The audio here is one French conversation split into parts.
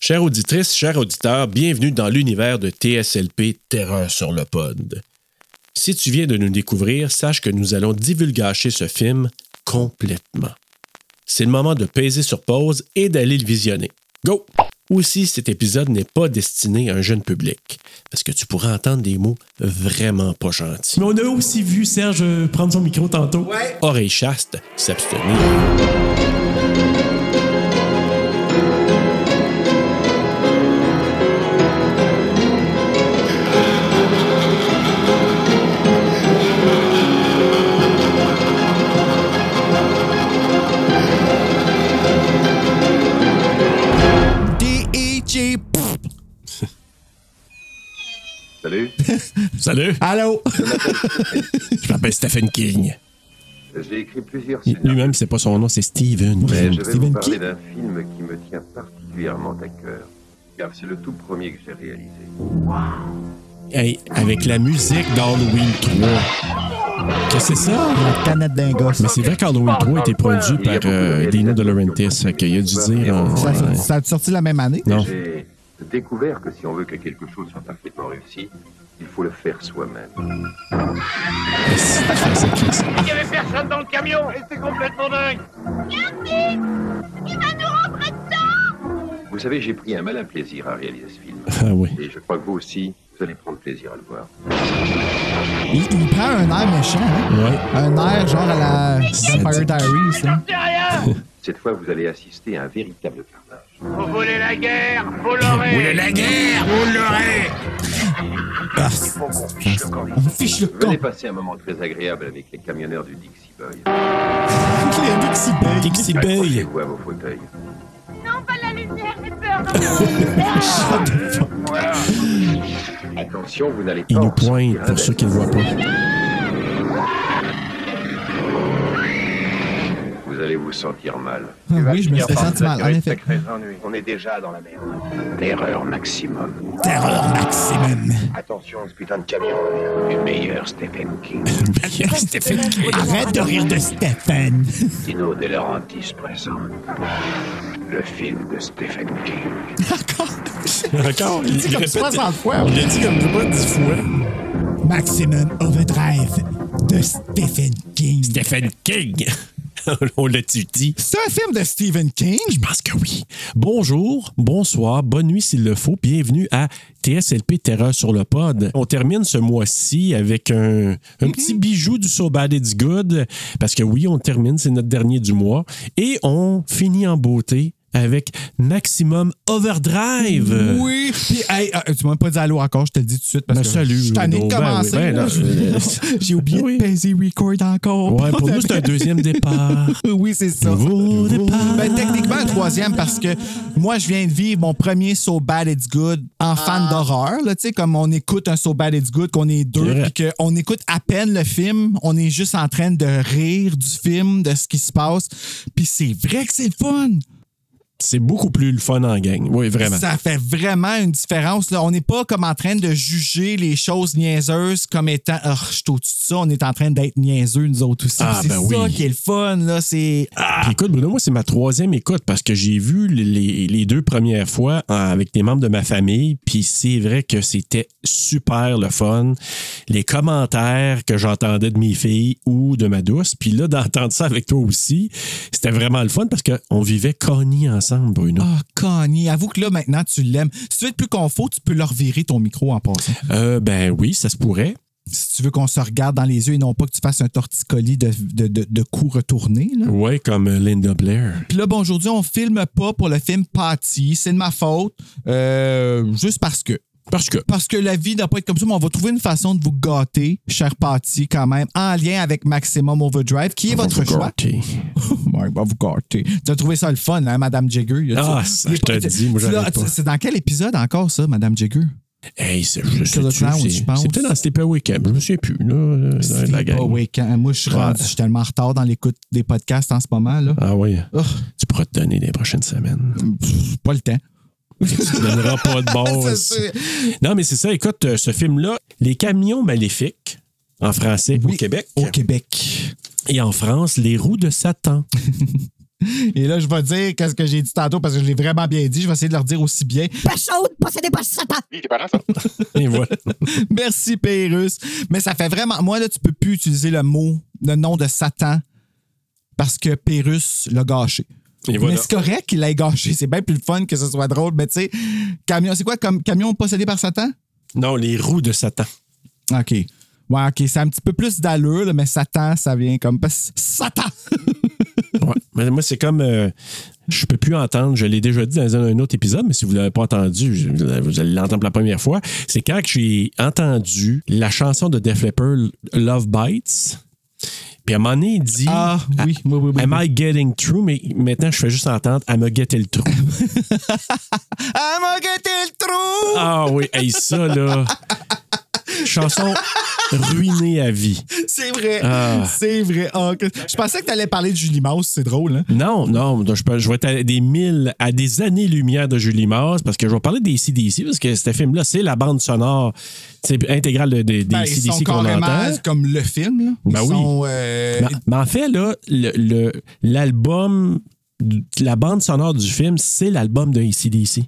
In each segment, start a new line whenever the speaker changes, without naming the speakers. Chères auditrices, chers auditeurs, bienvenue dans l'univers de TSLP Terreur sur le Pod. Si tu viens de nous découvrir, sache que nous allons divulgacher ce film complètement. C'est le moment de peser sur pause et d'aller le visionner. Go! Aussi, cet épisode n'est pas destiné à un jeune public, parce que tu pourras entendre des mots vraiment pas gentils.
Mais on a aussi vu Serge euh, prendre son micro tantôt. Ouais.
Oreille chaste, s'abstenir.
D.E.G.
Salut,
Salut.
Allô?
Je m'appelle Stephen King.
j'ai écrit plusieurs
Il-
scénarios,
Lui-même, c'est pas son nom, c'est Steven.
mais je vais vous
Stephen
parler
King.
d'un film qui me tient particulièrement à cœur, car c'est le tout premier que j'ai réalisé.
Hey, avec la musique d'Halloween 3. Qu'est-ce que c'est ça?
Canette d'un gosse.
Mais c'est vrai qu'Halloween 3 a été produit par euh, Dino De Laurentiis, fait qu'il a dû dire... en-
Ça,
ouais.
ça a sorti la même année?
Non.
J'ai découvert que si on veut que quelque chose soit parfaitement réussi, il faut le faire soi-même.
Il n'y avait personne dans le camion et c'est complètement dingue.
Vous savez, j'ai pris un malin plaisir à réaliser ce film,
Ah oui.
et je crois que vous aussi, vous allez prendre plaisir à le voir.
Il, il prend un air méchant, hein?
Ouais.
Un air genre à la Vampire
Sadique.
Diaries, là.
C'est rien
Cette fois, vous allez assister à un véritable carnage.
Vous voulez la guerre, vous l'aurez
On fiche le camp.
Venez passer un moment très agréable avec les camionneurs du Dixie Boy.
Les Dixie Boys.
Dixie Bay.
Accrochez-vous à vos fauteuils.
Non, pas la lumière, j'ai peur.
Attention, vous n'allez pas
Il nous
en sortir
pointe pour
indemne.
ceux qui ne le voient pas.
Vous allez vous sentir mal.
Ah Oui, je me suis senti mal, en effet.
On est déjà dans la merde. L'erreur maximum.
Terreur maximum.
Attention, ce putain de camion. Le meilleur Stephen King.
Arrête de rire de Stephen.
Dino De Laurentiis présente. Le film de Stephen King.
Encore.
Encore, il,
C'est comme 60 fois.
Il a dit comme pas 10 fois.
Maximum Overdrive de Stephen King.
Stephen King. On l'a-tu dit?
C'est un film de Stephen King?
Je pense que oui. Bonjour, bonsoir, bonne nuit s'il le faut. Bienvenue à TSLP Terreur sur le pod. On termine ce mois-ci avec un, un petit bijou du So Bad It's Good. Parce que oui, on termine, c'est notre dernier du mois. Et on finit en beauté avec Maximum Overdrive.
Oui. Puis, hey, euh, tu m'as même pas dit allô encore, je te le dis tout de suite parce
Ben,
que
salut,
je suis tanné de
Bruno. Ben
commencer.
oui, ben
là.
non, euh,
J'ai oublié
oui.
de peser record encore.
Ouais, pour nous, c'est un deuxième départ.
Oui, c'est ça.
Nouveau départ.
Ben, techniquement, un troisième parce que moi, je viens de vivre mon premier So Bad It's Good en fan d'horreur. là, Tu sais, comme on écoute un So Bad It's Good, qu'on est
C'est
deux,
vrai.
puis qu'on écoute à peine le film, on est juste en train de rire du film, de ce qui se passe. Puis c'est vrai que c'est le fun.
C'est beaucoup plus le fun en gang. Oui, vraiment.
Ça fait vraiment une différence. là. On n'est pas comme en train de juger les choses niaiseuses comme étant. Ah, je suis au-dessus de ça. On est en train d'être niaiseux, nous autres aussi.
Ah,
c'est
ben
ça
oui.
qui est le fun. Là. C'est...
Puis écoute, Bruno, moi, c'est ma troisième écoute parce que j'ai vu les- les, les deux premières fois euh, avec des membres de ma famille. Puis c'est vrai que c'était super le fun. Les commentaires que j'entendais de mes filles ou de ma douce. Puis là, d'entendre ça avec toi aussi, c'était vraiment le fun parce qu'on vivait Connie ensemble, Bruno.
Ah, Connie, avoue que là, maintenant, tu l'aimes. Si tu veux être plus confort, tu peux leur virer ton micro en passant.
Euh, ben oui, ça se pourrait.
Si tu veux qu'on se regarde dans les yeux et non pas que tu fasses un torticolis de, de, de- de coups retournés. là.
Ouais, comme euh, Linda Blair.
Puis là, bon, aujourd'hui, on filme pas pour le film Patty. C'est de ma faute. Euh, juste parce que.
Parce que.
parce que la vie n'a pas être comme ça, mais on va trouver une façon de vous gâter, cher Patty, quand même, en lien avec Maximum Overdrive, qui est votre choix.
Gâté.
Ouais, on va vous gâter. Tu as trouvé ça le fun, hein, Madame Jagger? Il y a
Ah, ça,
ça- il est
je te
pas-
dis, moi,
tu l'as-
j'arrête pas.
C'est dans quel épisode encore, ça, Madame Jagger?
Hey, c'est je sais
le
plus,
clown,
c'est-
je pense.
C'est peut-être dans Sleepaway Camp. Je me souviens plus, là, euh, de la gang.
Pas Weekend. Moi, je suis
Ouais.
rendu, je suis tellement en retard dans l'écoute des podcasts en ce moment, là.
Ah oui.
Oh,
Tu pourras te donner les prochaines semaines.
pff, pas le temps.
tu te donneras pas de
Ça,
base.
c'est-
Non, mais c'est ça. Écoute, euh, ce film-là, Les camions maléfiques, en français, au
Oui,
Québec.
Au Québec.
Et en France, Les roues de Satan.
Et là, je vais dire qu'est-ce que j'ai dit tantôt parce que je l'ai vraiment bien dit. Je vais essayer de le redire aussi bien.
Pas chaude, possédé par Satan.
Et voilà.
Merci, Pérus. Mais ça fait vraiment. Moi, là, tu peux plus utiliser le mot, le nom de Satan parce que Pérus l'a gâché.
Et voilà.
Mais c'est correct qu'il l'ait gâché. C'est bien plus le fun que ce soit drôle. Mais tu sais, camion, c'est quoi comme camion possédé par Satan?
Non, les roues de Satan.
OK. Ouais, OK. C'est un petit peu plus d'allure, là, mais Satan, ça vient comme. parce- Satan!
Ouais. Mais moi, c'est comme. euh, je peux plus entendre, je l'ai déjà dit dans un, un autre épisode, mais si vous ne l'avez pas entendu, je- vous allez l'entendre pour la première fois. C'est quand que j'ai entendu la chanson de Def Leppard, Love Bites. Puis à un moment donné, il dit
Ah, oui, oui, oui, oui,
Am I getting through? Mais maintenant, je fais juste entendre I'm a getting le trou.
Ah, mon gars, t'es le trou!
ah oui, hey, ça, là. Chanson ruinée à vie.
C'est vrai.
Ah.
C'est vrai. Ah, que- Je pensais que t'allais parler de Julie Mauss. C'est drôle, hein?
Non, non, je, peux- je vais être à des mille, à des années-lumière de Julie Mars, parce que je vais parler des CDC, parce que ce film-là, c'est la bande sonore c'est intégrale de- de- des
Ben, ils sont
CDC qu'on
carrément
entend.
comme le film. Là. Ils
Ben oui. Ben,
sont, euh,
Mais, mais en fait, là, le- le- l'album, la bande sonore du film, c'est l'album de ACDC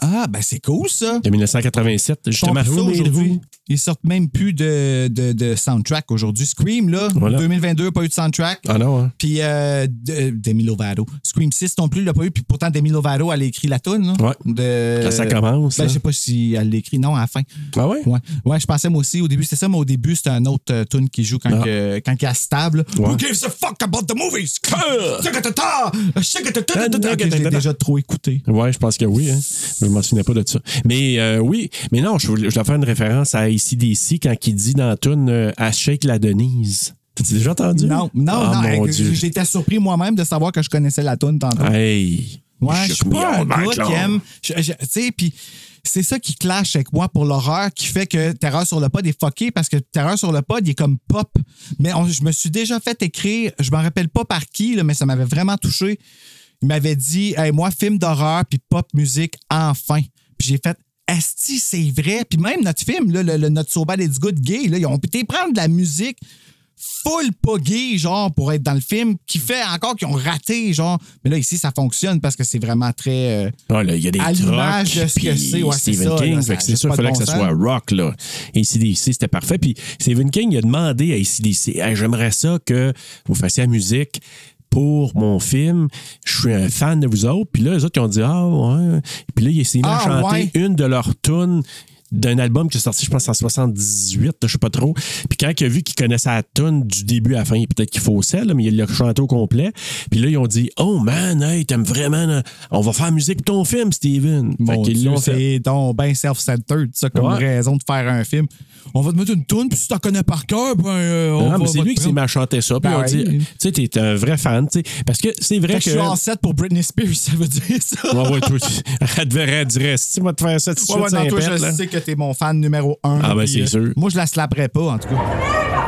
Ah, ben c'est cool ça.
de 1987,
Ils font
justement.
plus ça
Who Made
aujourd'hui.
Who?
Ils sortent même plus de, de, de soundtrack aujourd'hui. Scream, là,
Voilà.
2022, pas eu de soundtrack.
Ah non, hein?
Puis euh, de- Demi Lovato. Scream 6 non plus, il l'a pas eu. Puis pourtant, Demi Lovato, elle a écrit la toune. là,
Ouais.
De...
Quand ça commence,
Ben,
là.
je sais pas si elle l'a écrit. Non, à la fin.
Ah ouais?
Ouais. ouais, je pensais moi aussi. Au début, c'était ça, mais au début, c'était un autre euh, tune qui joue quand,
Ah.
que- quand il y a stable.
Ouais. Ah.
Who gives a fuck about the movies? Shakatata! Shakatata! Ok, Je l'ai déjà trop écouté.
Ouais, je pense que oui. Hein. Je m'en souvenais pas de ça. Mais euh, oui, mais non, je voulais, je voulais faire une référence à ACDC quand il dit dans la toune euh, à Shake la Denise. T'as-tu déjà entendu?
Non, non,
Ah,
non. euh,
Mon
hey,
Dieu.
J'étais surpris moi-même de savoir que je connaissais la toune tantôt.
Hey.
Ouais, je suis
Shook me
pas un
all night
gars qui
long.
aime. je- je- Tu sais, puis c'est ça qui clash avec moi pour l'horreur, qui fait que Terreur sur le pod est fucké parce que Terreur sur le pod, il est comme pop. Mais on- je me suis déjà fait écrire, je m'en rappelle pas par qui, là, mais ça m'avait vraiment touché. Il m'avait dit, hey, moi, film d'horreur, puis pop musique, enfin. Puis j'ai fait, Asti, c'est vrai. Puis même notre film, là, le, le- notre So Bad It's Good gay, là, ils ont été prendre de la musique full pas gay, genre, pour être dans le film, qui fait encore qu'ils ont raté, genre. Mais là, ici, ça fonctionne parce que c'est vraiment très. euh,
Ah, là, il y a des
À l'image de
trucks,
ce que
puis
c'est, ouais, c'est
Stephen
ça,
King, fait
là, ça
que
a
c'est sûr,
pas
il
de
fallait
bon
que ça
sens.
soit rock, là. ACDC, c'était parfait. Puis Stephen King, il a demandé à ACDC, Hey, j'aimerais ça que vous fassiez la musique pour mon film. Je suis un fan de vous autres. Puis là, les autres, ils ont dit, ah, ouais. Puis là, il s'est mis à
Ah,
chanter une de leurs tunes d'un album qui est sorti, je pense, en 78, je sais pas trop. Puis quand il a vu qu'il connaissait la tune du début à la fin, peut-être qu'il faussait, là, mais il l'a chanté au complet. Puis là, ils ont dit « Oh man, hey, t'aimes vraiment... là. On va faire la musique pour ton film, Steven! » Fait
Mon
qu'ils
Dieu,
l'ont fait.
c'est donc ben self-centered, ça, comme
Ouais.
raison de faire un film. On va te mettre une toune, puis si t'en connais par cœur, ben. euh, on
Non,
va-
Ah, mais c'est
va
lui
te
qui s'est mis
prendre.
à chanter ça. Puis
Ben
on dit,
oui.
tu sais, t'es un vrai fan, tu sais. Parce que c'est vrai
Fait que
que.
je suis en 7 pour Britney Spears, ça veut dire ça.
euh, Ouais, ouais, toi, tu- elle devrait elle dirait, si tu vas te faire ça, tu
Ouais, ouais, non, toi, je sais que t'es mon fan numéro un.
Ah, ben,
puis, euh,
c'est sûr.
Moi, je la slapperais pas, en tout cas.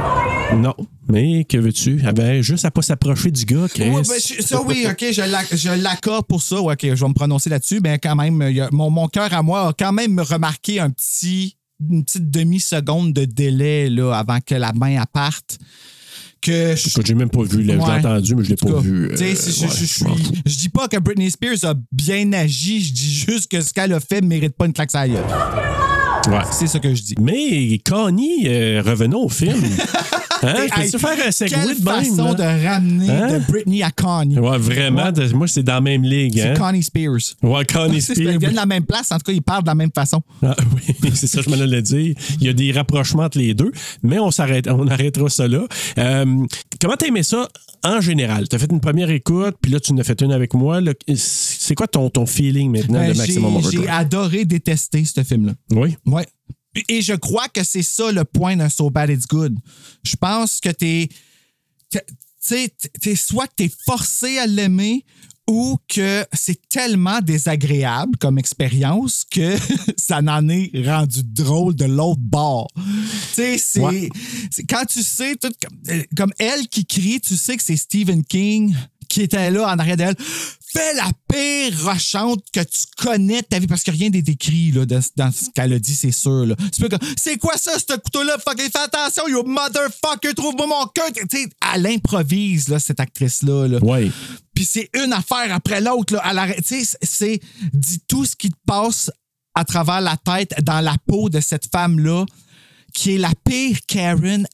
Non. Mais que veux-tu? Elle avait juste à pas s'approcher du gars, Chris.
Ouais, ben, je- ça, oui, OK, je l'ac- je l'accorde pour ça. Ouais, OK, je vais me prononcer là-dessus. Mais quand même, il y a- mon, mon cœur à moi a quand même remarqué un petit, une petite demi-seconde de délai là, avant que la main elle parte. Que je
Écoute, j'ai même pas vu, là. Je l'ai
Ouais.
entendu, mais je l'ai
en tout
pas
cas,
vu.
tu sais,
euh,
si je,
ouais,
je- je
m'en
suis-
fous.
je dis pas que Britney Spears a bien agi, je dis juste que ce qu'elle a fait mérite pas une claque à la gueule.
Ouais.
C'est ça que je dis.
Mais Connie, euh, revenons au film. Hein?
Hey,
Peux-tu faire un segway
Quelle
de même?
façon
là?
de ramener
Hein?
de Britney à Connie.
Ouais, vraiment. de- Moi, c'est dans la même ligue. Hein?
C'est Connie Spears.
Ouais, Connie
C'est- Ils
Spears.
viennent de la même place, en tout cas, ils parlent de la même façon.
Ah, oui, c'est ça, je me l'allais dire. Il y a des rapprochements entre les deux, mais on, s'arrête, on arrêtera ça là. Euh, comment t'as aimé ça en général? T'as fait une première écoute, puis là, tu en as fait une avec moi. là. C'est quoi ton, ton feeling maintenant
Ben,
de
j'ai-
Maximum
J'ai
Overdrive?
adoré détester ce film-là.
Oui.
Ouais. Et je crois que c'est ça le point d'un So Bad It's Good. Je pense que t'es. t'es- t'sais, t'es- soit que t'es forcé à l'aimer ou que c'est tellement désagréable comme expérience que ça n'en est rendu drôle de l'autre bord. Tu sais, c'est.
Ouais.
c'est- Quand tu sais, tout, comme, euh, comme elle qui crie, tu sais que c'est Stephen King qui était là en arrière d'elle. fait la pire rochante que tu connais de ta vie, parce que rien n'est décrit là, dans, dans ce qu'elle a dit, c'est sûr. là. C'est pas comme, C'est quoi ça, ce couteau-là? Fucking fais attention, you motherfucker, trouve-moi mon cœur. Tu sais, elle improvise, là, cette actrice-là. là.
Ouais.
Puis c'est une affaire après l'autre. là. Elle arrête- Tu sais, c'est dis tout ce qui te passe à travers la tête, dans la peau de cette femme-là, qui est la pire Karen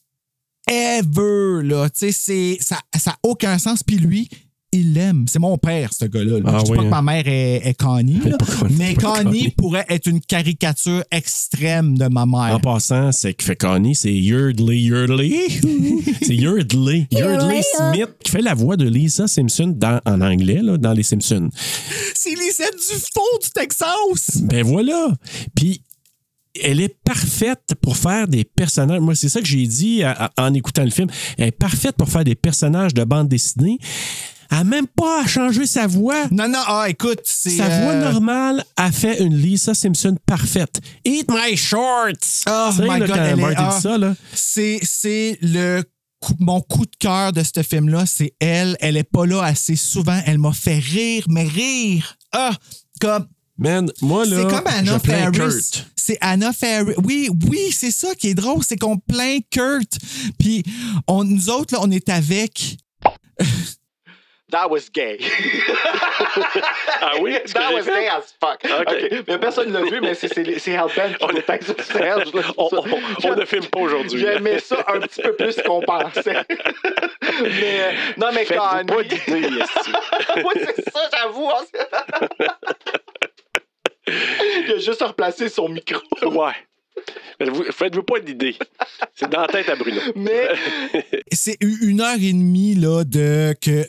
ever. Là. Tu sais, c'est- ça n'a aucun sens. Puis lui, il l'aime. C'est mon père, ce gars-là. là.
Ah
Je dis
oui,
pas que
hein.
ma mère est, est Connie, là,
pas Connie,
mais
pas
Connie,
Connie.
pourrait être une caricature extrême de ma mère.
En passant, c'est que fait Connie, c'est Yardley Yardley. c'est Yardley. Yardley
Yardley, hein.
Smith qui fait la voix de Lisa Simpson dans- en anglais, là, dans Les Simpsons.
C'est Lisette du fond du Texas!
Ben voilà. Puis elle est parfaite pour faire des personnages. Moi, c'est ça que j'ai dit à- à- en écoutant le film. Elle est parfaite pour faire des personnages de bande dessinée. Elle n'a même pas à changer sa voix.
Non, non, ah, écoute, c'est.
Sa voix
euh,
normale a fait une Lisa Simpson parfaite. Eat my shorts!
Oh
Tu sais,
my
là,
God,
quand
elle est-
Marty dit
ah.
ça, là.
c'est c'est le coup- mon coup de cœur de ce film là, c'est elle, elle est pas là assez souvent, elle m'a fait rire mais rire. Ah, comme
Man, moi, là,
c'est comme
je
Anna
plains
Faris.
Kurt.
C'est Anna Faris. Oui, oui, c'est ça qui est drôle, c'est qu'on plaint Kurt. Puis on nous autres là, on est avec
That was gay.
Ah oui? Est-ce que
That
j'ai
was
fait?
gay as fuck.
OK.
OK. Mais personne ne l'a vu, mais c'est c'est- c'est Hellbent qui
On-
est avec sur Serge, là, c'est
On-
ça.
on- on
J'ai-
ne filme pas aujourd'hui.
J'aimais ça un petit peu plus qu'on pensait. mais, euh, non, mais
Faites-vous
quand.
pas d'idée, esti.
oui, c'est ça, j'avoue. hein. Il a juste replacé son micro.
Ouais. Faites-vous- Faites-vous pas d'idée. C'est dans la tête à Bruno.
Mais
c'est u- une heure et demie là, de que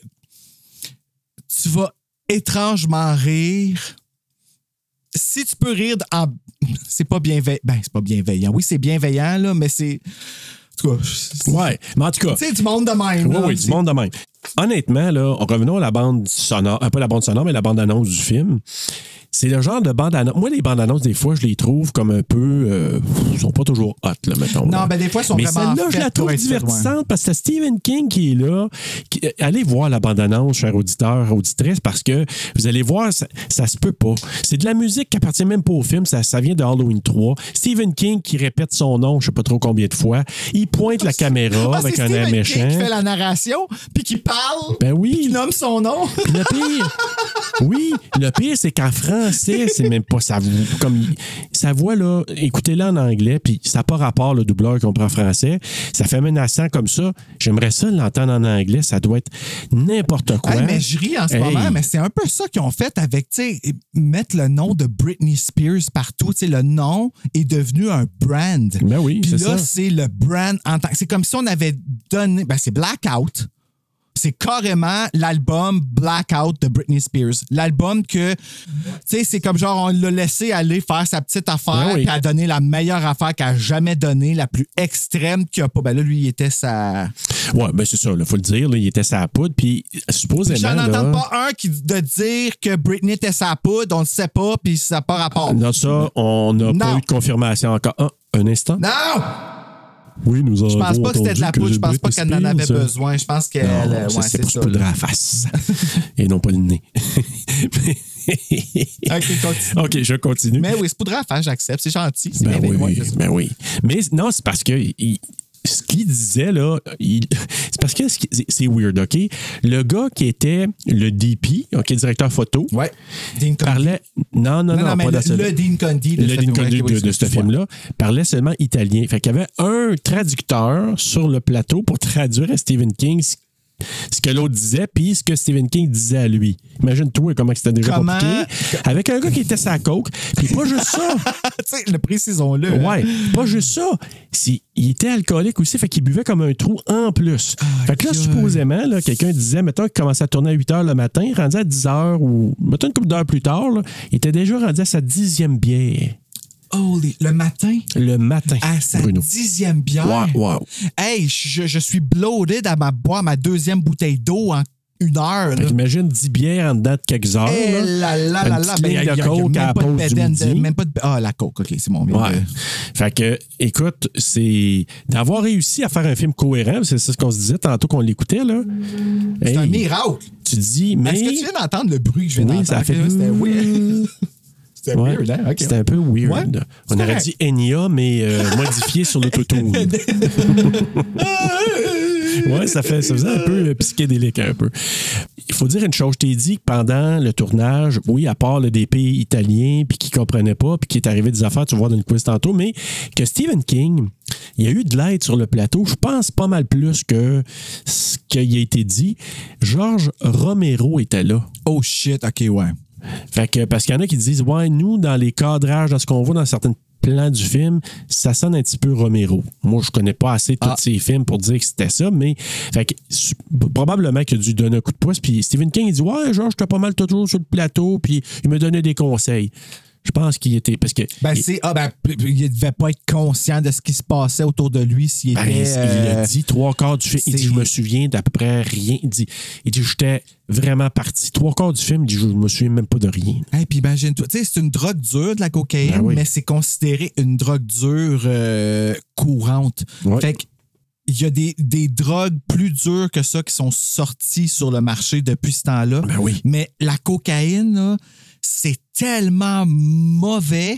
tu vas étrangement rire. Si tu peux rire en. C'est pas bienveillant. Ben, c'est pas bienveillant. Oui, c'est bienveillant, là, mais c'est. En tout cas. c'est-
Ouais, mais en tout cas,
Tu sais, du monde de même.
Oui,
là.
oui, du monde de même. Honnêtement, là, revenons à la bande sonore, euh, pas la bande sonore, mais la bande annonce du film. C'est le genre de bande annonce. Moi, les bandes annonces, des fois, je les trouve comme un peu. euh, ils sont pas toujours hot, là, mettons.
Non,
là.
ben, des fois, ils sont
Mais
vraiment.
celle-là, je la
faites pour
trouve
être faite, ouais.
divertissante parce que c'est Stephen King qui est là. Qui- euh, allez voir la bande-annonce, chers auditeurs, auditrices, parce que vous allez voir, ça, ça se peut pas. C'est de la musique qui appartient même pas au film, ça, ça vient de Halloween 3. Stephen King qui répète son nom, je sais pas trop combien de fois. Il pointe la caméra
Ah,
avec
c'est
un air
Stephen King
méchant.
qui fait la narration, puis qui parle,
Ben
qui
oui.
nomme son nom.
Puis le pire, oui, le pire, c'est qu'en français, c'est même pas sa voix. Comme, il- sa voix, là, écoutez-la en anglais, puis ça n'a pas rapport, le doubleur qu'on prend en français. Ça fait menaçant comme ça. J'aimerais ça l'entendre en anglais. Ça doit être n'importe quoi.
Hey, mais je ris en ce
Hey.
moment, mais c'est un peu ça qu'ils ont fait avec, tu sais, mettre le nom de Britney Spears partout. Tu sais, le nom est devenu un brand.
Ben oui,
Puis
c'est ça.
là, c'est le brand en tant que. C'est comme si on avait donné. Ben, c'est Blackout. C'est carrément l'album Blackout de Britney Spears. L'album que, tu sais, c'est comme genre, on l'a laissé aller faire sa petite
Ben
affaire,
oui.
puis elle a donné la meilleure affaire qu'elle a jamais donnée, la plus extrême qu'il n'y a pas. Ben là, lui, il était sa.
Ouais, ben c'est ça, il faut le dire. là, il était sa poudre, puis supposément.
J'en
là,
entends pas un qui de dire que Britney était sa poudre, on le sait pas, puis ça n'a pas rapport.
Dans ça, on n'a
Non.
pas eu de confirmation encore. Ah, un instant.
Non!
Oui, nous avons
Je pense pas que c'était de la poudre, je pense pas qu'elle en avait besoin. Je pense qu'elle.
hein. Non,
euh,
ça,
ouais,
c'est
c'est
pour se
ça.
poudrer la face et non pas le nez.
Ok, continue.
OK, je continue.
Mais oui, c'est poudre à faire, j'accepte, c'est gentil. c'est
ben,
bien,
oui,
ben, ouais, c'est ça.
ben oui. Mais non, c'est parce que il- ce qu'il disait, là, il- c'est parce que ce qui- c'est c'est weird, OK? Le gars qui était le DP, OK, directeur photo,
Ouais. Dean Condy.
parlait. Non, non,
Non,
non,
non, mais
pas
le,
dans ce-
le Dean Condy de
le
ce
Dean
film-là,
Conduct
oui,
de, de ce
excuse-moi.
film-là parlait seulement italien. Fait qu'il y avait un traducteur sur le plateau pour traduire à Stephen King ce ce que l'autre disait, puis ce que Stephen King disait à lui. Imagine-toi comment c'était déjà
Comment-
compliqué. Avec un gars qui était sa coke, puis pas juste ça.
tu sais, le précisons-le. hein.
Ouais, pas juste ça. Si, il était alcoolique aussi, fait qu'il buvait comme un trou en plus. fait que là,
God.
supposément, là, quelqu'un disait, mettons qu'il commençait à tourner à 8 h le matin, rendu à 10 h ou mettons une couple d'heures plus tard, là, il était déjà rendu à sa dixième bière
Holy- le matin,
le matin.
à sa
Bruno.
dixième bière.
Wow, wow.
Hey, je, je suis bloated à ma boire ma deuxième bouteille d'eau en une heure.
Fait
là.
qu'imagine 10 bières en dedans de quelques heures.
Eh
Ah, là.
là là
Une
là là,
petite
ben,
ligne
y a-
de
y a- y a
coke
même
à la
pas de
pause du
bédaine,
midi.
même pas de- Ah, la coke, OK, c'est mon bien.
Ouais. Fait que, écoute, c'est d'avoir réussi à faire un film cohérent, c'est c'est ce qu'on se disait tantôt qu'on l'écoutait, là.
C'est un
Hey,
miracle.
tu dis, mais.
Est-ce que tu viens d'entendre le bruit que je viens
Oui,
d'entendre?
ça a fait-
Ok, C'était weird. C'était
Ouais.
weird, hein? OK.
C'était un peu weird.
Ouais, c'est
On aurait
correct.
dit Enya, mais euh, modifié sur l'autotune. ouais, ça, fait, ça faisait un peu euh, psychédélique, un peu. Il faut dire une chose, je t'ai dit que pendant le tournage, oui, à part le DP italien, puis qui comprenait pas, puis qui est arrivé des affaires, tu vas voir dans le quiz tantôt, mais que Stephen King, il y a eu de l'aide sur le plateau, je pense pas mal plus que ce qui a été dit. Georges Romero était là.
Oh shit, OK, ouais.
Fait que, parce qu'il y en a qui disent, ouais, nous, dans les cadrages, dans ce qu'on voit dans certains plans du film, ça sonne un petit peu Romero. Moi, je connais pas assez tous
Ah.
ces films pour dire que c'était ça, mais fait que, su- probablement qu'il a dû donner un coup de pouce. Puis Stephen King, il dit, ouais, Georges, j'étais pas mal toujours sur le plateau, puis il me donnait des conseils. Je pense qu'il était. Parce que.
Ben,
il-
c'est. Ah, ben, p- p- il devait pas être conscient de ce qui se passait autour de lui s'il
Ben,
était.
il a
euh,
dit trois quarts du film. Il dit
c'est-
Je me souviens d'à peu près rien. Il dit, il dit J'étais vraiment parti. Trois quarts du film, il dit Je me souviens même pas de rien.
Hey, puis imagine-toi, tu sais, c'est une drogue dure de la cocaïne,
Ben oui.
mais c'est considéré une drogue dure euh, courante.
Ouais.
Fait que il y a des, des drogues plus dures que ça qui sont sorties sur le marché depuis ce temps-là.
Ben oui.
Mais la cocaïne, là, c'est tellement mauvais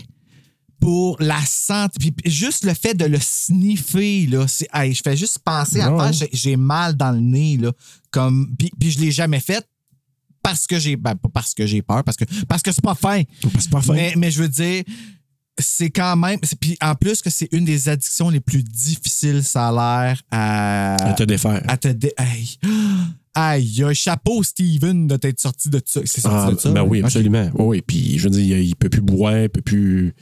pour la santé. Puis juste le fait de le sniffer, là, c'est, hey, je fais juste penser à
Ouais,
faire,
ouais.
j'ai, j'ai mal dans le nez, là. Comme, puis, puis je l'ai jamais fait parce que j'ai, ben, pas parce que j'ai peur, parce que, parce que c'est pas fin.
C'est pas
Mais, mais je veux dire, c'est quand même. c'est- Puis en plus que c'est une des addictions les plus difficiles, ça a l'air à.
à te défaire.
à te dé- Aïe. Aïe, aïe, chapeau, Steven, de t'être sorti de ça. C'est sorti
Ah,
de ça. hein?
ben oui,
Ok.
absolument. Oui, oui. Puis, je veux dire, il peut plus boire, il peut plus.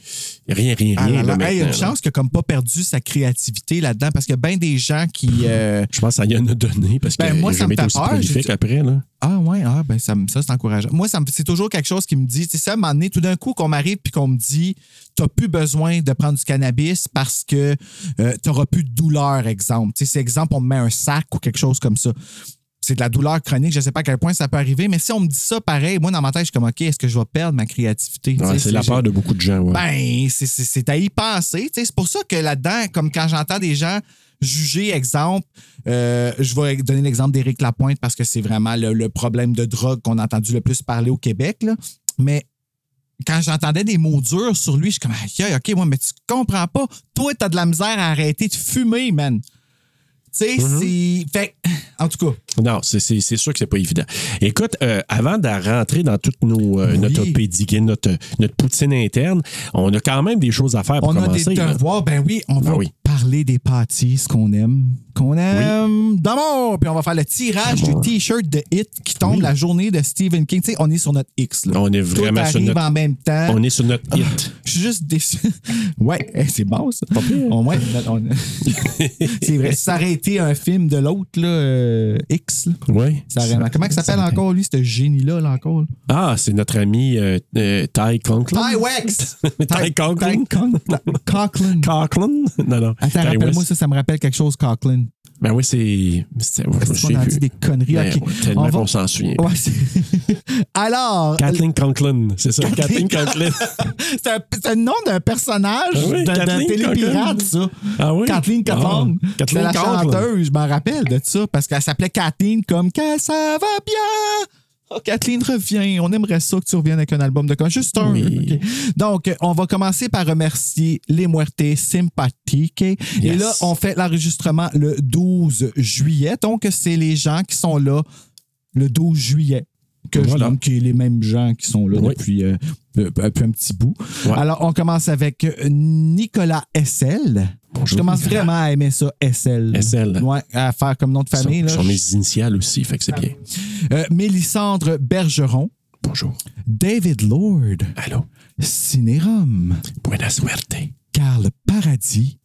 Rien, rien, rien.
Ah là
là,
là, hey, il y a une
maintenant, là.
chance qu'il a comme pas perdu sa créativité là-dedans parce qu'il y a bien des gens qui. euh,
Je pense que ça y en a donné parce que
Ben, moi, ça
jamais été
me fait
aussi
peur,
prolifique
j'ai-
après. Là.
Ah ouais, ah ben ça, me- ça c'est encourageant. Moi, ça me- c'est toujours quelque chose qui me dit, tu sais, ça, à un moment donné, tout d'un coup, qu'on m'arrive puis qu'on me dit, t'as plus besoin de prendre du cannabis parce que euh, t'auras plus de douleur, exemple. Tu sais, c'est exemple, on me met un sac ou quelque chose comme ça. C'est de la douleur chronique, je sais pas à quel point ça peut arriver, mais si on me dit ça, pareil, moi, dans ma tête, je suis comme, OK, est-ce que je vais perdre ma créativité? Tu
Ouais,
sais,
c'est la
je-
peur de beaucoup de gens. Ouais.
ben, c'est- c'est c'est à y penser. tu sais. C'est pour ça que là-dedans, comme quand j'entends des gens juger, exemple, euh, je vais donner l'exemple d'Éric Lapointe parce que c'est vraiment le, le problème de drogue qu'on a entendu le plus parler au Québec. là. Mais quand j'entendais des mots durs sur lui, je suis comme, aïe, aïe, OK, moi, mais tu comprends pas. Toi, t'as de la misère à arrêter de fumer, man. Tu sais,
Mhm.
c'est. Fait que, en tout cas,
Non, c'est- c'est c'est sûr que c'est pas évident. Écoute, euh, avant de rentrer dans toute nos, euh,
Oui.
notre pédiguée, notre, notre poutine interne, on a quand même des choses à faire pour
on a des
commencer. là.
devoirs. Ben oui, on
Ben
va
oui.
parler des pâtisses qu'on aime. Qu'on aime d'amour. Puis on va faire le tirage du T-shirt de Hit qui tombe la journée de Stephen King. Tu sais, on est sur notre X. Là.
On est vraiment
Tout
sur
arrive
notre-
en même temps.
On est sur notre hit.
Je suis juste déçu. ouais, hey, c'est bon ça. Au moins, on- c'est vrai. Si ça aurait été un film de l'autre, là, euh, X. là,
Oui.
ça aurait- Comment il s'appelle encore, lui, ce génie-là, là, encore? là?
Ah, c'est notre ami euh, euh, Ty Conklin.
Ty Wex!
Ty Conklin.
Ty Con- Conklin.
Conklin? Non, non.
Attends,
Ty
rappelle-moi
West.
ça, ça me rappelle quelque chose, Conklin.
Ben oui, c'est. c'est- je
Parce
sais
qu'on a
plus.
dit des conneries.
Ben,
ok.
ouais, tellement
On va-
qu'on s'en souvient.
Ouais, c'est- Alors,
Kathleen Conklin, c'est ça.
Kathleen
Kathleen Conklin.
c'est un- c'est le nom d'un personnage
Ah oui,
de, de
Kathleen
télépirate, ça.
Ah oui?
Kathleen Catlon.
Ah,
C'est
Kathleen
la
Conklin.
chanteuse, je m'en rappelle de ça, parce qu'elle s'appelait Kathleen comme Quand ça va bien. Oh, Kathleen, reviens. On aimerait ça que tu reviennes avec un album de con. Juste un.
Oui.
ok. Donc, euh, on va commencer par remercier les Muertes Sympathique. Et
Yes.
là, on fait l'enregistrement le 12 juillet. Donc, c'est les gens qui sont là le 12 juillet. Que je
Voilà.
nomme qui est les mêmes gens qui sont là
Oui.
depuis, euh, euh, depuis un petit bout.
Ouais.
Alors, on commence avec euh, Nicolas Essel. Je commence vraiment à aimer ça, SL.
SL.
Ouais, à faire comme nom de famille.
Son,
là.
sont mes initiales aussi, fait que c'est bien.
Euh, Mélissandre Bergeron,
Bonjour.
David Lord,
Allô.
Cinérum,
Buena suerte.
Carl Paradis,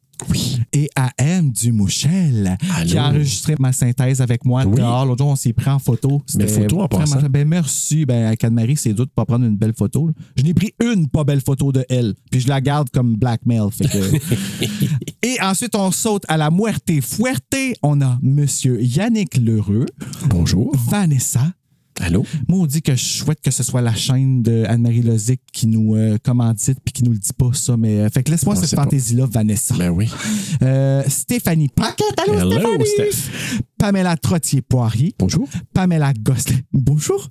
et à M. Dumouchel, qui a enregistré ma synthèse avec moi
Oui.
dehors. L'autre jour, on s'est pris en photo.
Mais
C'était
photo en
vraiment
passant.
très- Ben, merci. Ben, à Canne-Marie, c'est dur de pas prendre une belle photo. là. Je n'ai pris une pas belle photo de elle, puis je la garde comme blackmail. fait que- et ensuite, on saute à la muerte fuerte. On a Monsieur Yannick Lheureux,
Bonjour.
Vanessa,
Allô?
Maudit que je souhaite que ce soit la chaîne de Anne-Marie Lozic qui nous euh, commandite puis qui nous le dit pas ça. Mais euh, fait que laisse-moi
On
cette
sait pas.
fantaisie-là, Vanessa.
Ben oui.
Euh, Stéphanie Paquette, allô
Hello,
Stéphanie.
Steph.
Pamela Trottier-Poirier.
Bonjour.
Pamela Gosselin. Bonjour.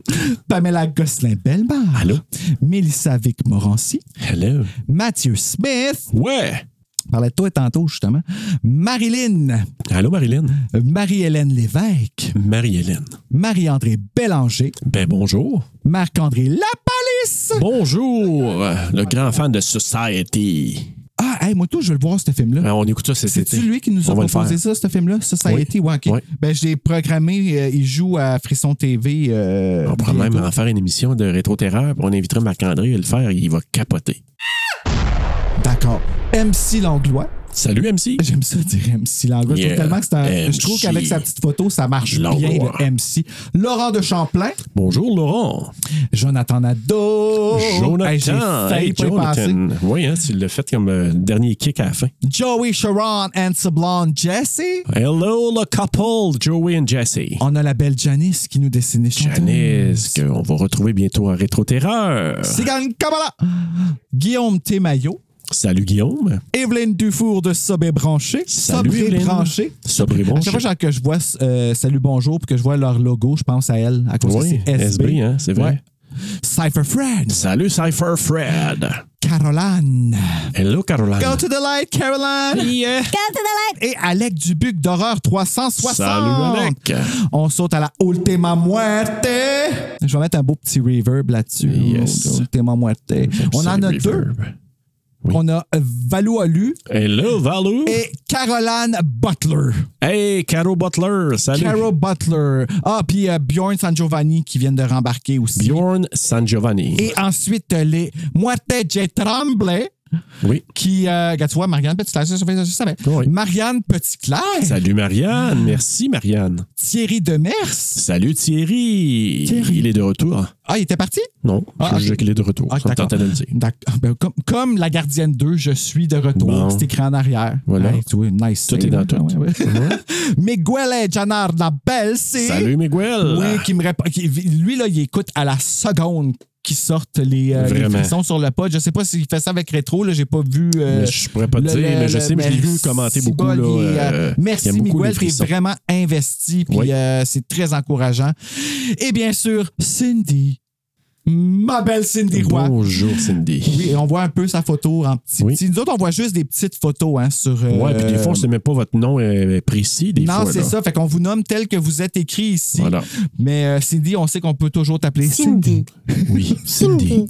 Pamela Gosselin-Bellemare.
Allô?
Mélissa Vic-Morancy.
Hello.
Mathieu Smith.
Ouais.
Parlait de toi tantôt, justement. Marilyn.
Allô, Marilyn?
Marie-Hélène Lévesque.
Marie-Hélène.
Marie-André Bélanger.
Ben bonjour.
Marc-André Lapalisse.
Bonjour, euh, le grand fan de Society.
Ah, hey, moi, tout, je veux le voir, ce film-là.
Ben, on écoute ça cet
C'est-tu
été.
lui qui nous a
On va le
proposé
faire.
ça, ce film-là? Ça, ça a
Oui.
été, ouais, OK.
Oui.
Ben, je l'ai programmé, euh, il joue à Frisson TV. euh,
On pourrait même
bientôt.
en faire une émission de rétro-terreur. puis On inviterait Marc-André à le faire. Il va capoter.
D'accord. MC Langlois.
Salut, MC.
J'aime ça dire MC Langlois. Je
Yeah.
trouve tellement que c'est un- Je
MC.
trouve qu'avec sa petite photo, ça marche bien,
Langlois.
le MC. Laurent de Champlain.
Bonjour, Laurent.
Jonathan Nadeau.
Jonathan.
Oh, Hey, j'ai failli
Hey,
pas y penser.
Jonathan. Oui, hein, tu l'as fait comme euh, dernier kick à la fin.
Joey Sharon and Sablon Jesse.
Hello, le couple, Joey et Jesse.
On a la belle Janice qui nous dessinait
Janice, qu'on va retrouver bientôt à Rétro-Terreur.
Sigan Kamala. Guillaume Témaillot.
Salut, Guillaume.
Evelyne Dufour de Sobé Branché.
Salut,
Sobré
Evelyne.
Branché.
Sobre bon.
À chaque fois que je vois euh, Salut Bonjour puis que je vois leur logo, je pense à elle à cause
Oui,
que c'est SB.
SB, hein, c'est vrai.
Ouais. Cypher Friends.
Salut, Cypher Fred.
Caroline.
Hello, Caroline.
Go to the light, Caroline.
Yeah.
Et Alec Dubuc d'horreur 360.
Salut, Alec.
On saute à la Ultima Muerte. Je vais mettre un beau petit reverb là-dessus.
Yes.
Ultima Muerte. On en a
Reverb.
deux.
Oui. Oh.
On a Valou Alu
Hello, Valou. Hey,
et Caroline Butler.
Caro Butler. Salut.
Carol Butler. Ah, puis euh, Bjorn San Giovanni qui viennent de rembarquer aussi.
Bjorn San Giovanni.
Et ensuite, euh, les Muerte J. Tremblay.
Oui.
Qui, euh, regarde, tu vois, Marianne Petit-Claire, je savais- je savais.
Oui.
Marianne Petit-Claire.
Salut, Marianne. Merci, Marianne.
Thierry Demers.
Salut, Thierry.
Thierry.
Il est de retour.
Ah, il était parti?
Non,
Ah,
je
ok.
juge qu'il est de retour.
Ah,
Ça me tentait de le dire.
D'accord. Ben, comme, comme La Gardienne 2, je suis de retour.
Bon.
C'est écrit en arrière.
Voilà.
Hey, tu vois, nice.
Tout
save.
est dans tout.
Ouais, ouais. Miguel Janar la belle, c'est.
Salut, Miguel.
Oui, qui me répond. qui- Lui, là, il écoute à la seconde qui sortent les, euh, les
Vraiment.
frissons sur le pod. Je sais pas s'il fait ça avec rétro, là, j'ai pas vu. euh,
Mais je pourrais pas te
le-
dire,
le-
mais je
le-
sais, mais je l'ai vu
merci,
commenter beaucoup.
Bol,
là,
il est, euh,
euh, il
merci
aime beaucoup
Miguel,
les
t'es
frissons.
vraiment investi, puis
Oui.
euh, c'est très encourageant. Et bien sûr, Cindy. Ma belle Cindy Roy.
Bonjour,
Oui,
Cindy.
et on voit un peu sa photo en petit.
Oui.
petit. Nous autres, on voit juste des petites photos hein, sur. euh,
ouais, puis des fois, c'est même pas votre nom euh, précis. Des
non,
fois,
c'est
là.
ça. Fait qu'on vous nomme tel que vous êtes écrit ici.
Voilà.
Mais euh, Cindy, on sait qu'on peut toujours t'appeler Cindy.
Oui, Cindy.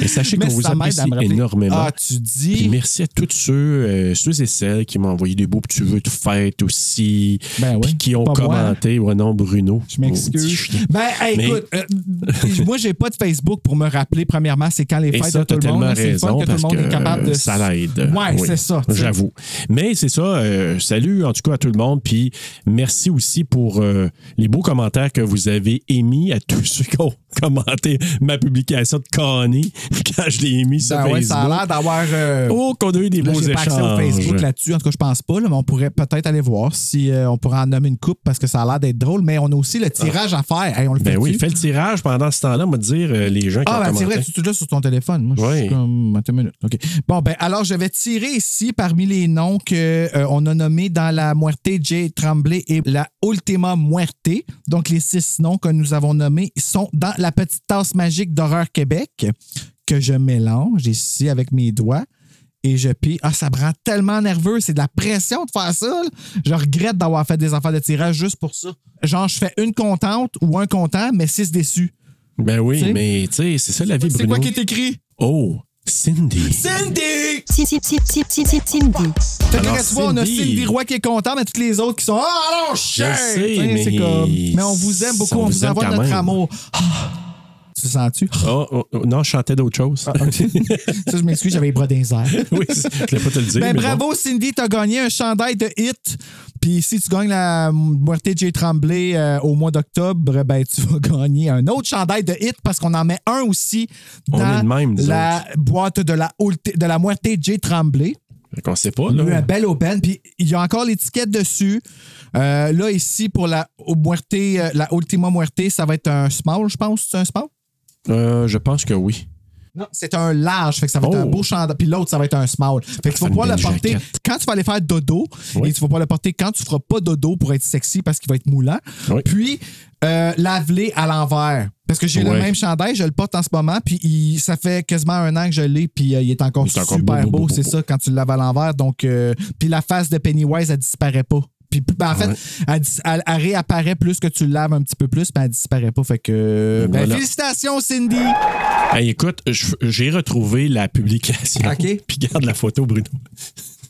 Et sachez qu'on
Mais
vous
ça m'aide à
apprécie
me rappeler.
énormément.
Ah, tu
Puis
dis.
merci à tous ceux, euh, ceux et celles qui m'ont envoyé des beaux petits vœux de fête aussi,
Ben oui,
puis qui ont
pas moi.
commenté. Ouais, non, Bruno.
Je m'excuse. Ben, hey,
Mais-
écoute, euh, moi, j'ai pas de Facebook pour me rappeler, premièrement, c'est quand les
Et
fêtes
ça,
de tout
t'as
le monde.
tellement
là, C'est le fun
raison
que tout le
parce
monde
que
est capable de.
euh, ça l'aide.
Ouais,
Oui,
c'est ça. tu sais.
J'avoue. Mais c'est ça. euh, salut en tout cas à tout le monde. Puis merci aussi pour euh, les beaux commentaires que vous avez émis à tous ceux qui ont commenté ma publication de Connie quand je l'ai émis sur
Ben ouais,
Facebook.
ça a l'air d'avoir. euh,
Oh, qu'on a eu des
Là,
beaux
j'ai pas accès au
échanges.
Facebook là-dessus. En tout cas, je pense pas, là, mais on pourrait peut-être aller voir si euh, on pourrait en nommer une coupe parce que ça a l'air d'être drôle. Mais on a aussi le tirage à faire. Hey, on le
Ben
fait.
oui, fais le tirage pendant ce temps-là, on va te dire euh, les gens qui
Ah,
ont
ben c'est
commenté.
vrai, tu tu l'as sur ton téléphone. Moi, je
Oui.
suis comme. Attends une minute. OK. Bon, ben, alors, je vais tirer ici parmi les noms qu'on a nommés dans la Muerte J. Tremblay et la Ultima Muerte. Donc, les six noms que nous avons nommés sont dans la petite tasse magique d'horreur Québec que je mélange ici avec mes doigts. Et je pille. Ah, ça me rend tellement nerveux. C'est de la pression de faire ça. là. Je regrette d'avoir fait des affaires de tirage juste pour ça. Genre, je fais une contente ou un content, mais six déçus.
Ben oui,
Tu sais?
mais tu sais, c'est ça la vie,
C'est
Bruno.
quoi qui est écrit?
Oh, Cindy.
Cindy!
Si, si, si, si, si, si, Cindy.
Fait que
Alors,
là, tu vois, on a
Cindy.
Cindy Roy qui est content, mais toutes les autres qui sont Ah, alors, chien!
sais,
Tu sais, c'est
mais-
comme- mais on vous aime beaucoup,
on
on,
vous
vous
aime
envoie
quand
notre
même.
amour. Ah. Tu le sens-tu?
Oh, oh, oh, non, je chantais d'autres choses.
Ah. Ça, je m'excuse, j'avais les bras dans les airs.
oui, je voulais pas te le dire.
Ben,
mais
bravo, Cindy, t'as gagné un chandail de hit. Puis si tu gagnes la Muerte de Jay Tremblay euh, au mois d'octobre, ben tu vas gagner un autre chandail de hit parce qu'on en met un aussi
On est
dans
de même, nous
la boîte de la, Ulte- de la Muerte de Jay Tremblay.
Bon, fait qu'on sait pas,
Il y a eu un
là.
bel open, puis il y a encore l'étiquette dessus. Euh, là, ici, pour la, au muerte, euh, la Ultima Muerte, ça va être un small, je pense. C'est un small?
Euh, je pense que oui.
Non, c'est un large, fait que ça va être
Oh.
un beau chandail. Puis l'autre, ça va être un small. Fait que
faire
tu vas
une
pouvoir le
belle
porter
jaquette.
quand tu vas aller faire dodo
Oui.
et tu vas pouvoir le porter quand tu feras pas dodo pour être sexy parce qu'il va être moulant.
Oui.
Puis euh, lave-les à l'envers. Parce que j'ai le
Ouais.
même chandail, je le porte en ce moment, puis il- ça fait quasiment un an que je l'ai, puis euh, il est encore
Il est
super
encore beau,
beau,
beau, beau,
c'est
beau.
ça, quand tu le laves à l'envers. Donc, euh, puis la face de Pennywise, elle disparaît pas. Puis ben, en fait,
Ouais.
elle, dis- elle- elle réapparaît plus que tu le laves un petit peu plus, mais elle disparaît pas. Fait que. euh, ben,
Voilà.
félicitations, Cindy!
Hey, écoute, je- j'ai retrouvé la publication.
OK.
Puis garde la photo, Bruno.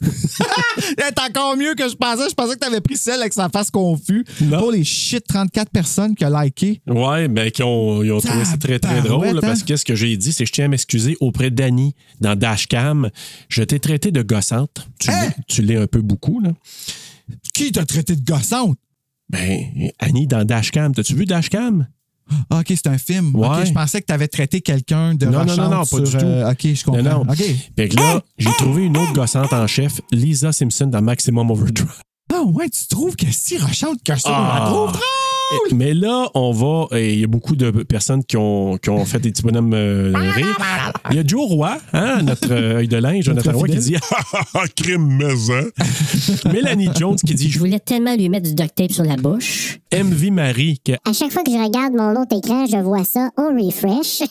C'est encore mieux que je pensais. Je pensais que tu avais pris celle avec sa face confus.
Non.
Pour les shit 34 personnes qui a liké.
Ouais, ben, qui ont, ils ont trouvé ça très, très
Tabarouette,
drôle. là, Parce
hein?
que ce que j'ai dit, c'est que je tiens à m'excuser auprès d'Annie dans Dashcam. Je t'ai traité de gossante. Tu
Hein?
l'es- tu l'es un peu beaucoup, là.
Qui t'a traité de gossante?
Ben, Annie dans Dashcam. T'as-tu vu Dashcam?
Ah, OK, c'est un film.
Ouais.
OK, je pensais que tu avais traité quelqu'un de
Non, non, non,
rochante
non, pas
sur,
du tout.
euh, OK, je comprends.
Non, non.
OK.
Fait que
Hein?
là, j'ai trouvé une autre gossante en chef, Lisa Simpson dans Maximum Overdrive.
Ah ouais, tu trouves que si rochante que ça,
Ah.
on la trouve hein?
Et- Mais là, on va. et Il y a beaucoup de personnes qui ont, qui ont fait des petits bonhommes euh, rire. Il y a Joe Roy, hein, notre euh, œil de linge, Jonathan
Notre
Roy, qui dit
fidèle. hein.
Ah, ah, ah, crime maison. Mélanie Jones qui dit
Je voulais tellement lui mettre du duct tape sur la bouche.
MV Marie, qui a
À chaque fois que je regarde mon autre écran, je vois ça au refresh.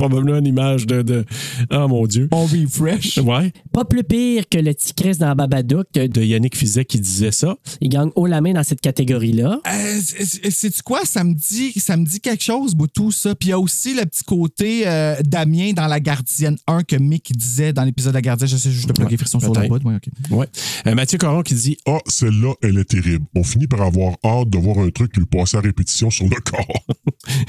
probablement une image de. de- Oh mon Dieu.
On refresh.
Ouais.
Pas plus pire que le petit Chris dans Babadook.
De Yannick Fizet qui disait ça.
Il gagne haut la main dans cette catégorie-là.
Euh, c'est- c'est- Sais-tu quoi? Ça me dit ça me dit quelque chose, tout ça. Puis il y a aussi le petit côté euh, Damien dans La Gardienne 1 que Mick disait dans l'épisode de La Gardienne. Je sais juste de plugger
Ouais,
frisson sur la
peut-être.
boîte. Ouais, OK.
Ouais. Euh, Mathieu Coron qui dit
Ah, celle-là, elle est terrible. On finit par avoir hâte de voir un truc lui passer à répétition sur le corps.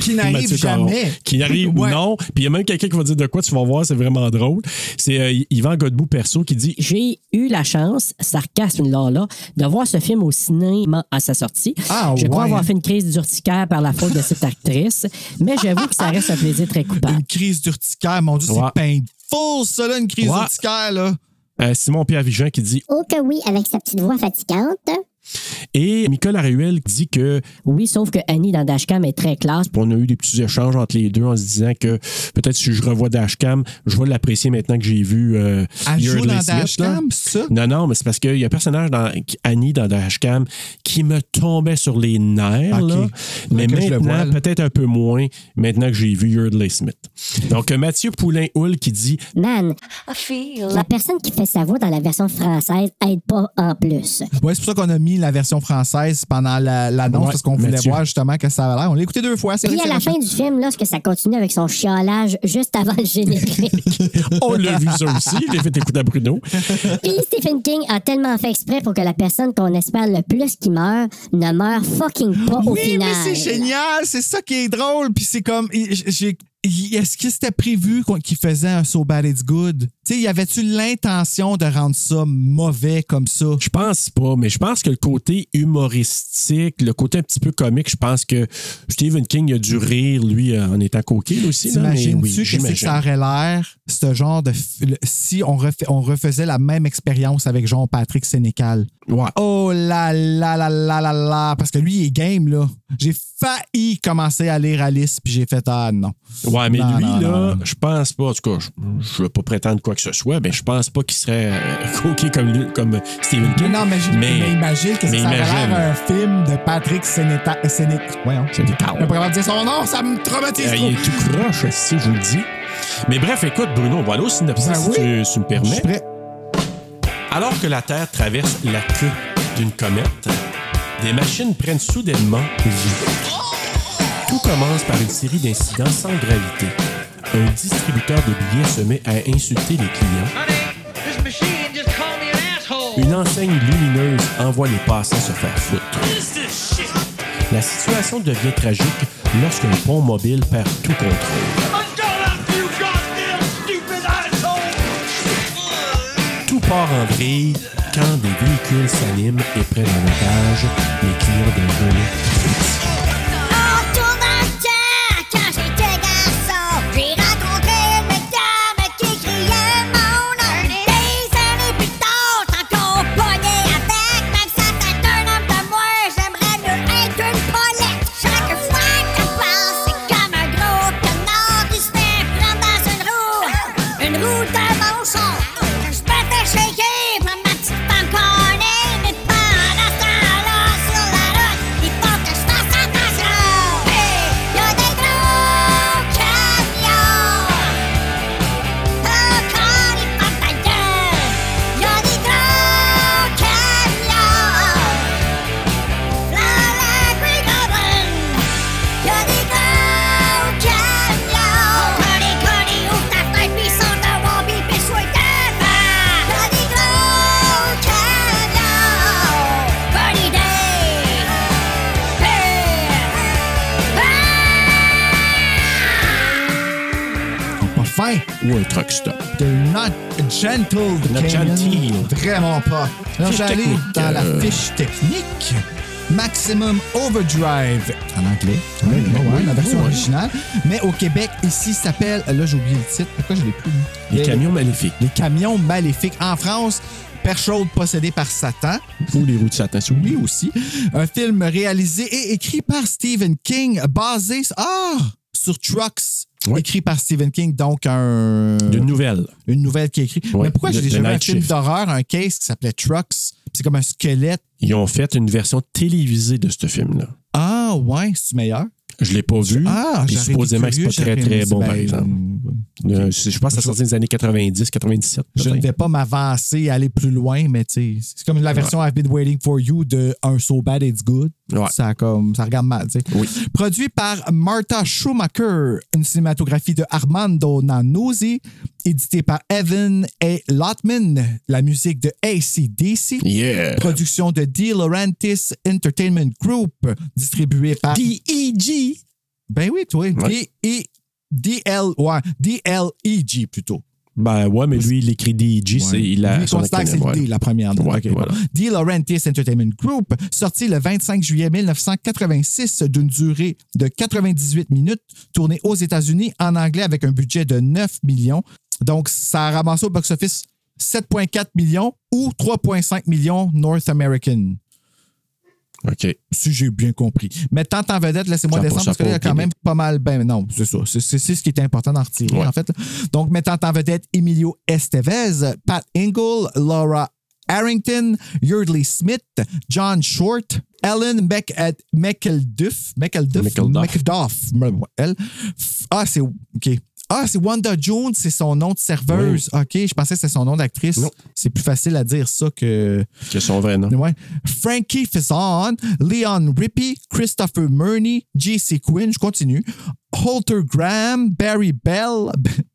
Qui n'arrive
Mathieu Caron.
jamais.
Qui n'arrive
Ouais.
non. Puis il y a même quelqu'un qui va dire de quoi tu vas voir, c'est vraiment drôle. C'est euh, Yvan Godbout perso qui dit
J'ai eu la chance, sarcasme là là, de voir ce film au cinéma à sa sortie.
Ah,
je crois
ouais.
avoir fait une crise d'urticaire par la faute de cette actrice, mais j'avoue que ça reste un plaisir très coupable.
Une crise d'urticaire, mon Dieu,
Ouais.
c'est painful, ça, là, une crise
Ouais.
d'urticaire, là.
euh, Simon Pierre Vigent qui dit
Oh que oui, avec sa petite voix fatigante.
et Nicolas Ruel qui dit que
Oui, sauf que Annie dans Dashcam est très classe.
on a eu des petits échanges entre les deux en se disant que peut-être si je revois Dashcam, je vais l'apprécier maintenant que j'ai vu euh,
Elle joue
Yeardley
dans
Smith, là.
Dashcam, c'est ça?
Non, non, mais c'est parce qu'il y a un personnage dans Annie dans Dashcam qui me tombait sur les nerfs.
Ok.
là. Mais
que je le vois,
maintenant,
là.
peut-être un peu moins, maintenant que j'ai vu Yardley Smith. Donc, euh, Mathieu Poulain-Hull qui dit
Man,
I feel
la personne qui fait sa voix dans la version française aide pas en plus.
Ouais, c'est pour ça qu'on a mis la version française pendant la- l'annonce,
Ouais,
parce qu'on voulait
Mathieu.
voir justement que ça avait l'air. On l'a écouté deux fois, c'est
Puis
vrai
à
que
la
c'est
fin du film, lorsque ça continue avec son chiolage juste avant le générique,
Oh,
On l'a vu ça aussi, j'ai fait écouter à Bruno.
puis
Euh,
Stephen King a tellement fait exprès pour que la personne qu'on espère le plus qui meurt ne meure fucking pas au
Oui,
final.
mais c'est génial, c'est ça qui est drôle. Puis c'est comme, il- j'ai- il- est-ce que c'était prévu qu'on- qu'il faisait un So Bad It's Good? Tu sais, y avait-tu l'intention de rendre ça mauvais comme ça?
Je pense pas, mais je pense que le côté humoristique, le côté un petit peu comique, je pense que Stephen King il a dû rire, lui, euh, en étant coquille là, aussi. là, mais oui,
T'imagines-tu qu'est-ce que
j'imagine.
ça aurait l'air, ce genre de. f- le- Si on, refait- on refaisait la même expérience avec Jean-Patrick Sénécal.
Ouais.
Oh là là là là là là, parce que lui, il est game, là. J'ai failli commencer à lire Alice, puis j'ai fait Ah non.
Ouais, mais
Non,
lui, là,
non, non, non.
je pense pas, en tout cas, je, je veux pas prétendre quoi que ce soit, mais je pense pas qu'il serait euh, coquille comme, lui- comme Stephen
Mais
King.
non, mais, j-
Mais-
mais imagine que
mais
ça aurait
imagine.
l'air euh, un film de Patrick Sénécal. Voyons.
Sénécal.
Je pourrais pas dire son nom, ça me traumatise
Euh,
trop.
il est tout croche, si je vous le dis. Mais bref, écoute, Bruno, on va aller au synopsis
Ben
si
oui.
tu, si tu me
Je
permets.
suis prêt.
Alors que la Terre traverse la queue d'une comète, des machines prennent soudainement vie. Tout commence par une série d'incidents sans gravité. Un distributeur de billets se met à insulter les clients. Une enseigne lumineuse envoie les passants se faire foutre. La situation devient tragique lorsque le pont mobile perd tout contrôle. Tout part en vrille quand des véhicules s'animent et prennent en otage les clients d'un volet. ou un truck stop.
The Not Gentle de
Not
Canyon.
gentle.
Vraiment pas. Alors,
Fiche
j'allais
technique,
dans la
euh.
fiche technique. Maximum Overdrive en anglais. Oui, ouais, la version originale. Mais au Québec, ici, ça s'appelle. Là, j'ai oublié le titre. Pourquoi je l'ai plus?
Les
Les-
camions maléfiques
Les camions maléfiques. En France, Perchaude possédé par Satan.
ou les roues de Satan, si vous voulez.
Lui aussi. Un film réalisé et écrit par Stephen King, basé ah, sur Trucks.
Ouais.
Écrit par Stephen King, donc un
D'une nouvelle.
une nouvelle qui est écrite.
Ouais,
Mais pourquoi
de-
j'ai
de
déjà vu un
Night
film
Shift.
d'horreur, un case qui s'appelait Trucks? puis C'est comme un squelette.
Ils ont fait une version télévisée de ce film-là.
Ah, ouais, c'est meilleur.
Je l'ai pas vu.
Ah,
Et
j'aurais été
Hmm. supposément que c'est pas
curieux,
très,
j'aurais
très
aimé ça.
bon, par
Ben,
exemple. Euh, Je pense que ça sortait des années 90, 97.
Je ne
peut-être.
vais pas m'avancer, aller plus loin, mais tu sais, c'est comme la version I've been waiting for you de Un So Bad It's Good.
Ouais.
Ça, comme, ça regarde mal, tu sais.
Oui.
Produit par Martha Schumacher, une cinématographie de Armando Nannuzzi, édité par Evan A. Lotman, la musique de ACDC.
Yeah.
Production de De Laurentis Entertainment Group, distribué par.
D.E.G.
ben oui, toi.
E Ouais.
D- DL, ouais, DLEG plutôt.
Ben ouais, mais lui, il écrit D.E.G. c'est- Il a
Lui, il
son
considère que c'est le
acronyme,
D,
ouais.
la première.
Ouais,
Ok, bon.
voilà.
D. Laurentis Entertainment Group, sorti le 25 juillet 1986 d'une durée de 98 minutes, tourné aux États-Unis en anglais avec un budget de 9 millions. Donc, ça a ramassé au box-office 7,4 millions ou 3,5 millions North American.
OK.
si j'ai bien compris. Mettant en vedette, laissez-moi
Ça
descendre,
pour
parce
ça
qu'il y a
pour
quand même pas mal. Ben non, c'est ça. C'est- C'est c'est ce qui est important d'en retirer,
Ouais.
en fait. là. Donc, mettant en vedette Emilio Estevez, Pat Ingle, Laura Harrington, Yardley Smith, John Short, Ellen Mc- Ed- McElduff, McElduff,
McElduff.
McDuff, me- elle. F- Ah, c'est. OK. Ah, c'est Wanda Jones, c'est son nom de serveuse. OK, je pensais que c'était son nom d'actrice.
Non.
C'est plus facile à dire ça que.
Que son vrai nom.
Ouais. Frankie Faison, Leon Rippey, Christopher Murney, J.C. Quinn, je continue. Holter Graham, Barry Bell,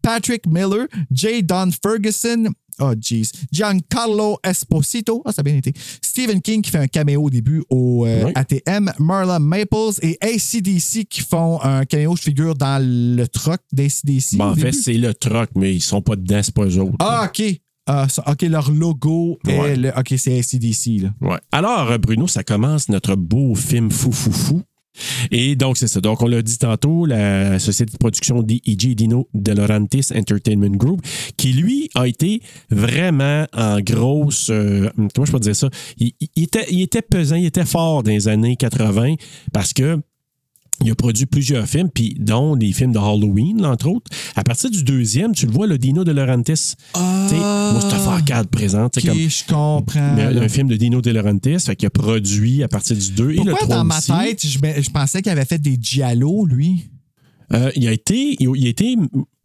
Patrick Miller, J. Don Ferguson, oh jeez, Giancarlo Esposito, ah ça a bien été, Stephen King qui fait un caméo au début au euh,
Oui.
ATM, Marla Maples et ACDC qui font un caméo, je figure, dans le truck d'ACDC.
Ben,
au
en fait,
début.
c'est le truck, mais ils sont pas dedans, c'est pas eux autres.
Ah, OK. Ah, ça- OK, leur logo
Ouais.
est le- OK, c'est ACDC, là.
Ouais. Alors, euh, Bruno, ça commence notre beau film fou fou fou. Et donc, c'est ça. Donc, on l'a dit tantôt, la société de production D.E.G. Dino De Laurentiis Entertainment Group, qui, lui, a été vraiment en grosse... euh, comment je peux dire ça? Il, il- il était, il était pesant, il était fort dans les années 80 parce que il a produit plusieurs films, puis dont des films de Halloween, là, entre autres. À partir du deuxième, tu le vois, le Dino De Laurentiis, tu sais,
Ah!
Mustapha Akkad présente, tu sais,
Ok,
comme
je comprends.
mais un, un film de Dino De Laurentiis, fait qu'il a produit à partir du 2 et le
Pourquoi
3
dans ma
aussi.
tête, je, me- je pensais qu'il avait fait des giallo, lui?
Euh, il a été, il, il a été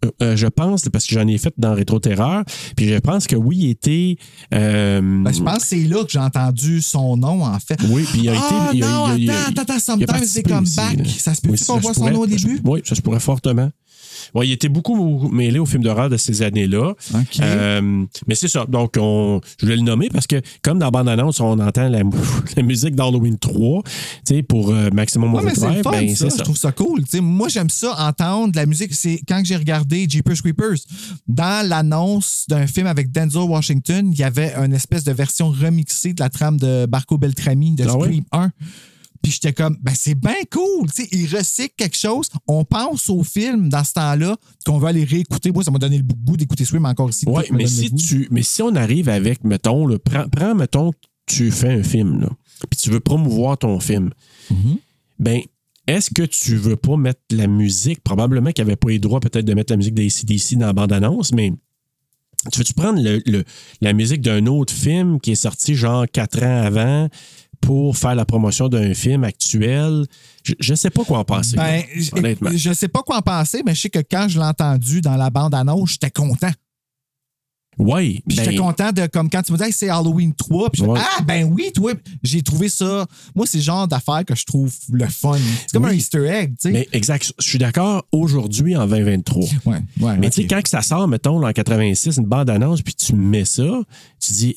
euh, euh, je pense, parce que j'en ai fait dans Rétro Terreur, puis je pense que oui, il était... euh,
Ben, je pense que c'est là que j'ai entendu son nom, en fait.
Oui, puis il a
Ah,
été... il a-
non,
il a- il a-
attends, attends,
il
attends,
a
Sometimes
participé
they come
aussi,
back.
là.
Ça se peut-tu
Oui,
qu'on
ça
voit
se
son
pourrait.
nom au
Ça se-
début?
Oui, ça se pourrait fortement. ouais, il était beaucoup mêlé aux films d'horreur de ces années-là.
OK.
Euh, mais c'est ça. Donc, on, je voulais le nommer parce que, comme dans la bande-annonce, on entend la, la musique d'Halloween 3, tu sais, pour euh, Maximum
Ouais, mais c'est le
Overdrive,
fun,
ben,
ça.
c'est
Je
ça.
trouve ça cool. Tu sais, moi, j'aime ça, entendre de la musique. C'est quand j'ai regardé Jeepers Creepers, dans l'annonce d'un film avec Denzel Washington, il y avait une espèce de version remixée de la trame de Barco Beltrami de
Ah ouais?
Scream 1. Puis j'étais comme, ben c'est bien cool. Tu sais, il recycle quelque chose. On pense au film dans ce temps-là qu'on va aller réécouter. Moi, ça m'a donné le goût d'écouter Scream encore ici.
Ouais,
tout me
mais
donne le
si
goût.
tu, mais si on arrive avec, mettons, le, prends, prends, mettons, tu fais un film, là, puis tu veux promouvoir ton film,
Mhm.
ben, est-ce que tu veux pas mettre la musique? Probablement qu'il n'y avait pas les droits peut-être de mettre la musique des CDC dans la bande-annonce, mais tu veux-tu prendre le- le- la musique d'un autre film qui est sorti genre quatre ans avant pour faire la promotion d'un film actuel? Je, je sais pas quoi en penser.
Ben,
là, honnêtement.
je ne sais pas quoi en penser, mais je sais que quand je l'ai entendu dans la bande-annonce, j'étais content.
Oui,
Puis j'étais content de, comme quand tu me disais, Hey, c'est Halloween 3, puis je fais,
Ben- Ouais.
ah, ben oui, toi, j'ai trouvé ça. Moi, c'est le genre d'affaires que je trouve le fun. C'est comme
Oui.
un Easter egg, tu sais.
mais ben, exact. Je suis d'accord aujourd'hui en 2023.
Ouais, ouais,
Mais
ok.
tu sais, quand que ça sort, mettons, là, en 86, une bande-annonce, puis tu mets ça, tu dis.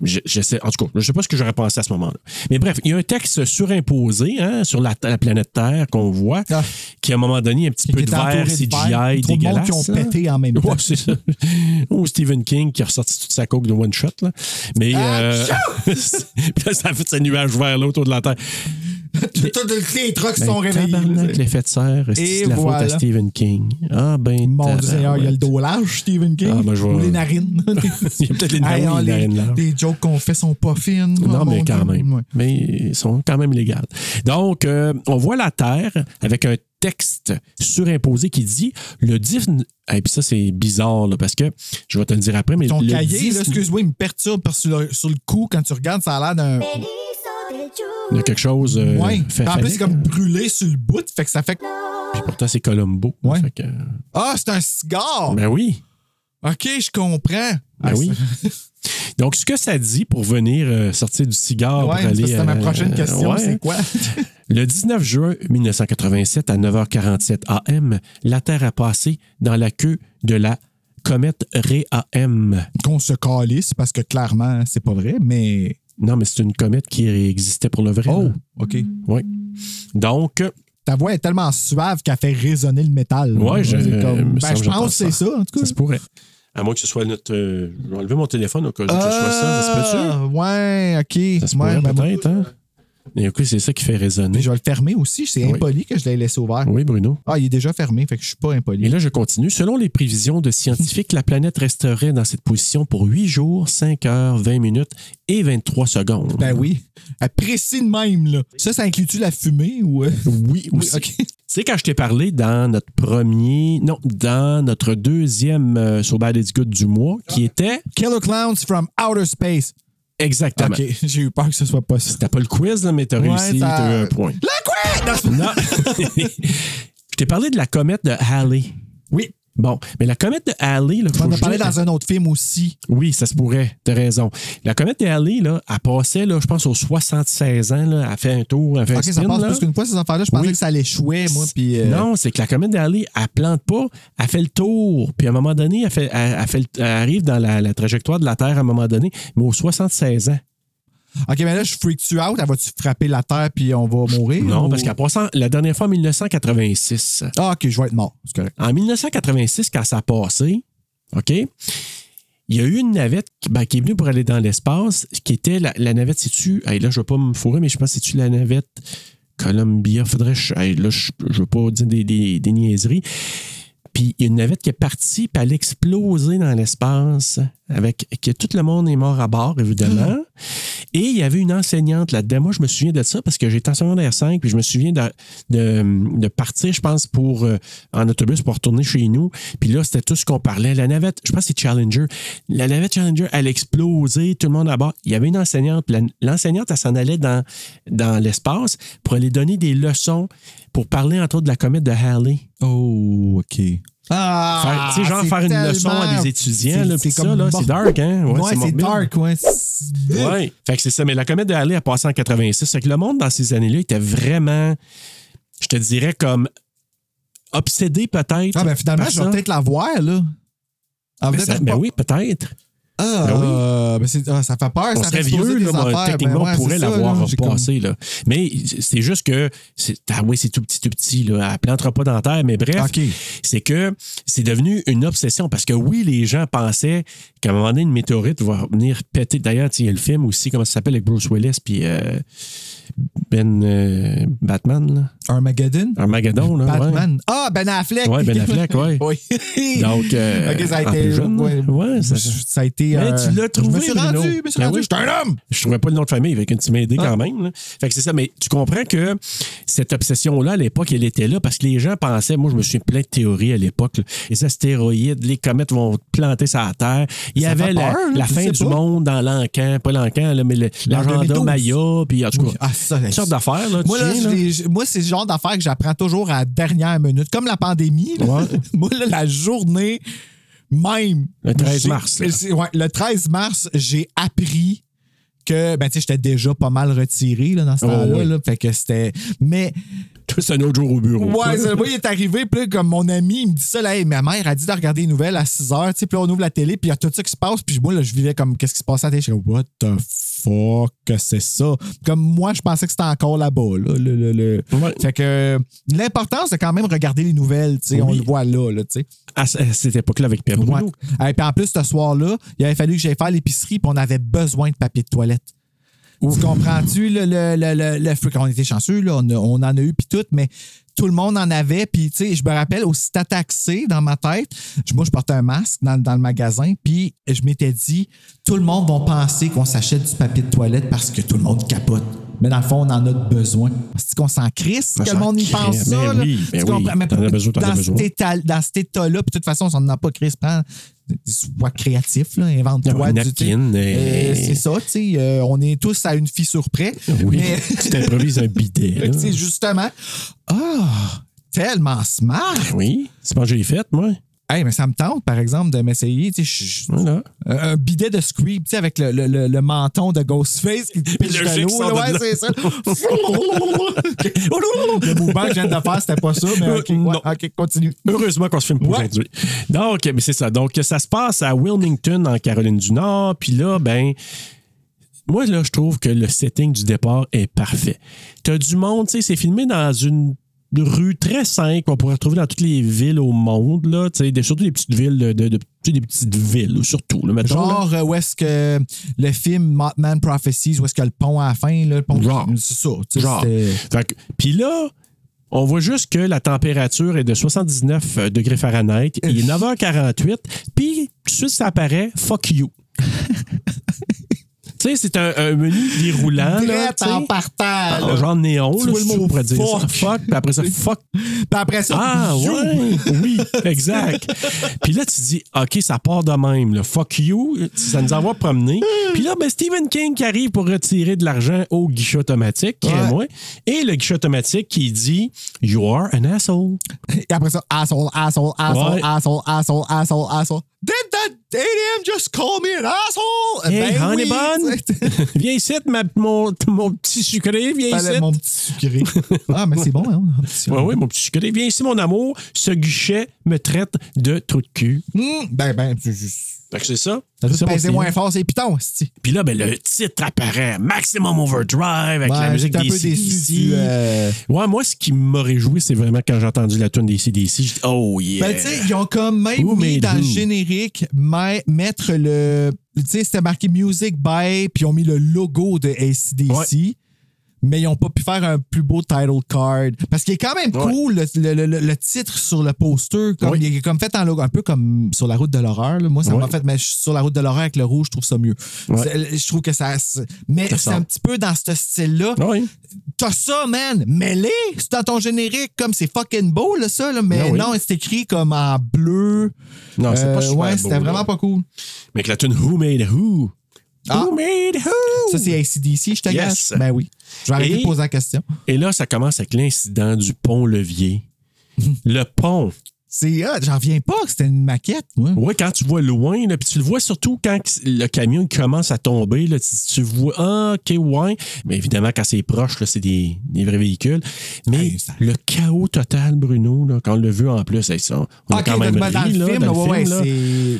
Je, je sais, en tout cas, je sais pas ce que j'aurais pensé à ce moment-là. Mais bref, il y a un texte surimposé hein, sur la, la planète Terre qu'on voit,
Ah.
qui à un moment donné, un petit peu de
Qui est entouré
verre,
de verre,
CGI,
trop de monde
dégueulasse.
qui ont
là.
pété en même temps.
Ouais, c'est ça. Ou Stephen King qui a ressorti toute sa coke de one shot. Là. Mais
Ah,
euh, puis là, ça a fait ce nuage vert là autour de la Terre.
Tout- tout- tous les trucs sont
Ben,
réveillés.
tabarnak, l'effet de serre,
Et
c'est de la
voilà.
faute à Stephen King. Ah ben,
Mon Dieu, Seigneur, il y
tabarouette.
a le dos large, Stephen King.
Ah, ben, je
Ou
vais-
les narines.
Il y a peut-être les
Hey,
narines,
oh,
les narines larges.
les jokes qu'on fait sont pas fines. Oh,
Non, mais
mon
quand
Dieu.
même.
Ouais.
Mais ils sont quand même illégales. Donc, euh, on voit la Terre avec un texte surimposé qui dit le 10. Et puis ça, c'est bizarre, là, parce que je vais te le dire après, mais
Ton
le
cahier,
10
là, excuse-moi, il me perturbe parce que sur le, sur le coup, quand tu regardes, ça a l'air d'un.
il y a quelque chose. euh,
ouais.
fait-
en plus,
fallait-
c'est comme brûlé sur le bout, fait que ça fait.
Puis pourtant, c'est Colombo.
Ouais.
Fait que-
Ah, c'est un cigare!
Ben oui.
OK, je comprends.
Ben
Ah,
oui. Donc, ce que ça dit pour venir euh, sortir du cigare
Ouais,
pour
parce que
aller.
c'était ma
euh,
prochaine question,
ouais.
c'est quoi?
Le 19 juin 1987 à 9h47 AM, la Terre a passé dans la queue de la comète Ré-AM.
Qu'on se calisse parce que clairement, c'est pas vrai, mais.
Non, mais c'est une comète qui existait pour le vrai.
Oh,
là.
OK.
Oui. Donc,
Ta voix est tellement suave qu'elle fait résonner le métal.
Ouais, je-
C'est
il me
ben,
semble
je
que j'entends
pense que c'est
ça.
ça, en tout cas.
ça se pourrait. À moins que ce soit notre. euh, je vais enlever mon téléphone au cas où que ce soit ça. Ça se peut-tu?
Ah, Ouais, OK.
Ça se
Ouais,
pourrait
ben, moi-
peut-être, hein? Et écoute, c'est ça qui fait
Puis
résonner.
je vais le fermer aussi. C'est
Oui.
impoli que je l'ai laissé ouvert.
Oui, Bruno.
Ah, il est déjà fermé, fait que je suis pas impoli.
Et là, je continue. Selon les prévisions de scientifiques, la planète resterait dans cette position pour 8 jours, 5 heures, 20 minutes et 23 secondes.
Ben oui. Elle précise de même, là. Ça, ça inclut-tu la fumée ou. euh?
Oui,
Oui,
aussi.
OK.
Tu sais, quand je t'ai parlé dans notre premier, non, dans notre deuxième euh, So Bad It's Good du mois, qui était
Killer Clowns from Outer Space.
exactement.
OK, j'ai eu peur que ce soit pas ça.
T'as pas le quiz, là, mais t'as
Ouais,
réussi,
ça-
t'as eu un point.
La couette!
Non. je t'ai parlé de la comète de Halley.
Oui.
Bon, mais la comète de Halley, là,
On
faut
en
que
a
je
parlé
dise-
dans un autre film aussi.
Oui, ça se pourrait. T'as raison. La comète de Halley, là, elle passait, là, je pense, aux 76 ans. Là, elle fait un tour, elle fait un
Ok, ça
spin,
passe
là.
plus qu'une fois, ces affaires-là. Je pensais
Oui.
que ça allait chouer, moi. Puis, euh,
Non, c'est que la comète d'Halley, elle plante pas, elle fait le tour. Puis à un moment donné, elle, fait, elle- elle fait le- elle arrive dans la, la trajectoire de la Terre à un moment donné, mais aux 76 ans.
Ok, mais là, je freak-tu out. Elle va-tu frapper la terre, puis on va mourir?
Non,
ou-
parce qu'à passant, la dernière fois en 1986.
Ah, ok, je vais être mort. C'est correct.
En 1986, quand ça a passé, OK, il y a eu une navette qui, ben, qui est venue pour aller dans l'espace, qui était la, la navette, c'est-tu. hey, là, je ne vais pas me fourrer, mais je pense que c'est-tu la navette Columbia. Faudrait. que je- hey, là, je ne veux pas dire des, des- des niaiseries. Puis il y a une navette qui est partie, puis elle a explosé dans l'espace, avec que tout le monde est mort à bord, évidemment. Et il y avait une enseignante là-dedans. Moi, je me souviens de ça parce que j'étais en secondaire 5, puis je me souviens de, de- de partir, je pense, pour euh, en autobus pour retourner chez nous. Puis là, c'était tout ce qu'on parlait. La navette, je pense que c'est Challenger. La navette Challenger, elle explosait, tout le monde à bord. Il y avait une enseignante. puis la- L'enseignante, elle s'en allait dans, dans l'espace pour aller donner des leçons, pour parler entre autres de la comète de Halley.
Oh, ok.
Faire-
Ah,
tu sais, genre
c'est
faire une leçon à
tellement-
des étudiants,
c'est-
là, puis
c'est
ça,
comme
là,
mort-
c'est dark, hein?
Ouais, c'est
morbide.
dark, ouais.
Oui, fait que c'est ça. Mais la comète de Halley a passé en 86. Fait que le monde dans ces années-là était vraiment, je te dirais, comme obsédé peut-être.
Ah, ben finalement,
par
je vais
ça.
peut-être la voir, là. Ah,
Ben,
peut-être
ça-
pas.
ben oui, peut-être.
Ah,
Ben oui.
euh, ben c'est- ah, ça fait peur.
on
ça
serait
fait exploser
vieux, là,
des
mais
affaires.
techniquement,
Ben ouais,
on pourrait
c'est ça,
l'avoir
là, j'ai comme-
repassé. là. Mais c'est juste que, c'est- ah oui, c'est tout petit, tout petit, là. elle ne plantera pas dans la terre, mais bref,
OK.
c'est que c'est devenu une obsession parce que oui, les gens pensaient qu'à un moment donné, une météorite va venir péter. D'ailleurs, tu sais, il y a le film aussi, comment ça s'appelle, avec Bruce Willis, puis euh, Ben euh, Batman, là.
Armageddon?
Armageddon, là. ouais.
Batman. Ah, Ben Affleck.
Ouais, Ben Affleck, ouais.
oui.
Donc, euh,
Ok, ça a
en
été.
plus jeune,
ouais.
ouais, ça-
ça a été.
Mais
euh,
tu l'as trouvé,
Je me suis rendu,
Bruno.
je me suis
Ben
rendu.
oui.
J'étais un homme.
Je trouvais pas le nom de famille, avec une tu m'as aidé
Ah.
quand même. là. Fait que c'est ça, mais tu comprends que cette obsession-là, à l'époque, elle était là parce que les gens pensaient, moi je me suis plein de théories à l'époque, là. les astéroïdes, les comètes vont planter sur la Terre. Il y
Ça
avait
fait
la,
peur, là,
la
tu
fin
sais
du
pas.
monde dans l'encan, pas l'encan, là, mais le- l'agenda
2012.
Maya, puis en tout cas,
Oui. Ah, ça,
une sorte d'affaires. Là,
Moi,
tu
là,
viens,
je
là.
l'ai- je- moi, c'est le genre d'affaires que j'apprends toujours à la dernière minute. Comme la pandémie, là.
Ouais.
moi, là, la journée même.
Le 13
j'ai-
mars, là.
c'est- ouais, le 13 mars, j'ai appris que, ben, tu sais, j'étais déjà pas mal retiré là, dans ce
Oh,
temps-là.
oui.
là. fait que c'était. Mais.
C'est un autre jour au bureau.
Ouais, c'est- moi, il est arrivé, puis là, comme mon ami, il me dit ça, là, Hey, ma mère a dit de regarder les nouvelles à 6 h, tu sais, puis là, on ouvre la télé, puis il y a tout ça qui se passe, puis moi, là, je vivais comme, qu'est-ce qui se passe à la télé? Je suis comme, what the fuck, que c'est ça? Comme moi, je pensais que c'était encore là-bas, là. Le, le- le-
Ouais.
Fait que l'importance, c'est quand même regarder les nouvelles, tu sais, on
Oui.
le voit là, là, tu sais.
À, à cette époque-là, avec Pierre
Ouais.
Bruno.
Et puis en plus, ce soir-là, il avait fallu que j'aille faire l'épicerie, puis on avait besoin de papier de toilette. Tu comprends-tu? Le, le, le, le, le fric- on était chanceux, là, on, a- on en a eu, puis tout, mais tout le monde en avait. Puis, tu sais, je me rappelle, aussi t'as taxé dans ma tête, je- moi, je portais un masque dans, dans le magasin, puis je m'étais dit, tout le monde va penser qu'on s'achète du papier de toilette parce que tout le monde capote. Mais dans le fond, on en a besoin. C'est qu'on s'en crisse,
On
que
s'en
le monde y
crisse,
pense ça.
ben
là.
oui, ben
Tu
oui,
comprends? Mais
t'en as
pour-
besoin, t'en as
dans
besoin.
cet état- dans cet état-là, puis de toute façon, on n'en a pas Chris, prends, sois créatif, là, invente-toi
Un
du tu sais.
napkin,
Euh,
euh,
C'est ça, tu sais, euh, on est tous à une fissure près.
Oui,
Mais,
tu t'improvises un bidet.
tu
là.
sais, justement, ah, tellement smart!
Oui, c'est pas que je l'ai fait, moi.
Hey, mais ça me tente, par exemple, de m'essayer, tu sais, je- je-
Voilà.
euh, un bidet de Scream, tu sais, avec le, le- le- le menton de Ghostface qui te pêche
Le jet
de
qui
l'eau.
sort
là,
de là.
Ouais, c'est ça. le mouvement que je viens de faire, c'était pas ça, mais OK,
Euh,
ouais,
Non.
OK, continue.
Heureusement qu'on se filme pas
Ouais.
aujourd'hui. Donc, mais c'est ça. Donc, ça se passe à Wilmington, en Caroline du Nord. Puis là, ben, moi, là, je trouve que le setting du départ est parfait. T'as du monde, tu sais, c'est filmé dans une rue très simple qu'on pourrait retrouver dans toutes les villes au monde, là, tu sais, des- surtout des petites villes, de, de- de- tu sais, des petites villes, surtout, là, mettons, là.
Genre, euh, où est-ce que le film Mothman Prophecies, où est-ce que le pont à la fin, là, le pont.
Genre.
C'est ça, tu sais,
Genre.
c'était-
Fait que- Puis là, on voit juste que la température est de 79 degrés Fahrenheit. Il est 9h48. Puis, tout de suite, ça apparaît fuck you. tu sais, c'est un, un menu déroulant. Là,
Drette
tu sais.
en partant. là.
En genre néon,
Tu
là,
vois le
si tu
mot
pourrais dire ça.
fuck.
fuck, puis après ça, fuck.
Puis après ça,
Ah,
you.
ouais, oui, exact. Puis là, tu dis, OK, ça part de même, le fuck you, ça nous envoie promener. Puis là, ben, Stephen King qui arrive pour retirer de l'argent au guichet automatique, qui est
Ouais.
moi, et le guichet automatique qui dit, You are an asshole.
Et après ça, asshole, asshole, asshole,
Ouais.
asshole, asshole, asshole, asshole. Did that ADM just call me an asshole?
Hey,
Ben
honey
oui, tu sais.
bun, viens ici, ma- mon, mon petit sucré, viens
Fallait
ici.
mon petit sucré. Ah, mais c'est bon, hein? mon petit sucré.
Ouais, ouais, mon petit sucré, viens ici, mon amour, ce guichet me traite de trou de cul.
Hmm, ben, ben, tu juste.
Fait que c'est ça. C'est
T'as juste
ça, hein. mon
pesé
film.
moins fort, c'est piton, c'ti.
Puis là, ben, le titre apparaît Maximum Overdrive avec
Ouais,
la musique
j'étais un
des
peu déçu. du,
CDC.
euh,
Ouais, moi, ce qui m'a réjoui, c'est vraiment quand j'ai entendu la tune des CDC. J'ai dit, oh yeah.
Ben, tu sais, ils ont quand même
Who
mis
made
dans le
who?
générique mais- mettre le. Tu sais, c'était marqué Music by, puis ils ont mis le logo de ACDC. Mais ils n'ont pas pu faire un plus beau title card. Parce qu'il est quand même
Ouais.
cool, le, le- le- le titre sur le poster. Comme,
Oui.
Il est comme fait en logo, un peu comme sur la route de l'horreur. là. Moi, ça m'a
Ouais.
fait, mais je- sur la route de l'horreur avec le rouge, je trouve ça mieux.
Ouais.
C'est- Je trouve que ça. c'est- Mais
Ça
c'est
sort.
un petit peu dans ce style-là.
Ouais.
T'as ça, man! Mêlé! C'est dans ton générique, comme c'est fucking beau, là, ça, là. Mais
Ah oui.
non, c'est écrit comme en bleu.
Non, c'est
Euh,
pas super.
Ouais,
beau,
c'était
là.
vraiment pas cool.
Mais avec la tune Who Made Who.
Ah.
Who Made Who.
Ça, c'est ACDC, je te
Yes.
gâche. Ben oui. Je vais arrêter
Et-
de poser la question.
Et là, ça commence avec l'incident du pont-levier. le pont
C'est hot. J'en reviens pas que c'était une maquette, moi.
Ouais, quand tu vois loin, là, puis tu le vois surtout quand le camion commence à tomber, là, tu, tu vois, ah, ok, ouais. Mais évidemment, quand c'est proche, là, c'est des, des vrais véhicules. Mais
Hey, ça-
le chaos total, Bruno, là, quand on le veut en plus, hey, ça, on a
Ok,
quand
donc,
même
ben, dans
ri,
le
là,
film,
dans le
ouais,
film, là.
ouais,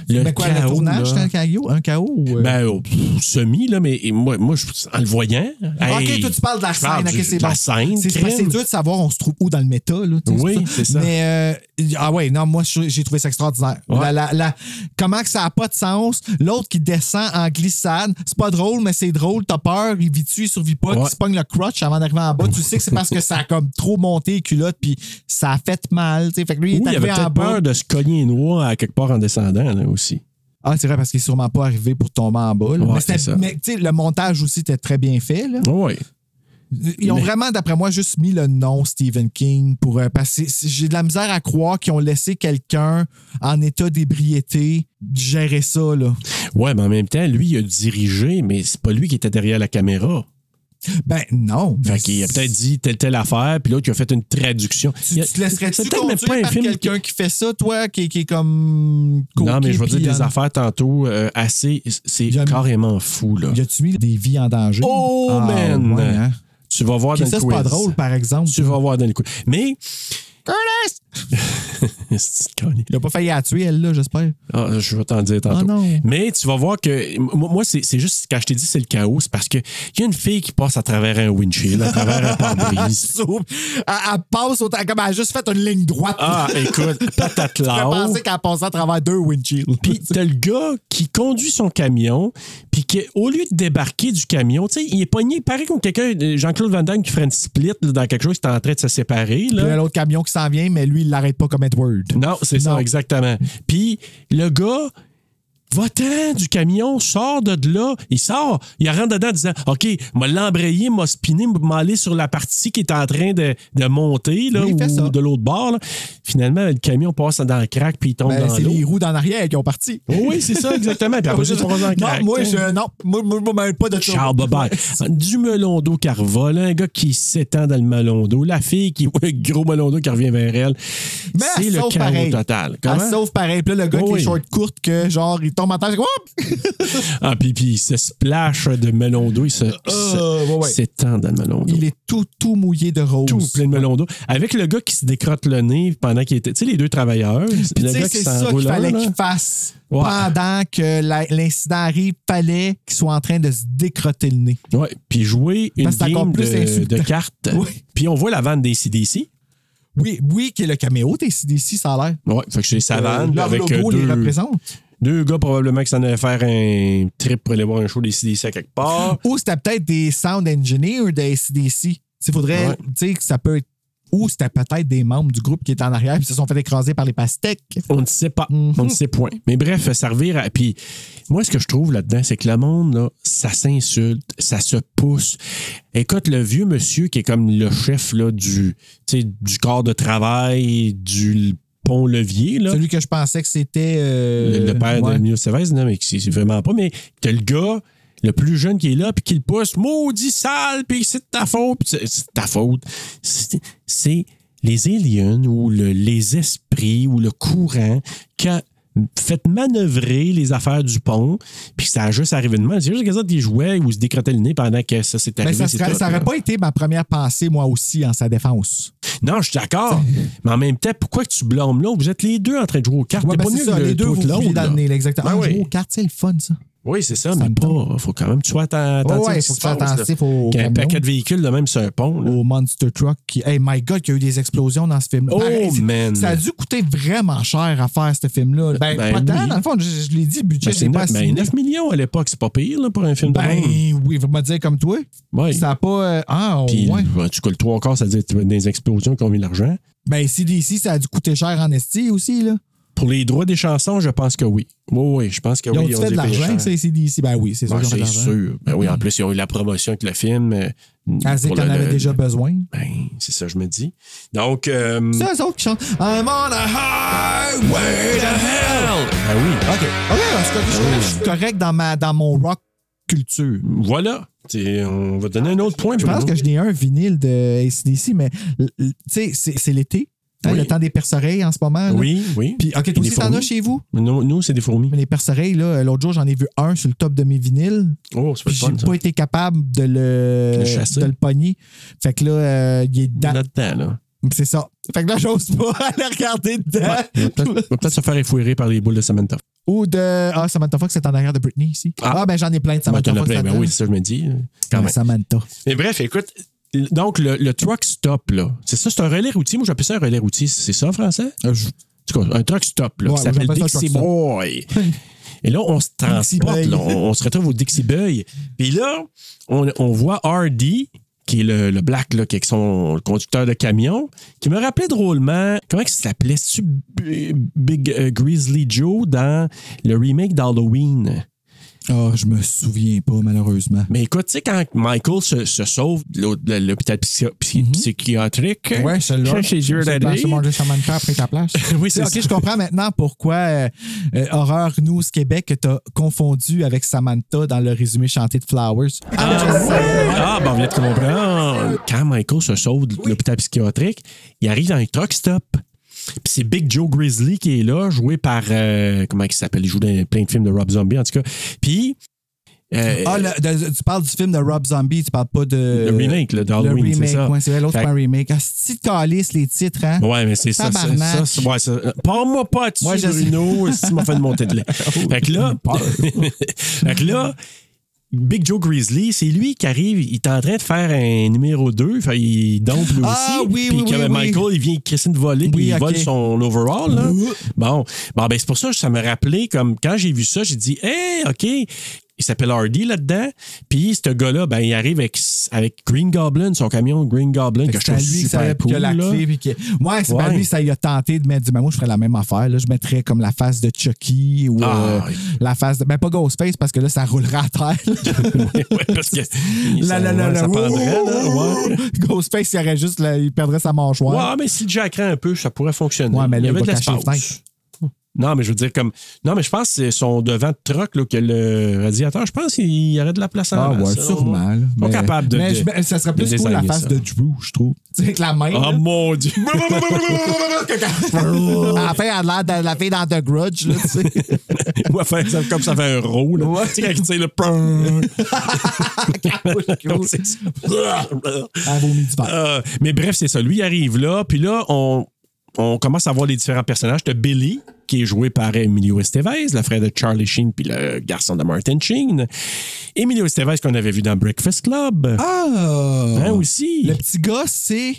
c'est.
Le
Ben quoi,
chaos,
le tournage,
là.
c'était un chaos? Un chaos? ou, euh,
Ben, oh, pff, semi, là, mais moi, moi je, en le voyant. hey,
ok, toi, tu parles de la
je parle
scène.
du-
ok, c'est
de la
bon.
scène,
C'est
crème.
parce que c'est dur de savoir on se trouve où dans le méta. Là, tu sais,
Oui, c'est ça.
Mais, euh, ah ouais, non, moi, je- j'ai trouvé ça extraordinaire.
Ouais.
La- la- la- comment que ça n'a pas de sens? L'autre qui descend en glissade, c'est pas drôle, mais c'est drôle. T'as peur, il vit-tu, il survit pas,
Ouais.
il se pogne le crotch avant d'arriver en bas. tu sais que c'est parce que ça a comme trop monté les culottes, puis ça a fait mal. tu sais. Fait que lui, il
Ou
est
il avait
arrivé en
peut-être
bas.
peur de se cogner une noix à quelque part en descendant, là, aussi.
Ah, c'est vrai, parce qu'il est sûrement pas arrivé pour tomber en bas. là.
Ouais,
mais c'était-
c'est ça.
mais, tu sais, le montage aussi était très bien fait. Là.
Oui.
Ils ont
Mais-
vraiment, d'après moi, juste mis le nom Stephen King pour euh, parce que c'est- j'ai de la misère à croire qu'ils ont laissé quelqu'un en état d'ébriété gérer ça là.
Ouais, mais en même temps, lui, il a dirigé, mais c'est pas lui qui était derrière la caméra.
Ben non. mais
Fait qu'il a peut-être dit telle, telle affaire, puis l'autre, il a fait une traduction.
Tu,
Il a-
tu te laisserais-tu
c'est peut-être même
conduire
pas un
par
film
quelqu'un qui... fait ça, toi, qui, qui est comme...
Non, mais je vais
coquet,
dire
puis,
des
euh,
affaires tantôt euh, assez. C'est
Il y a-
carrément fou, là.
euh, Y a-tu mis des vies en danger?
Oh,
Ah,
man!
ouais, hein?
Tu vas voir
Ok,
dans
ça,
le
c'est
quiz.
pas drôle, par exemple.
Tu vas voir dans le quiz. Mais.
Curtis!
C'est une connerie.
Il a pas failli la tuer, elle, là, j'espère.
Ah, je vais t'en dire tantôt.
Ah, non.
Mais tu vas voir que. Moi, moi, c'est c'est juste quand je t'ai dit c'est le chaos, c'est parce qu'il y a une fille qui passe à travers un windshield, à travers un pare-brise.
Sauf- Elle, elle passe autant, comme elle a juste fait une ligne droite.
Ah, écoute, patate
Tu fais
là
penser qu'elle passait à travers deux windshields.
Puis t'as le gars qui conduit son camion, puis qui, au lieu de débarquer du camion, tu sais, il est pogné, pareil comme quelqu'un, euh, Jean-Claude Van Damme qui ferait une split là, dans quelque chose qui est en train de se séparer.
Puis il y a
Là.
l'autre camion qui s'en vient, mais lui, il l'arrête pas comme Edward.
Non, c'est
Non.
ça, exactement. Puis le gars va-t'en du camion, sort de là, il sort, il rentre dedans en disant OK, m'a l'embrayer, m'a spiné, m'a aller sur la partie qui est en train de, de monter là,
Oui, il fait
ou
ça.
de l'autre bord. là. Finalement, le camion passe dans le crack, puis il tombe
Ben,
dans
c'est
l'eau. Oh,
les roues d'en arrière qui ont parti.
Oui, c'est ça, exactement. Puis après, ça, ils sont dans le crack,
non, moi,
tu sais.
je, non, moi, moi, je me mêle pas de ça.
Charles Bobert. Du melon d'eau qui revole, un gars qui s'étend dans le melon d'eau, la fille qui voit un gros melon d'eau qui revient vers elle. C'est
Mais Ben, elle
le
sauve
chaos
pareil.
total.
Elle
Comment?
sauve pareil. Puis là, le gars
Oh
qui
oui.
est short courte, que genre, il tombe en terre, c'est comme, Oups!
Ah, puis, puis il se splash de melon d'eau, il se
Euh, ouais,
se-
ouais.
s'étend dans le melon d'eau.
Il est tout, tout mouillé de rose.
Tout plein de melon d'eau. Avec le gars qui se décrotte le nez pendant qu'il était. Tu sais, les deux travailleurs.
Puis
le
tu sais,
gars qui
c'est ça
s'enroule
qu'il
un,
fallait
là.
qu'il fasse.
Ouais.
Pendant que la- l'incident arrive, fallait qu'il soit en train de se décrotter le nez.
Ouais, puis jouer une
Parce que c'est encore
game
plus
de,
insultant.
de cartes.
Oui.
Puis on voit la vente des CDC.
Oui, oui, qui est le caméo, t'es ici, ça a l'air.
Ouais, fait que c'est sa vanne
Leur
avec
logo
euh,
les
deux,
représente.
Deux gars probablement qui s'en allaient faire un trip pour aller voir un show des CDC à quelque part.
Ou c'était peut-être des sound engineers de SDC. Il faudrait,
Ouais.
tu sais, que ça peut être. Ou c'était peut-être des membres du groupe qui étaient en arrière et se sont fait écraser par les pastèques.
On ne sait pas.
Mhm.
On ne sait point. Mais bref, ça revire à. Puis moi, ce que je trouve là-dedans, c'est que le monde, là, ça s'insulte, ça se pousse. Écoute, le vieux monsieur qui est comme le chef là, du, tu sais, du corps de travail, du pont-levier, là.
Celui que je pensais que c'était.
le,
euh,
le père
ouais.
de Mio Chavez, non, mais c'est c'est vraiment pas. Mais t'as le gars, le plus jeune qui est là, puis qui le pousse, maudit sale, puis c'est de ta faute, puis c'est c'est de ta faute. C'est- C'est les aliens ou le- les esprits ou le courant qui a fait manœuvrer les affaires du pont, puis ça a juste arrivé de mal. C'est juste que ça, des jouets ou se décrottaient le nez pendant que ça s'est
Ben,
arrivé.
ça
c'est
serait-
tout,
ça
là.
n'aurait pas été ma première pensée, moi aussi, en sa défense.
Non, je suis d'accord. mais en même temps, pourquoi que tu blâmes l'autre? Vous êtes les deux en train de jouer aux cartes.
Ouais,
Ah, T'es
ben,
pas
c'est
mieux
ça,
que
les deux
toi
vous
que l'autre,
vouliez
là.
dans le nez, exactement.
Ben
Un
oui.
jeu aux cartes, c'est le fun, ça.
Oui, c'est ça,
Ça
mais
me
pas. faut quand même, tu sois atten- attentif.
ouais,
à ce
faut
qui se
que tu sois
passe,
attentif
là.
au
Qu'il y a un
camion.
paquet de véhicules de même sur un pont. là.
au Monster Truck. Qui... Hey, my God, il y a eu des explosions dans ce film.
Oh, man.
Ça a dû coûter vraiment cher à faire, ce film-là. Ben,
Ben
pas tant,
oui.
dans le fond. Je, je l'ai dit, le budget,
Ben,
c'est
c'est
pas
neuf- ben,
assimilé.
9 millions à l'époque, c'est pas pire là, pour un film de
Ben
même.
oui, vous me dire comme toi.
Ouais.
Ça n'a pas. euh, ah,
Puis,
ouais.
en tout cas, le trois quarts, ça veut dire tu vois, des explosions qui ont mis l'argent.
Ben, CDC, ça a dû coûter cher en esti aussi, là.
Pour les droits des chansons, je pense que oui. Oui, oui, je pense que oui.
Ils ont
ils
fait
dû
de
payer
l'argent,
cher.
c'est CDC. Ben oui, c'est sûr
Ben,
qu'ils ont fait de
c'est
l'argent.
sûr. Ben oui, en plus, ils ont eu la promotion avec le film. euh,
Ah, c'est
pour
qu'on
le-
avait
le-
déjà besoin.
Ben, c'est ça, je me dis. Donc. euh, Ah,
C'est eux autres qui chantent I'm on a highway to hell.
Ben oui.
OK. OK, parce que je, je suis correct dans, ma, dans mon rock culture.
Voilà. C'est- On va donner un autre point.
Je pense
Bruno.
que je n'ai un vinyle de ACDC, mais l- l- tu sais, c'est c'est l'été. Hein, Le temps des perce-oreilles en ce moment. là.
Oui, oui.
Puis, OK,
Et
toi
des
aussi, t'en
fourmis.
as chez vous?
Nous, nous, c'est des fourmis.
Mais les perce-oreilles, là, euh, l'autre jour, j'en ai vu un sur le top de mes vinyles.
Oh, c'est pas le
Puis j'ai
fun, ça.
pas été capable de le,
Le chasser.
de le pogner. Fait que là, euh, il est dedans.
Là-dedans, là.
C'est ça. Fait que là, j'ose pas aller regarder dedans.
Il va peut-être il va peut-être se faire effouérer par les boules de Samantha.
Ou de. Ah, Samantha Fox, c'est en arrière de Britney ici. Ah,
Ah.
ben j'en ai plein de
Ça
Samantha Fox.
mais
là-dedans.
Ben oui, c'est ça que je me dis. Quand
Ouais,
même.
Samantha.
Mais bref, écoute, donc le, le truck stop, là, c'est ça, c'est un relais routier. Moi, j'appelle ça un relais routier. C'est ça en français?
Euh, je-
En tout cas, un truck stop, là,
Ouais,
qui
moi,
s'appelle
j'appelle ça un
Dixie
truck stop.
Boy. Et là, on se transporte,
Boy.
là. on, on se retrouve au Dixie Boy. Puis là, on, on voit Hardy, qui est le, le black, là, qui est son le conducteur de camion, qui me rappelait drôlement, comment il s'appelait? C'est-tu B- Big euh, Grizzly Joe dans le remake d'Halloween?
Ah, je me souviens pas, malheureusement.
Mais écoute, tu sais, quand Michael se, se sauve de l'au- de l'hôpital psy- psy- psychiatrique,
Mhm. Ouais, celle-là.
Ça, c'est dur à
pas-
dire.
c'est mon Dieu, Samantha a pris ta place.
Oui, c'est
Ok,
ça.
je comprends maintenant pourquoi euh, euh, Horreur News Québec que t'as confondu avec Samantha dans le résumé chanté de Flowers.
Euh, Ah, ben, on vient de comprendre. Quand Michael se sauve de l'hôpital psychiatrique, il arrive dans un truck stop. Puis c'est Big Joe Grizzly qui est là, joué par. euh, comment il s'appelle Il joue dans plein de films de Rob Zombie, en tout cas. Puis. euh,
Ah, le- de- tu parles du film de Rob Zombie, tu parles pas de.
le remake, là,
Le
d'Halloween, c'est
remake,
ça.
ouais, c'est vrai, l'autre
Fait-
c'est pas un remake. Ah, c'est calice, les titres, hein?
Ouais, mais c'est ça. ça,
Tabarnak.
ça, c'est- ouais, ça. euh, Parle-moi pas dessus,
Moi, je-
Bruno, si m'a fait de monter de lait. Fait que là, fait que là, Big Joe Grizzly, c'est lui qui arrive, il est en train de faire un numéro 2, fait, il dompe lui
Ah,
aussi.
oui,
puis
oui,
comme
oui, oui.
Michael, il vient crisser une volée, puis
Oui,
il
ok.
vole son overall. Là. Bon, bon ben, c'est pour ça que ça me rappelait, comme quand j'ai vu ça, j'ai dit, hey, OK. Il s'appelle Hardy là-dedans. Puis, ce gars-là, ben, il arrive avec, avec Green Goblin, son camion Green Goblin, que je
Ben, C'est à
trouve
lui que ça
super
avait
cool.
que la
là.
clé. Puis que... Ouais, c'est pas
Ouais.
lui, ça il a tenté de mettre du. Ben, moi, je ferais la même affaire. Là. Je mettrais comme la face de Chucky ou
Ah,
euh,
oui.
la face de. Ben, pas Ghostface parce que là, ça roulerait à terre.
Ouais, ouais, parce que.
La,
ça,
Euh, la, la,
ouais,
la,
ça
ouh,
pendrait, là,
ouh,
ouais.
ouh. Ghostface, il, aurait juste, là, il perdrait sa
Ouais,
mâchoire.
mais si le jacquerais un peu, ça pourrait fonctionner.
Ouais, mais
il y
là, il
avait
va
de
cacher les
l'espace. Non, mais je veux dire, comme. Non, mais je pense que c'est son devant de truck, là, que le radiateur, je pense qu'il y aurait de la place en
Ah,
avant,
ouais,
ça,
sûrement. là.
Pas capable de-
Mais
de-
je- ben, ça serait
de
plus cool la
designer
face
ça.
de Drew, je trouve. Tu sais, avec la main.
Oh
là.
mon Dieu! bah,
à Ah, la fin, elle a l'air de la fille dans The Grudge, là, tu sais.
Ouais, faire ça comme ça fait un roux, là.
Ouais.
Tu sais, quand il tire le. Prrrr. C'est ça.
Elle vomit du vent.
Euh, mais bref, c'est ça. Lui, il arrive là, puis là, on, on commence à voir les différents personnages. T'as Billy, qui est joué par Emilio Estevez, le frère de Charlie Sheen, puis le garçon de Martin Sheen. Emilio Estevez, qu'on avait vu dans Breakfast Club.
Ah!
Hein, aussi?
Le petit gars, c'est.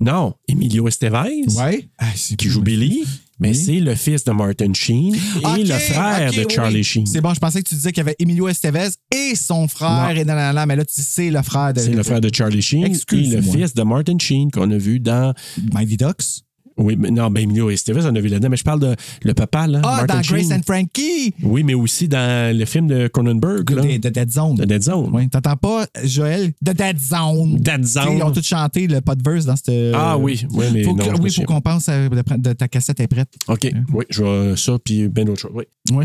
Non, Emilio Estevez,
Ouais. Ah, c'est-
qui joue Billy, mais
Oui.
c'est le fils de Martin Sheen et
Ok,
le frère
ok,
de
oui,
Charlie
oui.
Sheen.
C'est bon, je pensais que tu disais qu'il y avait Emilio Estevez et son frère,
Non.
et nan, nan, nan, mais là, tu dis c'est le frère de.
C'est le frère de Charlie Sheen et
Excuse-moi.
le fils de Martin Sheen qu'on a vu dans...
Mighty Ducks.
Oui, mais non, ben Emilio Estevez, on a vu là-dedans, mais je parle de le papa, là,
Ah,
Martin
dans Grace
Sheen.
and Frankie!
Oui, mais aussi dans le film de Cronenberg, là,
De, de Dead Zone.
de Dead Zone.
Oui, t'entends pas, Joël? De Dead Zone.
Dead
Tu sais, Ils ont
Zone. euh,
tous chanté le pas de verse dans cette.
Ah oui, oui, mais
Faut
non,
que-
je me
oui, faut
souviens.
qu'on pense à- de, prendre- de ta cassette est prête.
OK, oui, je vois ça, puis ben autre chose. Oui.
Oui.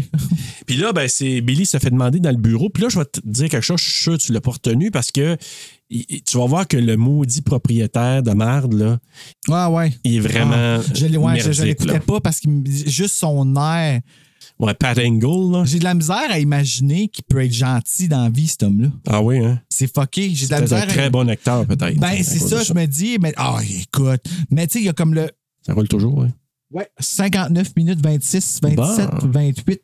Puis là, ben, c'est Billy se fait demander dans le bureau. Puis là, je vais te dire quelque chose, je suis sûr que tu l'as pas retenu parce que il- il- tu vas voir que le maudit propriétaire de marde, là,
Ah ouais.
il est vraiment.
Ah, je l'ai- ouais, je- je
merdique, là.
l'écoutais pas parce que juste son air.
Ouais, Pat Engel, là.
J'ai de la misère à imaginer qu'il peut être gentil dans la vie, cet homme-là.
Ah oui, hein?
C'est fucké. J'ai de la
C'est
misère
un très
à...
bon acteur, peut-être. à
Ben,
cause
c'est
de
ça, je me dis, mais ah, écoute. Mais tu sais, il y a comme le
Ça roule toujours, hein. oui.
59 minutes, 26, 27,
Bon.
28.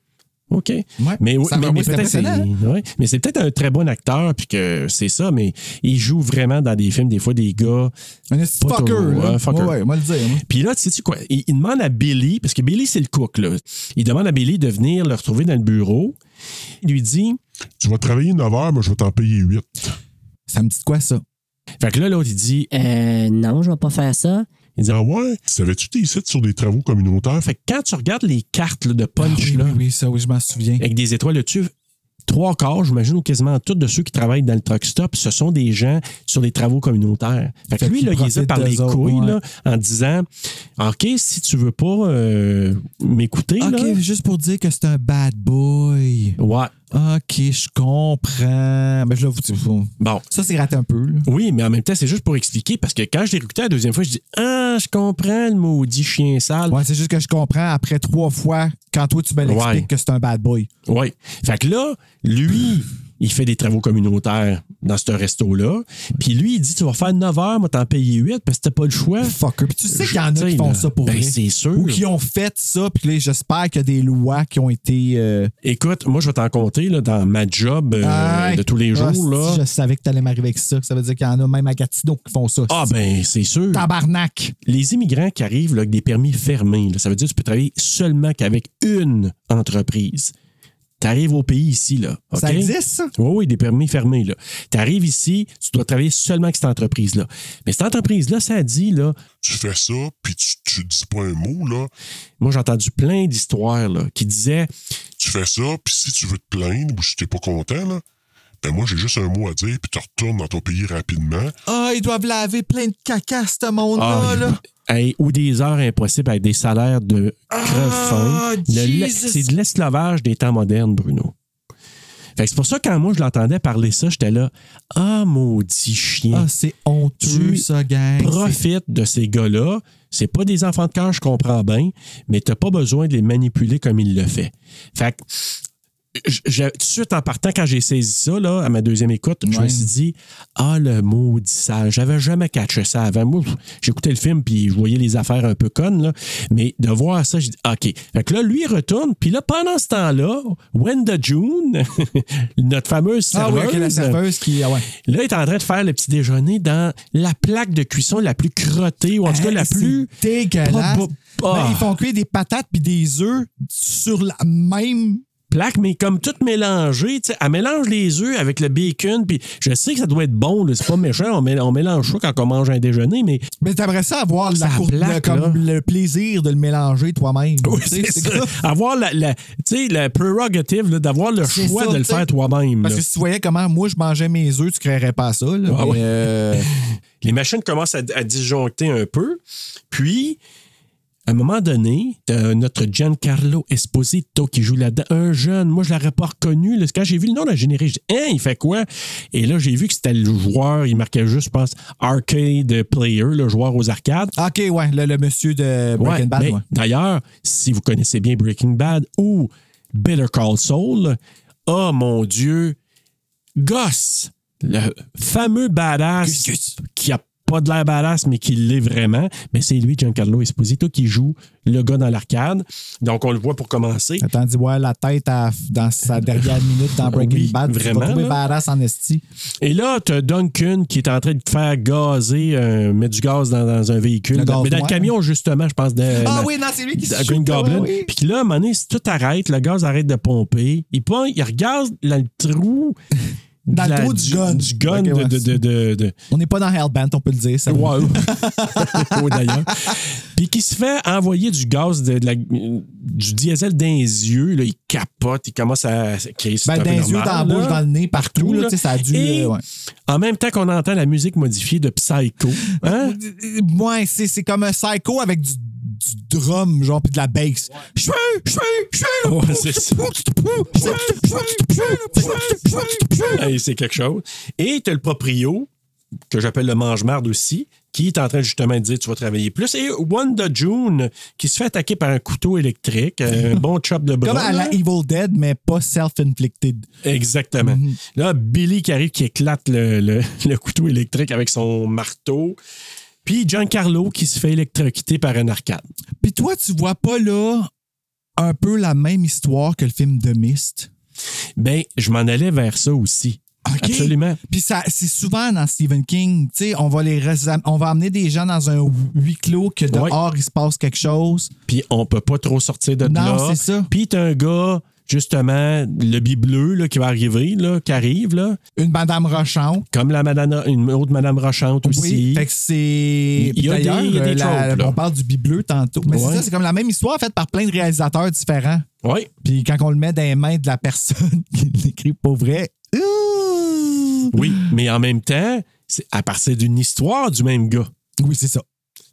OK.
Ouais.
Mais, oui,
Ça,
mais,
moi,
mais
c'est
peut-être c'est,
impressionnant. hein?
ouais. mais c'est peut-être un très bon acteur, puis que c'est ça, mais il joue vraiment dans des films, des fois, des gars.
Un esti
Pas
fucker,
toujours,
là.
hein, fucker.
Ouais, ouais, moi le dire. moi.
Puis là, tu sais quoi, il, il demande à Billy, parce que Billy, c'est le cook, là. Il demande à Billy de venir le retrouver dans le bureau. Il lui dit,
Tu vas travailler 9 heures, mais je vais t'en payer 8.
Ça me dit de quoi, ça?
fait que là, l'autre, il dit,
Euh, non, je vais pas faire ça.
Ah ouais? Savais-tu tes sites sur des travaux communautaires?
fait que quand tu regardes les cartes là, de
Ah,
punch,
oui,
là,
oui, oui, ça, oui, je m'en souviens.
avec des étoiles dessus, trois quarts, j'imagine, ou quasiment tous de ceux qui travaillent dans le truck stop, ce sont des gens sur les travaux communautaires. Fait que
Fait
lui,
qu'il
là, il les a
profite
par les
d'eux autres,
couilles,
ouais.
là, en disant, OK, si tu veux pas euh, m'écouter, là,
OK, juste pour dire que c'est un bad boy.
Ouais.
OK, je comprends. Mais je l'avoue, tu sais,
Bon.
ça, c'est raté un peu. là.
Oui, mais en même temps, c'est juste pour expliquer parce que quand je l'ai recruté la deuxième fois, je dis Ah, je comprends le maudit chien sale.
Ouais, c'est juste que je comprends après trois fois quand toi, tu me l'expliques
Ouais.
que c'est un bad boy.
Oui. Fait que là, lui, il fait des travaux communautaires dans ce resto-là. Puis lui, il dit Tu vas faire 9 heures, moi, t'en payer 8 parce que t'as pas le choix.
Fucker. Puis tu sais qu'il y en a
Je-
qui
t'sais,
font
là,
ça pour
ben,
vrai.
c'est sûr.
Ou qui ont fait ça, puis là, j'espère qu'il y a des lois qui ont été. euh,
Écoute, moi, je vais t'en compter là, dans ma job euh,
aïe.
de tous les jours.
Ah,
là.
si, Je savais que t'allais m'arriver avec ça. Ça veut dire qu'il y en a même à Gatineau qui font ça.
Ah,
Si,
ben, c'est sûr.
Tabarnak.
Les immigrants qui arrivent là, avec des permis fermés, là, ça veut dire que tu peux travailler seulement qu'avec une entreprise. Tu arrives au pays ici, là. OK?
Ça existe, ça?
Oui, oui, des permis fermés. là. Tu arrives ici, tu dois travailler seulement avec cette entreprise-là. Mais cette entreprise-là, ça dit, là,
Tu fais ça, puis tu, tu dis pas un mot, là.
moi j'ai entendu plein d'histoires là, qui disaient
Tu fais ça, puis si tu veux te plaindre ou si t'es pas content, là, ben moi, j'ai juste un mot à dire, puis tu retournes dans ton pays rapidement.
Ah, ils doivent laver plein de caca, ce monde-là.
Ah,
là.
hey, ou des heures impossibles avec des salaires de
Ah,
crevefin. Le la-
Jesus.
c'est de l'esclavage des temps modernes, Bruno. Fait que c'est pour ça que quand moi je l'entendais parler ça, j'étais là Ah maudit chien.
Ah, c'est honteux,
Tu
ça, gang. C'est-
profite de ces gars-là. C'est pas des enfants de cœur, je comprends bien, mais t'as pas besoin de les manipuler comme il le fait. Fait que, je- je- tout de suite en partant, quand j'ai saisi ça, là, à ma deuxième écoute, je me
Ouais.
suis dit, ah, le maudit sale, j'avais jamais catché ça avant. Moi, pff, j'écoutais le film, puis je voyais les affaires un peu connes, là, mais de voir ça, j'ai dit, OK. Fait que là, lui, il retourne, puis là, pendant ce temps-là, Wenda June, notre fameuse
Ah oui,
serveuse,
ok, la serveuse qui. Ah ouais.
Là, il est en train de faire le petit déjeuner dans la plaque de cuisson la plus crottée, ou en tout cas
Hey,
la
Ah, c'est
plus.
dégueulasse.
Pas- pas-
Ben,
ah.
ils font cuire des patates puis des œufs sur la même.
plaque, mais comme tout mélangé. tu sais, Elle mélange les œufs avec le bacon. Puis je sais que ça doit être bon, là, c'est pas méchant. On, mél- on mélange ça quand on mange un déjeuner, mais
Mais Ben, t'aimerais ça avoir la
Ça
cour-
plaque,
le, comme le plaisir de le mélanger toi-même. Tu sais,
c'est ça. avoir la, la, tu sais, la prerogative là, d'avoir le
C'est
choix
ça,
de le
tu sais.
faire toi-même.
Parce
là.
que si tu voyais comment moi je mangeais mes œufs, tu créerais pas ça. là.
Ah
Mais,
ouais.
euh,
les machines commencent à, à disjoncter un peu. Puis, à un moment donné, t'as notre Giancarlo Esposito qui joue là-dedans, un jeune, moi je l'aurais pas reconnu. Là, quand j'ai vu le nom de la générique, je dis, hein, il fait quoi? Et là, j'ai vu que c'était le joueur, il marquait juste, je pense, arcade player, le joueur aux arcades.
Ok, ouais, le, le monsieur de Breaking
Ouais,
Bad.
mais
ouais. ben,
D'ailleurs, si vous connaissez bien Breaking Bad ou Better Call Saul, oh mon Dieu, Goss, le fameux badass qui a pas de l'air badass, mais qui l'est vraiment. Mais c'est lui, Giancarlo Esposito, qui joue le gars dans l'arcade. Donc, on le voit pour commencer.
Attends, dis ouais, la tête à- dans sa dernière minute dans Breaking
Ah Oui,
Bad. tu vas
vraiment,
trouver
là.
badass en esti.
Et là, tu as Duncan qui est en train de faire gazer, euh, mettre du gaz dans, dans un véhicule.
Le gaz
mais dans
noir.
le camion, justement, je pense. de-
Ah
dans-
oui, non, c'est lui qui se
à
shoot,
Euh, Green
ouais,
Goblin.
oui.
Puis là, à un moment donné, si tout arrête, le gaz arrête de pomper. Il, pon- il regarde dans le trou.
Dans le
de la-
trou du gun.
gun
Ok,
de-
ouais.
de- de- de- de,
On n'est pas dans Hellbent, on peut le dire. Ça va.
Ouais. Oui, d'ailleurs. Puis qui se fait envoyer du gaz, de, de la- du diesel dans les yeux. Là, il capote, il commence à. Okay, c'est
Ben,
un
dans
peu
les yeux, dans la
normal,
bouche,
là.
dans le nez, partout.
Partout,
Là,
là.
tu sais, ça a dû.
Et-
euh, ouais.
En même temps qu'on entend la musique modifiée de Psycho. Hein?
Euh, Ouais, c'est, c'est comme un psycho avec du, du drum, genre, puis de la bass. Chouin, chouin, chouin,
Ouais, c'est ça. Hey, c'est quelque chose. Et tu as le proprio, que j'appelle le mange-marde aussi, qui est en train justement de dire tu vas travailler plus. Et Wanda June, qui se fait attaquer par un couteau électrique, un bon chop de bras.
Comme à la
là.
Evil Dead, mais pas self-inflicted.
Exactement.
Mhm.
Là, Billy qui arrive, qui éclate le, le- le couteau électrique avec son marteau. Puis Giancarlo qui se fait électrocuter par un arcade.
Puis toi, tu vois pas là un peu la même histoire que le film The Mist?
Ben, je m'en allais vers ça aussi.
OK.
Absolument.
Puis ça, c'est souvent dans Stephen King, tu sais, on va les resam- on va amener des gens dans un huis clos que dehors il se passe quelque chose.
Puis on peut pas trop sortir de
Non,
là.
c'est ça.
Puis t'as un gars, justement, le bleu là, qui va arriver, là, qui arrive, là,
Une madame Rochon.
comme la madame, une autre madame rochante aussi.
Oui, fait que c'est.
Il y a des-
D'ailleurs, euh,
il y a des
la-
tropes, là.
on parle du bleu tantôt. Mais
Ouais.
c'est ça, c'est comme la même histoire faite par plein de réalisateurs différents.
Ouais.
Puis quand on le met dans les mains de la personne qui l'écrit pour vrai, ouh!
Oui, mais en même temps, c'est à partir d'une histoire du même gars.
oui, c'est ça.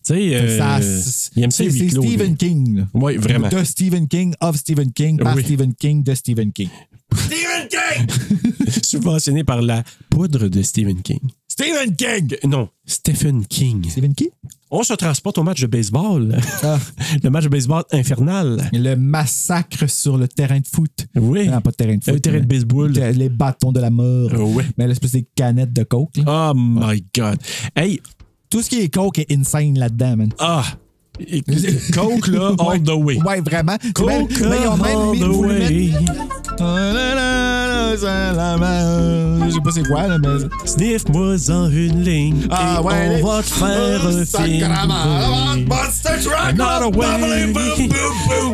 Tu sais, euh,
Ça, c'est
il aime ça
c'est
huis clos, lui.
Stephen King. là.
Oui, vraiment.
De Stephen King, of Stephen King, par
Oui.
Stephen King, de Stephen King.
Stephen King! Subventionné par la poudre de Stephen King. Stephen King! Non, Stephen King.
Stephen King?
On se transporte au match de baseball.
Ah.
le match de baseball infernal.
Le massacre sur le terrain de foot.
Oui.
Non, pas de terrain de foot.
Le terrain de
mais-
baseball. Ah
Le- Les bâtons de la mort.
Ouais.
Mais l'espèce des canettes de coke. là.
Oh my God. Hey,
Tout ce qui est coke est insane là-dedans, man.
ah! Écoute, Coke, là, all the way.
Ouais, vraiment.
Coke,
Même- mais ils ont même
all
mis-
the
voulu
way.
mettre- Je sais pas c'est quoi, là, mais.
Sniff-moi en une ligne.
Ah
et
ouais, les- Oh, Ah,
on va te faire un film. Another way.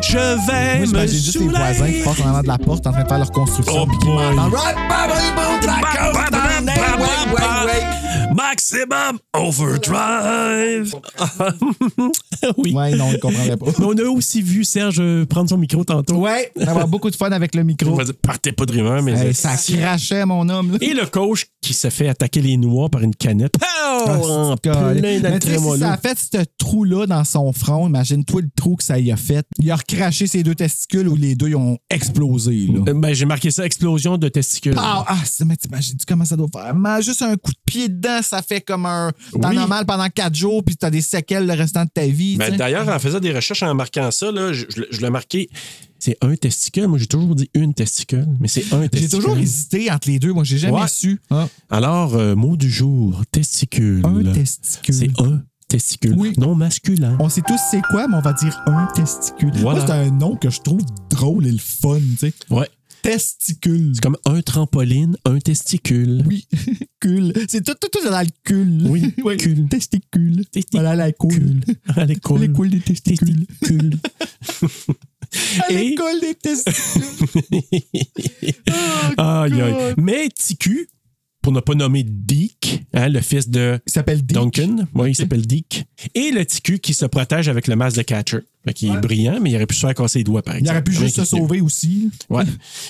Je vais
Moi,
me
j'imagine juste les voisins qui
saouler.
passent en avant de la porte en train de faire leur construction.
Oh
puis qui
boy.
m'entendent. Right, bubbly, boom, black coat, down, down, way, way, way.
Maximum overdrive. oui.
Ouais, non, on ne comprendrait pas.
Mais on a aussi vu Serge euh, prendre son micro tantôt.
Ouais, on va avoir beaucoup de fun avec le
On
micro.
va dire, partez pas de rumeur, mais.
Hey, ça crachait, mon homme. là.
Et le coach qui se fait attaquer les noix par une canette. Pow!
Ah,
En
c'est collé.
plein dans le
Mais tu sais, si
trémolo.
ça a fait ce trou-là dans son front, imagine-toi le trou que ça y a fait. Il a recraché ses deux testicules où les deux ils ont explosé. Là.
Euh, Ben, j'ai marqué ça explosion de testicules.
Ah, ah, c'est- mais t'imagines-tu comment ça doit faire? Mais juste un coup de pied dedans, ça fait comme un. T'en
Oui.
as mal pendant quatre jours, puis t'as des séquelles le restant de ta vie.
Ben,
tu sais.
D'ailleurs, en faisant des recherches en marquant ça, là, je, je- je l'ai marqué. C'est un testicule. Moi, j'ai toujours dit une testicule, mais c'est un testicule.
J'ai toujours hésité entre les deux. Moi, j'ai jamais
Ouais.
su.
Alors, euh, mot du jour, testicule.
Un
C'est
testicule.
un testicule.
Oui.
Non masculin.
On sait tous c'est quoi, mais on va dire un testicule.
Voilà.
Moi, c'est un nom que je trouve drôle et le fun, tu sais.
Ouais.
Testicule.
C'est comme un trampoline, un testicule.
Oui, cul. C'est tout, tout, tout dans le cul.
Oui, cul.
Testicule.
Testicule.
Voilà la coule.
Cul. À l'école.
Les coules des testicules.
Testicule.
À
Et-
l'école des testicules. Oh,
aïe, aïe.
God.
Mais Ticu, pour ne pas nommer Dick, hein, le fils de
Il s'appelle Dick.
Duncan, oui, il s'appelle Dick, et le Ticu qui se protège avec le masque de catcher. Fait qu'il est brillant, mais il aurait pu se faire casser les doigts, par
Il
exemple.
aurait pu juste se sauver aussi.
Ouais.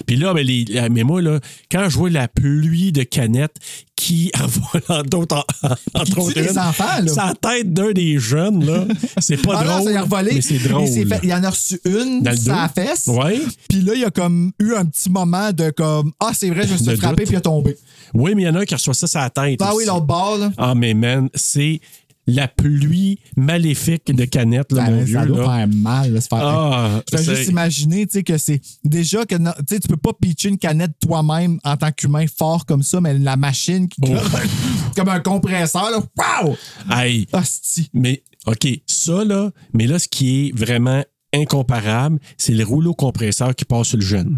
Puis là, ben, les, la- mais moi, là, quand je vois la pluie de canettes qui envoie d'autres en, en-
Qui
entre
tue les
autres,
enfants, là.
sur la tête d'un des jeunes, là, c'est pas
Ah non,
drôle.
ça y a revolé.
Mais c'est drôle.
Il, s'est fait- il en a reçu une
Dans le
sur la
dos.
fesse.
Ouais.
Puis là, il a comme eu un petit moment de comme Ah, c'est vrai, je me
De
suis frappé
doute.
puis il a tombé.
Oui, mais il y en a un qui reçoit ça sur la tête.
Ah oui,
aussi.
l'autre bord, là.
Ah, mais man, c'est la pluie maléfique de canettes, là, Ah,
Ben, Ça-
mon
ça
vieux.
doit
Là.
faire mal, là, se faire-
Ah,
Je peux
c'est-
juste imaginer, tu sais, que c'est déjà que non- tu sais, tu peux pas pitcher une canette toi-même en tant qu'humain fort comme ça, mais la machine qui
Oh.
comme un compresseur, là, wow!
Aïe.
Hostie.
Mais, OK, ça, là, mais là, ce qui est vraiment incomparable, c'est le rouleau compresseur qui passe sur le jeune.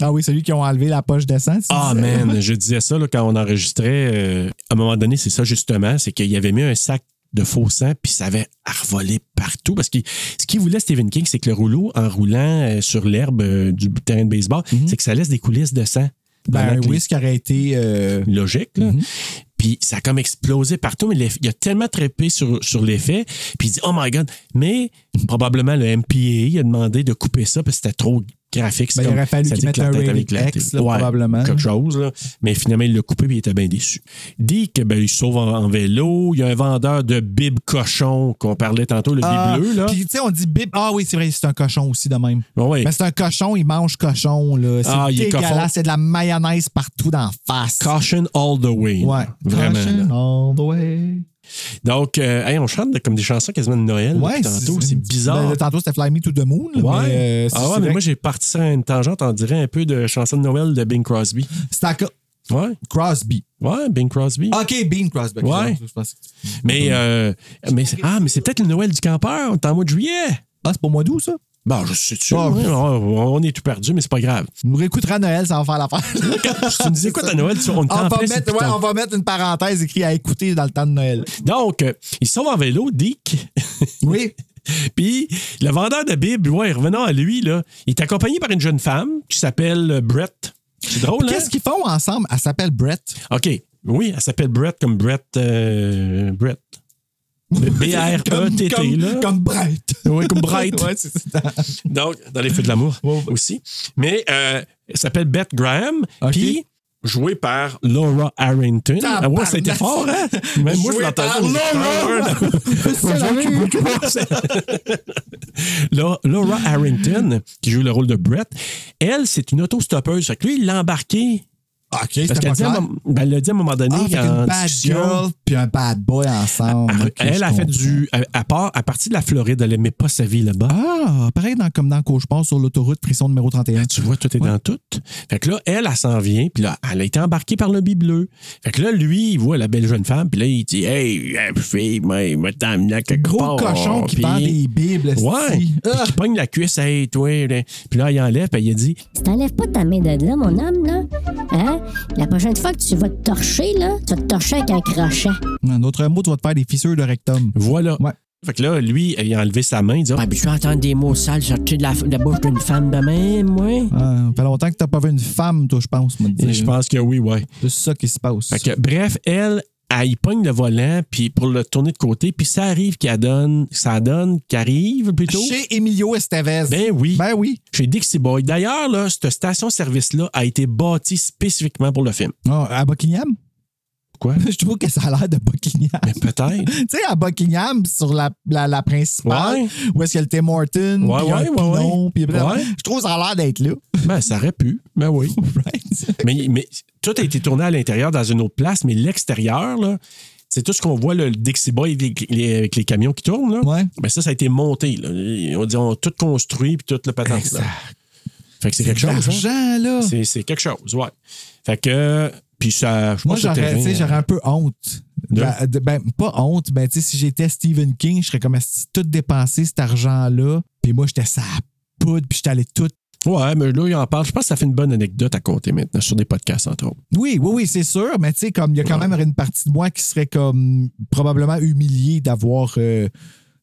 Ah oui, celui qui ont enlevé la poche d'essence.
Ah, man, je disais ça là, quand on enregistrait. euh, à un moment donné, c'est ça justement, c'est qu'il avait mis un sac de faux sang, puis ça avait arvolé partout. Parce que ce qu'il voulait, Stephen King, c'est que le rouleau, en roulant euh, sur l'herbe euh, du terrain de baseball, c'est que ça laisse des coulisses de sang.
Mhm. Ben
Pendant que
oui, ce qui aurait été. euh,
les- Logique, là.
Mm-hmm.
Puis ça a comme explosé partout, mais l'eff- il a tellement trépé sur, sur l'effet, puis il dit Oh my God! Mais probablement le MPA, il a demandé de couper ça parce que c'était trop graphique. c'est
Ben, il
comme-
aurait fallu
ça
qu'il mette un
éclatait
rating
avec la
X,
télé.
là,
Ouais,
probablement.
Quelque chose, là. Mais finalement, il l'a coupé puis il était bien déçu. Dit que ben, il se sauve en, en vélo. Il y a un vendeur de bib cochon qu'on parlait tantôt, le
ah,
bib bleu, là.
Puis, tu sais, on dit bib. Ah oui, c'est vrai, c'est un cochon aussi de même.
Ouais.
Mais c'est un cochon, il mange cochon, là. C'est
Ah, il est cochon.
dégueulasse, c'est de la mayonnaise partout dans la face.
Caution all the way.
Ouais.
Vraiment. là.
Cochon, ouais.
Donc, euh, hey, on chante de- comme des chansons quasiment de Noël.
Ouais,
depuis tantôt, c'est bizarre.
Ben, tantôt, c'était Fly Me to the Moon. là,
Ouais.
Mais, euh, c'est-
ah ouais,
c'est
mais
vrai
moi j'ai parti sur une tangente, on dirait un peu de chanson de Noël de Bing Crosby.
que c'est à co-
Ouais,
Crosby.
ouais, Bing Crosby.
OK, Bean Crosby.
Ouais.
Je pense que-
mais, euh, mais c'est- ah, mais c'est peut-être le Noël du campeur, on est en mois de juillet.
Ah, c'est pour moi d'où, ça?
Bon, je suis sûr.
Ah,
ouais, on on est tout perdu, mais c'est pas grave.
On nous réécoutera à Noël, ça va faire l'affaire.
tu me disais quoi de Noël? Tu- On, était
on,
en
va
plein sur
mettre,
le
ouais,
temps.
on va mettre une parenthèse écrite à écouter dans le temps de Noël.
Donc, euh, ils sont en vélo, Dick.
Oui.
Puis, le vendeur de Bible, ouais, revenons à lui, là, il est accompagné par une jeune femme qui s'appelle euh, Brett. C'est drôle, hein?
Qu'est-ce qu'ils font ensemble? Elle s'appelle Brett.
OK. Oui, elle s'appelle Brett comme Brett. euh, Brett. B-R-E-T-T,
Comme-
Euh, là.
Comme Brett.
Oui, comme Bright.
ouais, c'est ça.
Donc, dans les feux de l'amour
Ouais, ouais.
aussi. Mais euh, elle s'appelle Beth Graham.
OK.
Puis, joué par Laura Harrington. Ah ouais, ça a été fort, hein? Même moi, je
Joué
l'entendais.
par
mais
Laura!
Laura- Laura Harrington, qui joue le rôle de Brett, elle, c'est une autostoppeuse. Fait que lui, il l'a embarqué.
OK, c'était
Parce qu'elle
pas
dit, à un
clair.
moment- ben, elle l'a dit à un moment donné
Ah, fait
en
une bad
discussion.
girl puis un bad boy ensemble.
Elle,
Ok, je
elle a fait
comprends.
du. À, à part, à partir de la Floride, elle n'aimait pas sa vie là-bas.
Ah, pareil dans, comme dans Cauchemar sur l'autoroute frisson numéro 31.
Tu vois, tout est dans tout. Fait que là, elle, elle s'en vient, puis là, elle a été embarquée par le bleu. Fait que là, lui, il voit la belle jeune femme, puis là, il dit Hey, euh, fille, moi, il m'a t'emmené à quelque
Gros
part,
cochon qui
puis-
pend des bibles.
Ouais.
esti.
Puis
Ah.
qui pogne la cuisse, hey, toi. là. Puis là, il enlève, puis il a dit
Tu t'enlèves pas ta main de là, mon homme, là. Hein? La prochaine fois que tu vas te torcher, là, tu vas te torcher avec un crochet.
En autre mot, tu vas te faire des fissures de rectum.
Voilà.
Ouais.
Fait que là, lui, il a enlevé sa main, il dit Ah,
Pas habitué à entendre des mots sales sortir de la, de la bouche d'une femme de même, moi.
Ah, ça fait longtemps que t'as pas vu une femme, toi, je pense. me dire.
Je pense que oui, ouais.
C'est ça qui se passe.
Fait que, bref, elle, elle y pogne le volant puis pour le tourner de côté, puis ça arrive qu'elle donne, ça donne qu'elle arrive plutôt.
Chez Emilio Estevez.
Ben oui,
Ben oui.
chez Dixie Boy. D'ailleurs, là, cette station-service-là a été bâtie spécifiquement pour le film.
Ah, à Buckingham?
Quoi?
Je trouve que ça a l'air de Buckingham.
Mais peut-être.
tu sais, à Buckingham, sur la, la, la principale,
Ouais.
où est-ce qu'il y a le Tim Horton,
Ouais,
puis il y a
ouais,
un
ouais,
pinon,
ouais.
puis bref.
Ouais.
Je trouve que ça a l'air d'être là.
Ben, ça aurait pu. Ben oui.
Right?
Mais, mais tout a été tourné à l'intérieur dans une autre place, mais l'extérieur, là, c'est tout ce qu'on voit, là, le Dixie Boy avec les, avec les camions qui tournent. Là.
Ouais.
Ben ça, ça a été monté. Là. On dit, on a tout construit, puis toute le patente. là. Fait que c'est quelque chose. hein.
L'argent, là.
C'est, c'est quelque chose, ouais. Fait que, puis ça, je
Moi,
pense que le
j'aurais,
terrain, hein.
tu sais, j'aurais un peu honte.
De?
Ben, de- ben, pas honte, ben, tu sais, si j'étais Stephen King, je serais comme si tout dépensé cet argent-là. Puis moi, j'étais sa poudre, puis j'étais allé tout.
Ouais, mais là, il en parle. Je pense que ça fait une bonne anecdote à compter maintenant sur des podcasts, entre autres.
Oui, oui, oui, c'est sûr, mais tu sais, comme il y a quand
Ouais.
même une partie de moi qui serait comme probablement humiliée d'avoir. euh,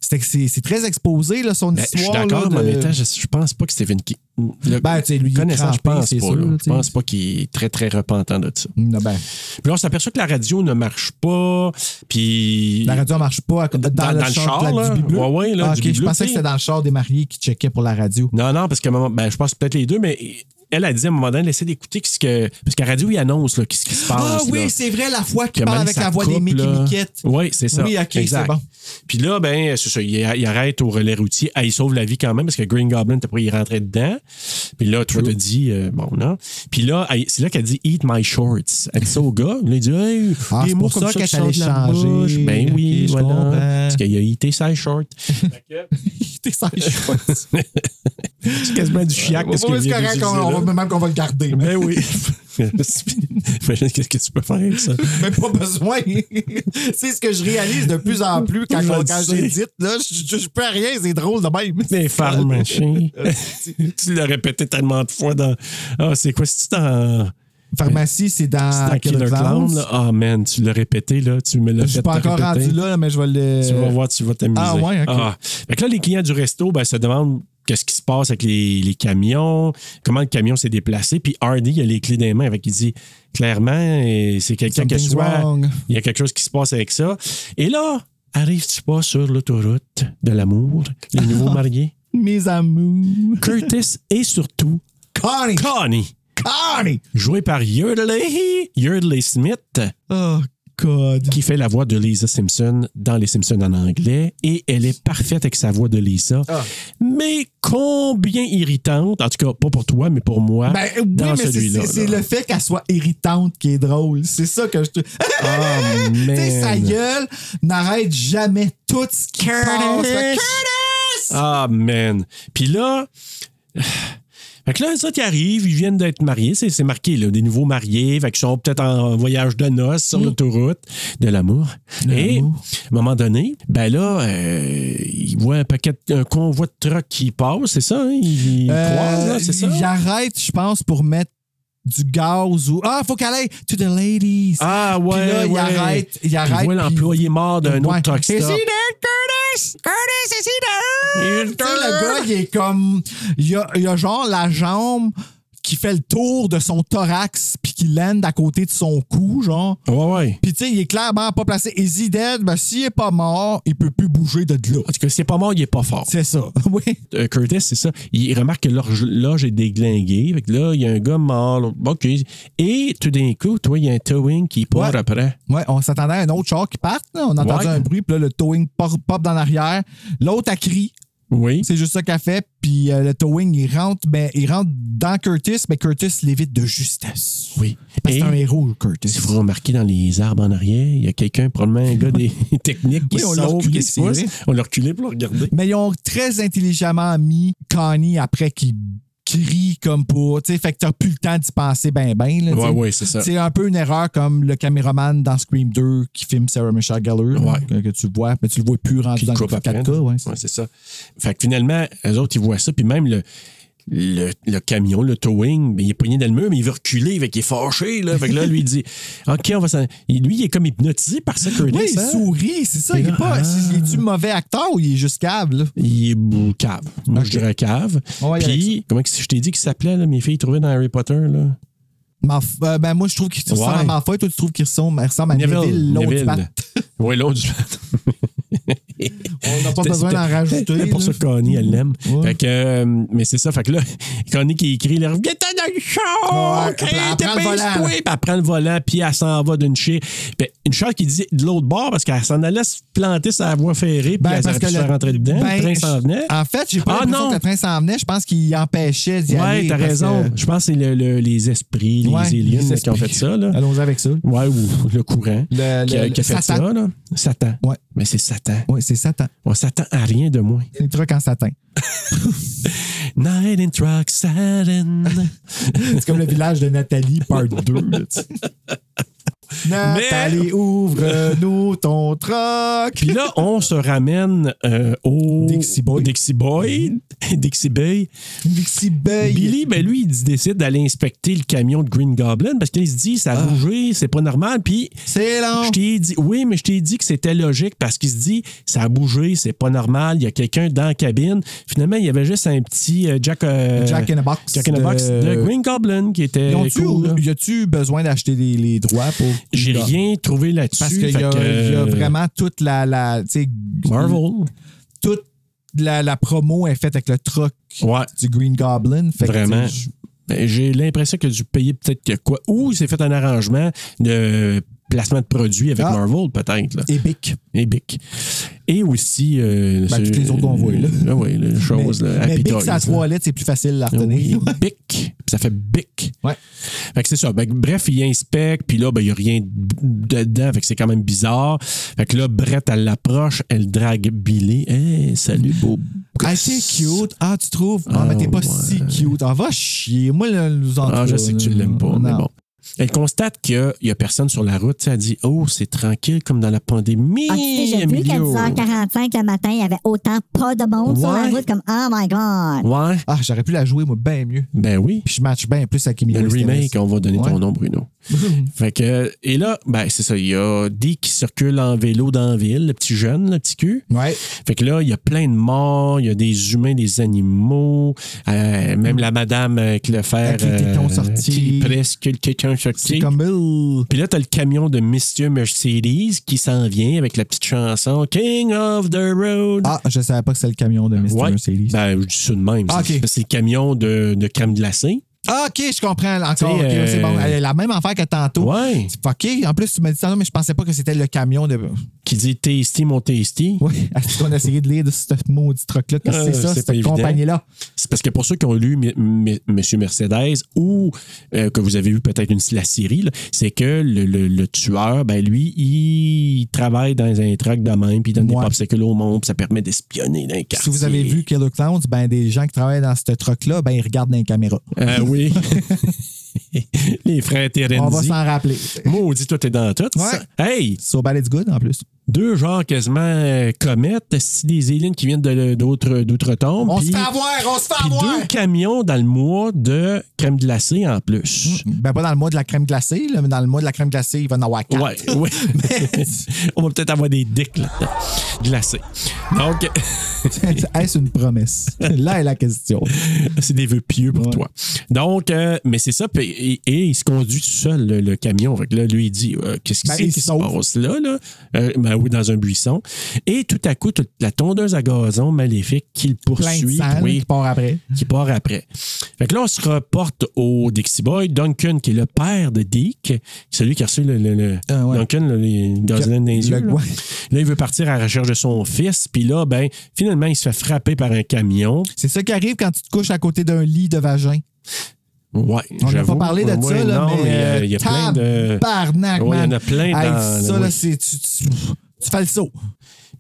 c'est que c'est c'est très exposé, là, son
Ben, je suis
histoire.
d'accord,
là,
mais en
de-
même temps, je, je pense pas que Stephen King. Le-
Ben, tu sais, lui, il est
connaissant, je
crampé,
pense
c'est
pas.
sûr,
là.
là, tu
je
sais.
pense pas qu'il est très, très repentant de ça.
Non, ben,
Puis là, on s'aperçoit que la radio ne marche pas. Puis.
la radio elle marche pas à- dans,
Dans-
le
dans le
char,
char,
de la-
là.
du Bibleux.
Ouais, ouais, là,
Ah,
du
ok, je
Bibleux,
pensais
tu
que
sais.
c'était dans le char des mariés qui checkaient pour la radio.
Non, non, parce que ben, je pense peut-être les deux, mais elle a dit à un moment donné, laissez d'écouter ce que. Parce qu'à la radio, il annonce là, ce qui se passe.
Ah oui,
là.
c'est vrai, la fois
Que
qu'il parle
même
avec
ça
la voix des
coupe,
Mickey
là.
Miquette.
Oui, c'est ça.
Oui, ok, c'est
Exact.
bon.
Puis là, ben, c'est ça, il, il arrête au relais routier. Ah, il sauve la vie quand même parce que Green Goblin, après, il rentrait dedans. Puis là, tu te dit, euh, bon, non. Puis là, elle- c'est là qu'elle dit Eat my shorts. Elle dit ça au gars. Là, il dit, hey,
Ah,
des
c'est
mots
pour
comme
ça
ça, qui
qu'elle
sortent de la
allait changer.
bouche. Ben oui,
Ok, je
voilà.
comprends.
Parce qu'il a eaté ses shorts.
T'es sans choix.
C'est quasiment du chiac.
Ouais,
parce que
ouais, C'est
vient
correct,
d'utiliser,
on, on
là.
va même qu'on va le garder.
Ben oui. Imagine qu'est-ce que tu peux faire avec ça.
Même pas besoin. c'est ce que je réalise de plus en plus quand,
Je le
quand
sais.
j'édite. là. Je, je, je peux rien, c'est drôle de même.
Des farmes, chien. Ah, tu l'as répété tellement de fois dans. Ah, c'est quoi? C'est-tu dans.
Pharmacie, c'est
C'est
dans
dans Killer Clown, là. Ah, man, tu l'as répété, là. Tu me l'as
Ah, Je
fait.
suis pas
te
encore
répéter.
rendu là, mais je vais le.
Tu vas voir, tu vas t'amuser.
Ah, ouais, ok.
Fait que là, les clients du resto ben, se demandent qu'est-ce qui se passe avec les, les camions, comment le camion s'est déplacé. Puis Hardy, il a les clés des mains. Fait qu'il dit clairement, et c'est quelqu'un qui
Something's
soit.
wrong.
Il y a quelque chose qui se passe avec ça. Et là, arrives-tu pas sur l'autoroute de l'amour, les nouveaux mariés?
Mes amours.
Curtis et surtout
Connie!
Connie,
Connie!
joué par Yardley, Yardley Smith,
Oh, God.
qui fait la voix de Lisa Simpson dans Les Simpsons en anglais. Et elle est parfaite avec sa voix de Lisa.
Ah.
Mais combien irritante, en tout cas pas pour toi, mais pour moi,
Ben oui,
dans
mais c'est-
celui-là.
c'est c'est
là.
le fait qu'elle soit irritante qui est drôle. C'est ça que je te.
Ah,
Tu sais, sa
man.
gueule n'arrête jamais tout ce qui passe. Fait que-
Ah, man. Puis là. Fait que là, les autres, ils arrivent, ils viennent d'être mariés, c'est c'est marqué, là, des nouveaux mariés, fait qu'ils sont peut-être en voyage de noces
Mm.
sur l'autoroute de l'amour. Et, à un moment donné, ben là, euh, ils voient un paquet, de- un convoi de trucks qui passe, c'est ça? hein? Ils, ils
Euh,
croisent, là, c'est ça?
Il arrête, je pense, pour mettre du gaz ou. Ah, faut qu'elle aille to the ladies.
Ah, ouais,
Puis là, il
ouais.
arrête, il arrête.
Ils voient
puis-
l'employé mort d'un
Ouais.
autre truck
Is he
stop.
there, Curtis? Curtis, is he there?
Il est
Tu sais, le gars, il est comme. Il a, il a genre la jambe qui fait le tour de son thorax puis qui lande à côté de son cou, genre.
Ouais, ouais.
Puis tu sais, il est clairement pas placé. Et Zidane, ben, s'il est pas mort, il peut plus bouger de là.
En tout cas, s'il n'est pas mort, il est pas fort.
C'est ça. Oui.
Euh, Curtis, c'est ça. Il remarque que l'horloge l'horloge est déglinguée. Fait que là, il y a un gars mort. là. OK. Et tout d'un coup, toi, il y a un towing qui part
Ouais.
après.
Ouais, on s'attendait à un autre char qui parte. là. On a entendu
Ouais.
un bruit, puis là, le towing por- pop dans l'arrière. L'autre a crié.
Oui.
C'est juste ça qu'elle fait. Puis euh, le towing, il rentre, mais il rentre dans Curtis, mais Curtis l'évite de justesse.
Oui.
Parce que
Et-
c'est un héros, Curtis.
Si vous remarquez dans les arbres en arrière, il y a quelqu'un, probablement un gars des techniques qui
Oui,
se
on l'a
sauve,
reculé,
qui se
c'est
pousse.
vrai.
On l'a reculé pour le regarder.
Mais ils ont très intelligemment mis Connie après qui crie comme pour. Tu sais, fait que t'as plus le temps d'y penser ben ben. là, tu sais.
Ouais, ouais, c'est ça.
C'est un peu une erreur comme le caméraman dans Scream 2 qui filme Sarah Michelle Gellar là,
Ouais.
que, que tu vois, mais tu le vois plus rendu
Puis
dans
il
le
coupe après.
4K. Ouais, c'est-
Ouais, c'est ça. Fait que finalement, eux autres, ils voient ça, puis même le, le, le camion, le towing, ben, il est poigné dans le mur, mais il veut reculer, fait qu'il est fâché, là. Fait que là, lui, il dit OK, on va s'en. il- Lui, il est comme hypnotisé par ça, Curtis.
Oui, il
hein?
sourit, c'est ça. Il est pas.
Ah.
c'est- Il est-tu mauvais acteur ou il est juste câble? là?
Il est bou- cave. Moi, je dirais cave.
On va y aller avec
Puis, comment que- je t'ai dit qu'il s'appelait, là, mes filles trouvaient dans Harry Potter, là?
Malf- euh, ben, moi, je trouve qu'il ressemble
Ouais.
à Malfoy. Toi, tu trouves qu'il ressemble, il ressemble à Neville. l'autre du bat.
Oui, l'autre du
On n'a pas
C'était-
besoin d'en
c'était-
rajouter.
C'est pour
là.
ça que Connie, elle l'aime.
Ouais.
Fait que, euh, mais c'est ça. Fait que là, Connie qui écrit, là, viens dans le char!
Ouais,
OK,
puis elle
t'es
prend le
bien
volant,
secoué!
là.
Puis elle prend le volant, puis elle s'en va d'une chire. Puis une chire qui dit de l'autre bord parce qu'elle s'en allait se planter sur la voie ferrée, puis
Ben,
elle s'est
le-
rentrée dedans.
ben,
le train s'en venait.
En fait, j'ai pas
Ah,
l'impression
non.
que le train s'en venait. Je pense qu'il empêchait d'y aller.
Ouais, t'as
parce
raison. Je pense que c'est le- le- les esprits,
que-
les
Ouais,
aliens
les
qui ont fait
esprits.
ça. Là.
Allons-y avec ça.
Ouais, ou le courant
Le-
qui,
le-
a, qui a
le-
fait
Satan.
ça. Là. Satan.
Ouais.
Mais c'est Satan.
Oui, c'est Satan.
On s'attend à rien de moins.
C'est le truc en satin.
Night in truck, Satan.
C'est comme le village de Nathalie, part 2. là, tu sais. Nathalie, ouvre-nous ton truck.
Puis là, on se ramène euh, au
Dixie Boy.
Dixie Boy. Dixie Bay.
Dixie Bay.
Billy, ben lui, il décide d'aller inspecter le camion de Green Goblin parce qu'il se dit, ça
Ah.
a bougé, c'est pas normal. Puis,
C'est long.
je t'ai dit, oui, mais je t'ai dit que c'était logique parce qu'il se dit, ça a bougé, c'est pas normal, il y a quelqu'un dans la cabine. Finalement, il y avait juste un petit euh, Jack, euh,
Jack in a Box.
Jack in a Box de Green Goblin qui était.
Ils ont-tu-
cool, là.
Y a-tu besoin d'acheter les, les droits pour.
J'ai rien trouvé là-dessus.
Parce qu'il y,
fait
a-
que,
il y a
euh,
vraiment toute la. la tu sais,
Marvel.
Toute la, la promo est faite avec le truck
Ouais.
du Green Goblin. Fait que,
Vraiment.
tu sais, je-
Ben, J'ai l'impression qu'il a dû payer peut-être que quoi. Ou il s'est fait un arrangement de placement de produits avec
Ah.
Marvel, peut-être. là.
épique.
Et Bic. Et aussi. euh,
Ben,
ce-
toutes les autres qu'on voit, là.
Ah oui, les choses.
mais
là,
mais
Happy
Big,
Toys,
ça a
là.
trois lettres, c'est plus facile à
Ah oui,
retenir.
Bic. Puis Ça fait Bic.
Ouais.
Fait que c'est ça. Ben, bref, il inspecte, puis là, ben, il n'y a rien d- dedans. Fait que c'est quand même bizarre. Fait que là, Brett, elle l'approche, elle drague Billy. Hey, salut, beau.
Ah,
gosse.
c'est cute. Ah, tu trouves? Ah,
Ah,
mais t'es pas
ouais.
si cute. Ah, va chier. Moi, là, nous en
Ah, je sais que tu l'aimes pas, mais
Non.
bon. Elle constate qu'il n'y a personne sur la route. Tu sais, Elle dit Oh, c'est tranquille comme dans la pandémie.
As-tu déjà vu qu'à
Emilio.
10h45 le matin, il y avait autant pas de monde sur la
Ouais.
route comme Oh my God!
Ouais,
Ah, j'aurais pu la jouer, moi, bien mieux.
ben oui.
Puis je match bien plus avec Emilio
Le remake,
Estevez.
on va donner
Ouais.
ton nom, Bruno. fait que, et là, ben, c'est ça. Il y a Dee qui circule en vélo dans la ville, le petit jeune, le petit cul.
Ouais.
Fait que là, il y a plein de morts, il y a des humains, des animaux, euh, même
Mm.
la madame avec le fer. euh,
Avec les tétons sortis.
qui- Presque le téton sorti.
C'est comme. euh,
Puis là, t'as le camion de Monsieur Mercedes qui s'en vient avec la petite chanson King of the Road.
Ah, je savais pas que c'est le camion de Mr.
Ouais.
Mercedes.
Ben, je dis ça de même.
Ah,
C'est-
ok.
C'est le camion de, de crème glacée.
Ah, ok, je comprends encore.
Tu sais,
Ok,
euh,
c'est bon. Elle a La même affaire que tantôt.
Ouais.
Ok, en plus, tu m'as dit ça, non, mais je pensais pas que c'était le camion de.
Qui dit Tasty, mon Tasty.
Oui, est-ce qu'on a essayé de lire de ce maudit truc-là? Qu'est-ce que
Euh,
c'est ça,
c'est pas
cette
évident.
compagnie-là?
C'est parce que pour ceux qui ont lu M- M- Monsieur Mercedes ou euh, que vous avez vu peut-être une- la série, là, c'est que le, le- le tueur, ben lui, il travaille dans un truck de même, puis il donne des
Ouais.
popsicles au monde, puis ça permet d'espionner dans les
Si vous avez vu Killer Clowns, ben, des gens qui travaillent dans ce truc-là, ben, ils regardent dans les caméras.
Ah oui. Les frères Terenzi.
On va s'en rappeler.
Maudit, toi, t'es dans tout.
Ouais.
ça. Hey!
So bad it's good, en plus.
deux genres quasiment euh, comètes, si des aliens qui viennent de- d'autres- d'outre-tombe.
On
Oh,
se
puis-
fait avoir, on se fait
puis
avoir.
deux camions dans le mois de crème glacée en plus.
Ben, pas dans le mois de la crème glacée, là, mais dans le mois de la crème glacée, il va en avoir quatre.
Ouais, ouais. On va peut-être avoir des dicks là-dedans. Glacés. Donc,
Est-ce une promesse? Là est la question.
c'est des vœux pieux pour
Ouais.
toi. Donc, euh, mais c'est ça. puis- Et, et il se conduit tout seul, le, le camion. Fait que là, lui, il dit euh, Qu'est-ce qui
Ben,
c'est
il
qui se
sauve.
passe là, là? Euh, ben oui, dans un buisson. Et tout à coup, toute la tondeuse à gazon maléfique qui le
Plein de
poursuit.
sang
oui,
qui part après.
qui part après. Fait que là, on se reporte au Dixie Boy, Duncan, qui est le père de Dick, celui qui a reçu le, le- le-
Ah ouais.
Duncan, le- les gazelles Euh, dans les
Le-
yeux, là.
ouais.
Là, il veut partir à la recherche de son fils, puis là, ben, finalement, il se fait frapper par un camion.
C'est ça qui arrive quand tu te couches à côté d'un lit de vagin.
Ouais,
On n'a
j'avoue.
pas parlé de
Ouais,
ça, là,
non, mais
mais
euh, il y a plein de...
Tabarnak,
Ouais, il y
man.
en a plein
Hey,
dans-
ça,
oui.
là, c'est... Tu, tu- tu fais le saut.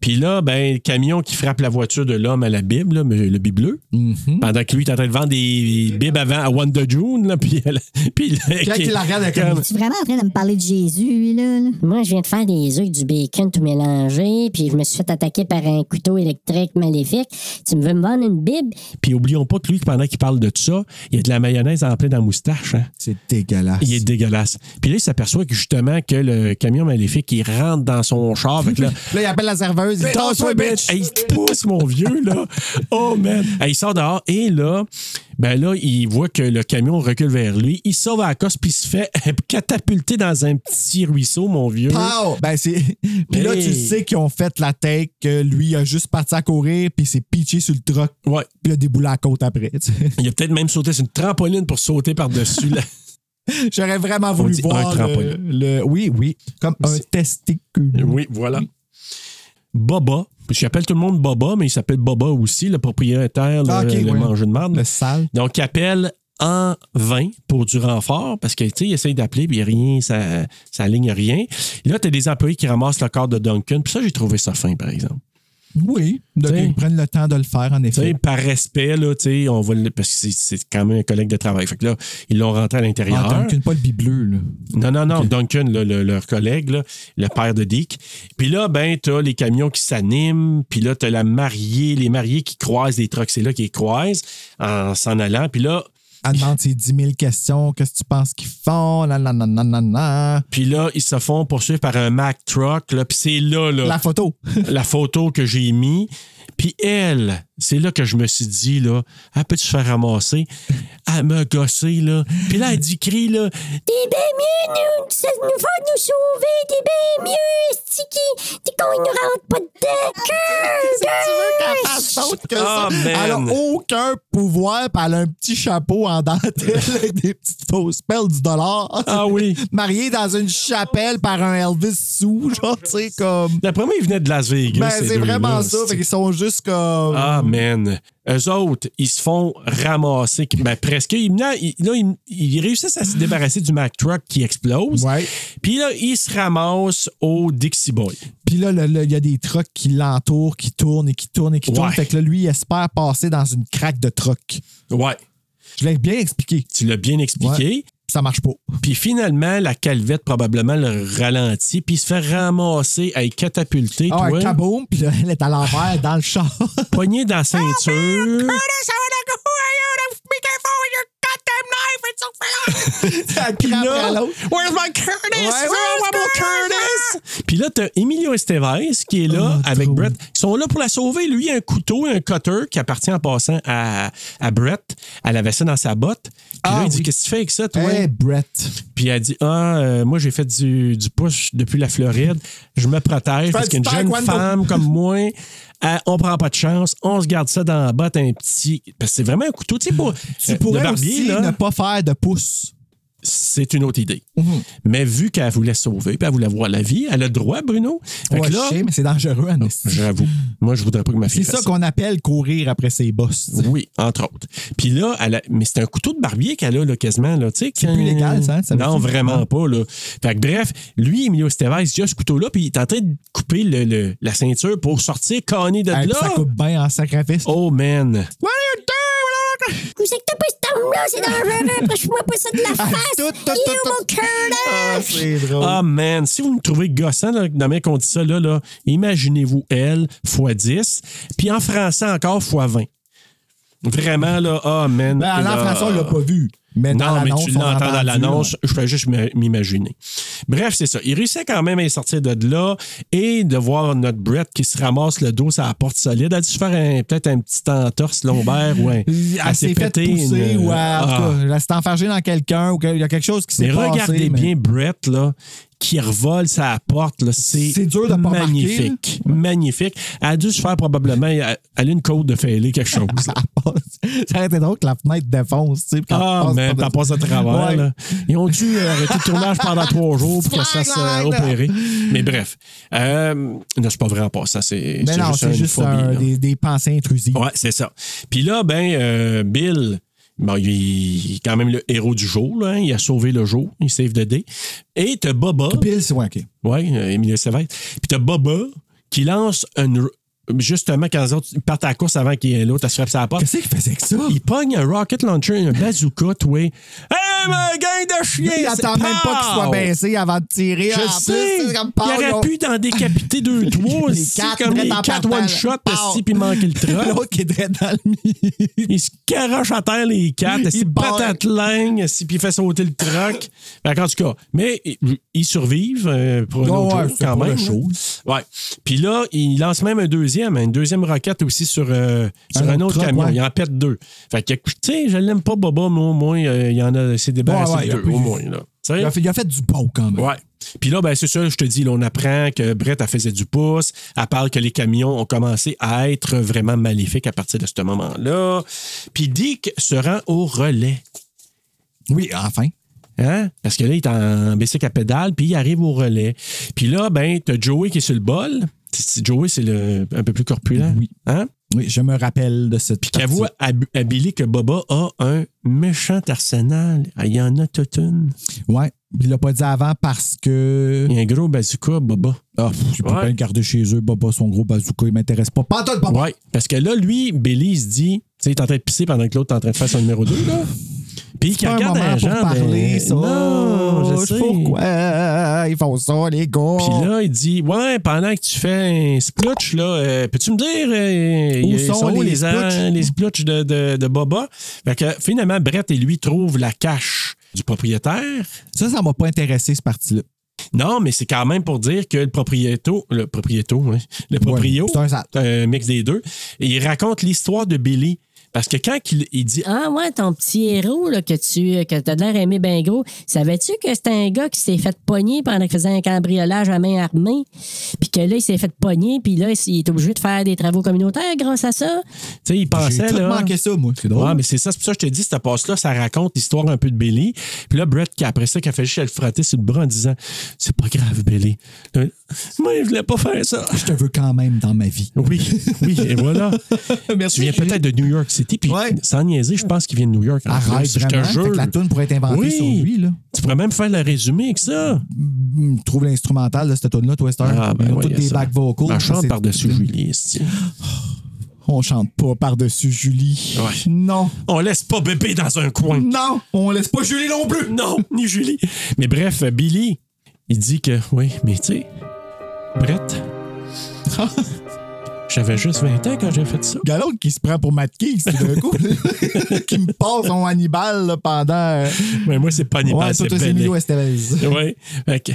Puis là, ben, le camion qui frappe la voiture de l'homme à la Bible, là, le bibleux,
Hmm.
pendant que lui est en train de vendre des bibes avant à Wonder June, là, puis... elle- puis
Quand il la regarde, elle est comme-
Tu es vraiment en train de me parler de Jésus, lui, là? là? Moi, je viens de faire des œufs avec du bacon tout mélangé, puis je me suis fait attaquer par un couteau électrique maléfique. Tu me veux me vendre une Bible?
Puis oublions pas que lui, pendant qu'il parle de ça, il y a de la mayonnaise en plein dans la moustache. hein.
C'est dégueulasse.
Il est dégueulasse. Puis là, il s'aperçoit que justement que le camion maléfique, il rentre dans son char. Fait que là,
Là, il appelle la serveuse. Il
Tasse-toi,
Tasse-toi, bitch!
Hey, il te pousse, mon vieux, là. Oh, man. Hey, il sort dehors et là, ben là, il voit que le camion recule vers lui. Il sauve à la cosse puis il se fait catapulter dans un petit ruisseau, mon vieux.
Pow! Ben, c'est. Puis là, tu
Hey.
sais qu'ils ont fait la tête que lui a juste parti à courir, puis il s'est pitché sur le truck,
Ouais.
puis il a déboulé à la côte après. tu sais.
Il a peut-être même sauté sur une trampoline pour sauter par-dessus. la-
J'aurais vraiment voulu
dit
voir.
un
le,
trampoline.
le- Oui, oui. Comme un
C'est-
testicule.
Oui, voilà. Boba. J'appelle tout le monde Boba, mais il s'appelle Boba aussi, le propriétaire, le,
Ah, ok,
le
ouais.
mangeur de merde.
Le sale.
Donc, il appelle en vain pour du renfort parce que, tu sais, il essaye d'appeler, puis il y a rien, ça, ça ligne rien. Et là, tu as des employés qui ramassent le corps de Duncan. Puis ça, j'ai trouvé ça fin, par exemple.
Oui. Donc,
T'sais.
ils prennent le temps de le faire, en
Tu sais,
effet.
par respect, là, tu sais, on va le- parce que c'est- c'est quand même un collègue de travail. Fait que là, ils l'ont rentré à l'intérieur.
Ah, donc, pas le bibleu, là.
Non, non, non. Duncan, là, le- leur collègue, là, le père de Dick. Puis là, ben, t'as les camions qui s'animent. Puis là, t'as la mariée, les mariés qui croisent les trucks. C'est là qu'ils croisent en s'en allant. Puis là,
Elle demande ses 10 000 questions. Qu'est-ce que tu penses qu'ils font? La, la, la, la, la, la.
puis là, ils se font poursuivre par un Mack Truck. Là, puis c'est là, là,
La
la...
photo.
photo que j'ai mis. Puis elle, c'est là que je me suis dit, là, elle peut-tu se faire ramasser? Elle me gosser, là. Puis là, elle dit, crie, là,
T'es bien mieux, nous, ça nous va nous sauver. T'es bien mieux, Sticky. T'es con, il nous rentre pas dedans.
Si tu veux qu'elle fasse d'autre que ça.
Ah, man.
Elle a aucun pouvoir, puis elle a un petit chapeau en dentelle avec des petites fausses pelles du dollar.
Ah oui.
Mariée dans une chapelle par un Elvis sous, genre, tu sais, comme.
D'après moi, ils venaient de Las Vegas.
Ben,
ces
c'est
deux-là,
vraiment ça.
c'est-
Fait qu'ils sont juste comme.
Ah, man. Eux autres, ils se font ramasser. Ben, presque. Ils, là, ils, là, ils- ils réussissent à se débarrasser du Mack Truck qui explose.
Ouais.
Puis là, ils se ramassent au Dixie Boy.
Puis là, le- le- il y a des trucks qui l'entourent, qui tournent et qui tournent et qui
Ouais.
tournent. Fait que là, lui, il espère passer dans une craque de truck.
Ouais.
Je l'ai bien expliqué.
Tu l'as bien expliqué.
Ça marche pas.
Puis finalement, la calvette probablement le ralentit. Puis il se fait ramasser, à catapulter.
Ah, un
toi,
kaboom, puis là, elle est à l'envers dans le char.
pogné dans la
Mm.
ceinture.
Puis
là-
là,
Where's my Curtis?
Ouais, where's
Curtis? Puis là, t'as Emilio Estevez qui est là
Oh,
avec
drôle.
Brett. Ils sont là pour la sauver. Lui, il a un couteau, un cutter qui appartient en passant à, à Brett. Elle avait ça dans sa botte. Puis
Ah,
là, il dit
oui.
Qu'est-ce que tu fais avec ça, toi?
Hey, Brett.
Puis elle dit Ah, euh, moi, j'ai fait du, du push depuis la Floride. Je me protège parce
du
qu'une jeune
taekwondo.
femme comme moi, elle- on prend pas de chance. On se garde ça dans la botte, un petit. Parce que c'est vraiment un couteau. Tu sais, pour,
Tu
euh, de
pourrais
barbier,
aussi
là.
ne pas faire de pouce.
c'est une autre idée.
Mhm.
Mais vu qu'elle voulait sauver, puis elle voulait voir la vie, elle a le droit, Bruno. Fait
Ouais,
que là, Oh,
je sais, mais c'est dangereux, Anastie.
j'avoue, moi, je voudrais pas que ma
C'est
fille
ça
fasse
qu'on appelle courir après ses bosses.
ça. Oui, entre autres. Puis là, elle a- mais c'est un couteau de barbier qu'elle a, là, quasiment. Là, c'est
plus légal, ça, hein, ça veut
non,
dire.
vraiment pas. Là. Fait que bref, lui, Emilio Estevez, il a ce couteau-là, puis il est en train de couper le- le- la ceinture pour sortir Connie de
Hey, puis
là.
ça coupe bien en sacrifice.
Oh, man.
What are you doing?
Où c'est que t'as pris cette arme-là? C'est dangereux. Approche-moi pas ça de la face.
Ah, tout, tout,
Il
tout,
est mon cœur, là.
Ah, c'est drôle.
Ah, man, si vous me trouvez gossant là, dans mes dit ça, là, là, imaginez-vous elle fois 10, puis en français encore fois 20. Vraiment, là, ah, man.
Ben, en
là,
français, on l'a pas vu. Mais dans
non, mais tu
l'annonce, on
l'entends
l'a
dans
entendu,
l'annonce, je fais juste m'i- m'imaginer. Bref, c'est ça. Il réussit quand même à y sortir de là et de voir notre Brett qui se ramasse le dos à la porte solide. Elle a dû se faire un- peut-être un petit entorse lombaire ou un.
Elle s'est faite
pété
pousser
une-
ou à- en tout
Ah.
cas, elle s'est enfargée dans quelqu'un ou qu'il y a quelque chose qui s'est
Mais
passé.
regardez
mais-
bien Brett, là, qui revole sa porte. là. C'est
C'est dur de pas marquer,
magnifique. magnifique. Elle a dû se faire probablement elle a une côte de fêlée, quelque chose. là.
Ça aurait été drôle que la fenêtre défonce. tu sais, puis
Ah,
qu'on passe
mais
par-
t'en passes à travers.
Ouais.
là. Ils ont dû euh, arrêter le tournage pendant trois jours pour que ça soit
Flag line.
opéré. Mais bref. Euh, non, c'est pas vrai en passant. C'est
Mais
c'est
non,
juste,
c'est
une
juste
phobie.
un-
là.
des, des pensées intrusives.
Ouais, c'est ça. Puis là, ben, euh, Bill, bon, il est quand même le héros du jour. là, hein. Il a sauvé le jour. Il save the day. Et t'as Boba.
Pile, c'est ouais, OK.
Oui, Emilio Estevez. Puis t'as Boba qui lance un. Justement, quand les autres partent à la course avant qu'il y ait l'autre, elle se frappe sa porte.
Qu'est-ce qu'il faisait que ça?
Il pogne un rocket launcher, un bazooka, toi. Hey, ma gang de chiens!
Il attend
c'est-
même pas qu'il soit
Pow!
baissé avant de tirer.
Je
en
sais!
Plus, c'est comme, pow,
il
ils ont-
aurait pu d'en décapiter deux, trois,
Les
c'est
quatre,
comme les
drette en
quatre
partant,
one-shots,
là.
si, puis manquer le train.
L'autre qui est drette dans le milieu.
Il se caroche à terre, les quatre.
Il
C'est
barre.
patate lingue, si, puis il fait sauter le truck. Fait qu'en tout cas, mais ils- ils survivent euh, pour un
Ouais,
autre
ouais,
jour,
c'est
quand
pas
même. hein?
la
là. Ouais. Puis là, il lance même un deuxième, une deuxième roquette aussi sur, euh, sur
Un
un,
autre
autre
truck,
camion.
ouais.
Il en pète deux. Fait que, tu sais, je l'aime pas, Boba, mais au moins, euh, il y en a, c'est débarrassé
Ouais, ouais,
de
il a
deux,
pu-
au moins. Là. Tu sais?
Il a, fait, il a fait du beau quand même.
Ouais. Puis là, ben, c'est ça, je te dis, là, on apprend que Brett, elle faisait du pouce. Elle parle que les camions ont commencé à être vraiment maléfiques à partir de ce moment-là. Puis Dick se rend au relais.
Oui, enfin.
Hein? Parce que là, il est en bicycle à pédale, puis il arrive au relais. Puis là, ben, t'as Joey qui est sur le bol. C'est- Joey, c'est le un peu plus corpulent.
Oui.
Hein?
Oui, je me rappelle de cette
Puis qu'avoue
partie.
à, à Billy que Boba a un méchant arsenal. Ah, Il y en a toute une.
Ouais. Il l'a pas dit avant parce que.
Il y a un gros bazooka, Boba.
Ah, pff, je peux
Ouais.
pas le garder chez eux. Baba, son gros bazooka, il m'intéresse pas. Pas Papa.
Ouais, parce que là, lui, Billy, il se dit, tu sais, il est en train de pisser pendant que l'autre est en train de faire son numéro 2, là. Puis
C'est
qu'il
pas un
regarde
moment
la
pour
jambe.
parler,
ben,
ça.
Non, je sais.
Pourquoi ils font ça, les gars?
Puis là, il dit, ouais, pendant que tu fais un splutch, là, euh, peux-tu me dire euh,
Où
ils
sont les
les,
splutchs?
an- les splutchs de, de, de Boba? Fait que finalement, Brett et lui trouvent la cache du propriétaire.
Ça, ça m'a pas intéressé, ce parti-là.
Non, mais c'est quand même pour dire que le propriéto, le propriéto, hein, le proprio,
Ouais, c'est un sale.
un mix des deux, il raconte l'histoire de Billy. Parce que quand il, il dit
Ah ouais, ton petit héros là, que tu euh, que t'as de l'air aimé ben gros, savais-tu que c'était un gars qui s'est fait pogner pendant qu'il faisait un cambriolage à main armée? Puis que là, il s'est fait pogner, puis là, il est obligé de faire des travaux communautaires grâce à ça?
Tu sais, il
J'ai
pensait,
tout
Ah, là.
manqué ça, moi. C'est drôle.
Ouais, mais c'est ça, c'est pour ça que je te dis, cette passe-là, ça raconte l'histoire un peu de Billy. Puis là, Brett, qui après ça, qui a fait juste à le frotter sur le bras en disant C'est pas grave, Billy. Euh, Moi, je voulais pas faire ça.
Je te veux quand même dans ma vie.
Oui, oui, et voilà. tu viens peut-être de New York City, puis
Ouais.
sans niaiser, je pense qu'il vient de New York. en
Arrête,
plus. je
vraiment.
te
Fait que
jure.
la toune pourrait être inventée
Oui.
sur lui, là.
Tu pourrais même faire le résumé avec ça.
Hum, Trouve l'instrumental de cette toune-là, Twister. Ils ont
ouais,
toutes des
Ah, ben ça.
back vocals.
On
Ça,
chante
c'est-
par-dessus Julie. esti.
On chante pas par-dessus Julie.
Ouais.
Non.
On laisse pas bébé dans un coin.
Non, on laisse pas Julie non plus.
Non, ni Julie. Mais bref, Billy, il dit que, oui, mais tu sais, Brett,
Ah.
j'avais juste 20 ans quand j'ai fait ça.
Il y a l'autre qui se prend pour Matt Keys, tout d'un coup. qui me passe son Hannibal là, pendant. euh,
Mais moi, c'est pas Nibal,
Ouais,
c'est
toi, toi, c'est
Benet.
Emilio Estevez.
Ouais. Fait que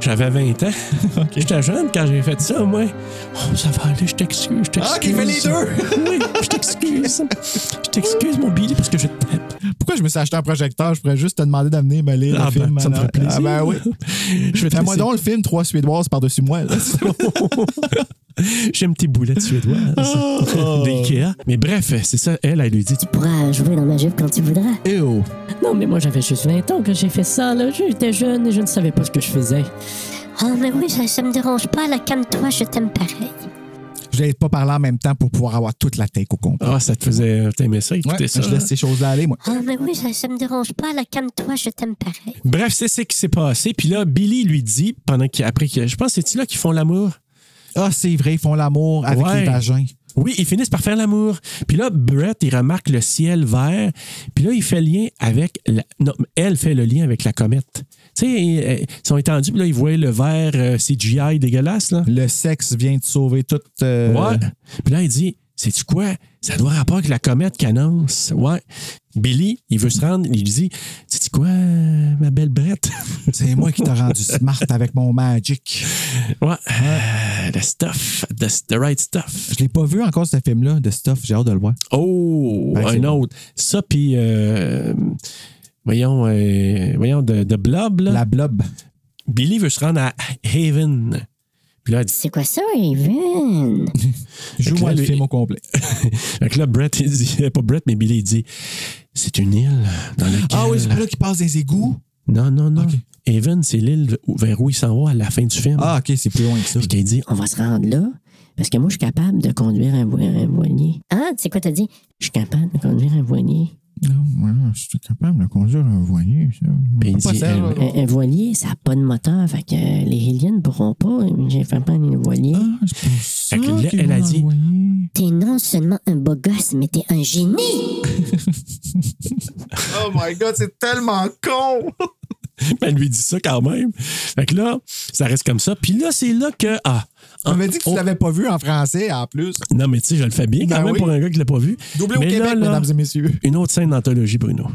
j'avais 20 ans. J'étais jeune quand j'ai fait ça, moi. Oh, ça va aller, je t'excuse, je t'excuse.
Ah, qu'il fait les deux!
oui, je t'excuse. Je t'excuse, mon Billy, parce que je t'aime.
Pourquoi je me suis acheté un projecteur? Je pourrais juste te demander d'amener me lire
Ah,
le film.
ben, ça me
en-
ferait plaisir.
Ah, ben oui.
Je vais te
Fais-moi
laisser.
donc le film Trois Suédoises par-dessus moi. là.
J'aime tes boulettes suédoises.
Oh.
D'Ikea. Mais bref, c'est ça, elle, elle lui dit, tu
Tu pourras jouer dans ma jupe quand tu voudras.
Ew.
Non, mais moi, j'avais juste 20 ans que j'ai fait ça, là. J'étais jeune et je ne savais pas ce que je faisais.
Ah, mais oui, ça, ça me dérange pas, là. Calme-toi, je t'aime pareil.
Je n'ai pas parlé en même temps pour pouvoir avoir toute la take au complet.
Ah, ça te faisait. T'aimais ça, écouter
Ouais,
Ah, ça. hein.
je laisse ces choses-là aller, moi.
Ah, mais oui, ça, ça me dérange pas, là. Calme-toi, je t'aime pareil.
Bref, c'est ce qui s'est passé. Puis là, Billy lui dit, pendant qu'il, après qu'il. Je pense, c'est-tu là qu'ils font l'amour?
Ah, c'est vrai, ils font l'amour avec
Ouais.
les vagins.
Oui, ils finissent par faire l'amour. Puis là, Brett, il remarque le ciel vert. Puis là, il fait lien avec. La... Non, elle fait le lien avec la comète. Tu sais, euh, ils sont étendus, puis là, ils voient le vert euh, CGI dégueulasse, là.
Le sexe vient de sauver toute. euh,
Ouais. Puis là, il dit Sais-tu quoi Ça doit rapport avec la comète qui annonce. Ouais. Billy, il veut se rendre, il dit Sais-tu quoi, ma belle Brette
C'est moi qui t'ai rendu smart avec mon magic.
Ouais. Euh, The stuff. The, the right stuff.
Je l'ai pas vu encore, ce film-là, de Stuff. J'ai hâte de le voir.
Oh,
Par
un
exemple.
autre. Ça, puis. euh, voyons, euh, voyons, de, de Blob, là.
La Blob.
Billy veut se rendre à Haven. Puis là, il dit
C'est quoi ça, Evan?
Joue-moi
là,
le
lui-
film au complet.
Fait que là, Brett, il dit, euh, pas Brett, mais Billy, il dit C'est une île dans laquelle.
là qui passe des égouts.
Non, non, non.
Ah Ok.
Haven, c'est l'île où- vers où il s'en va à la fin du film.
Ah, OK, c'est plus loin que ça.
Puis qu'il dit
On va se rendre là parce que moi, je suis capable de conduire un, vo- un voilier. Ah, tu sais quoi, t'as dit? Je suis capable de conduire un voilier.
Non, voilà, Ah, je suis capable de conduire un voilier. ça.
Puis il
Pas
dit,
ça,
euh,
là.
Un, un voilier, ça n'a pas de moteur, fait que euh, les aliens ne pourront pas. J'ai fait pas un voilier.
Ah, c'est pour ça
Fait que là,
qu'ils
elle a
vont
dit-
l'envoyer.
Oh, T'es non seulement un beau gosse, mais t'es un génie!
Oh my God, c'est tellement con!
Elle lui dit ça quand même. Fait que là, ça reste comme ça. Puis là, c'est là que. Ah,
On m'avait dit que tu
on-
l'avais pas vu en français, en plus.
Non, mais tu sais, je le fais bien quand
Ben
même
oui.
pour un gars qui l'a pas vu.
Doublé au
Mais
Québec,
là, là,
mesdames et messieurs.
Une autre scène d'anthologie, Bruno.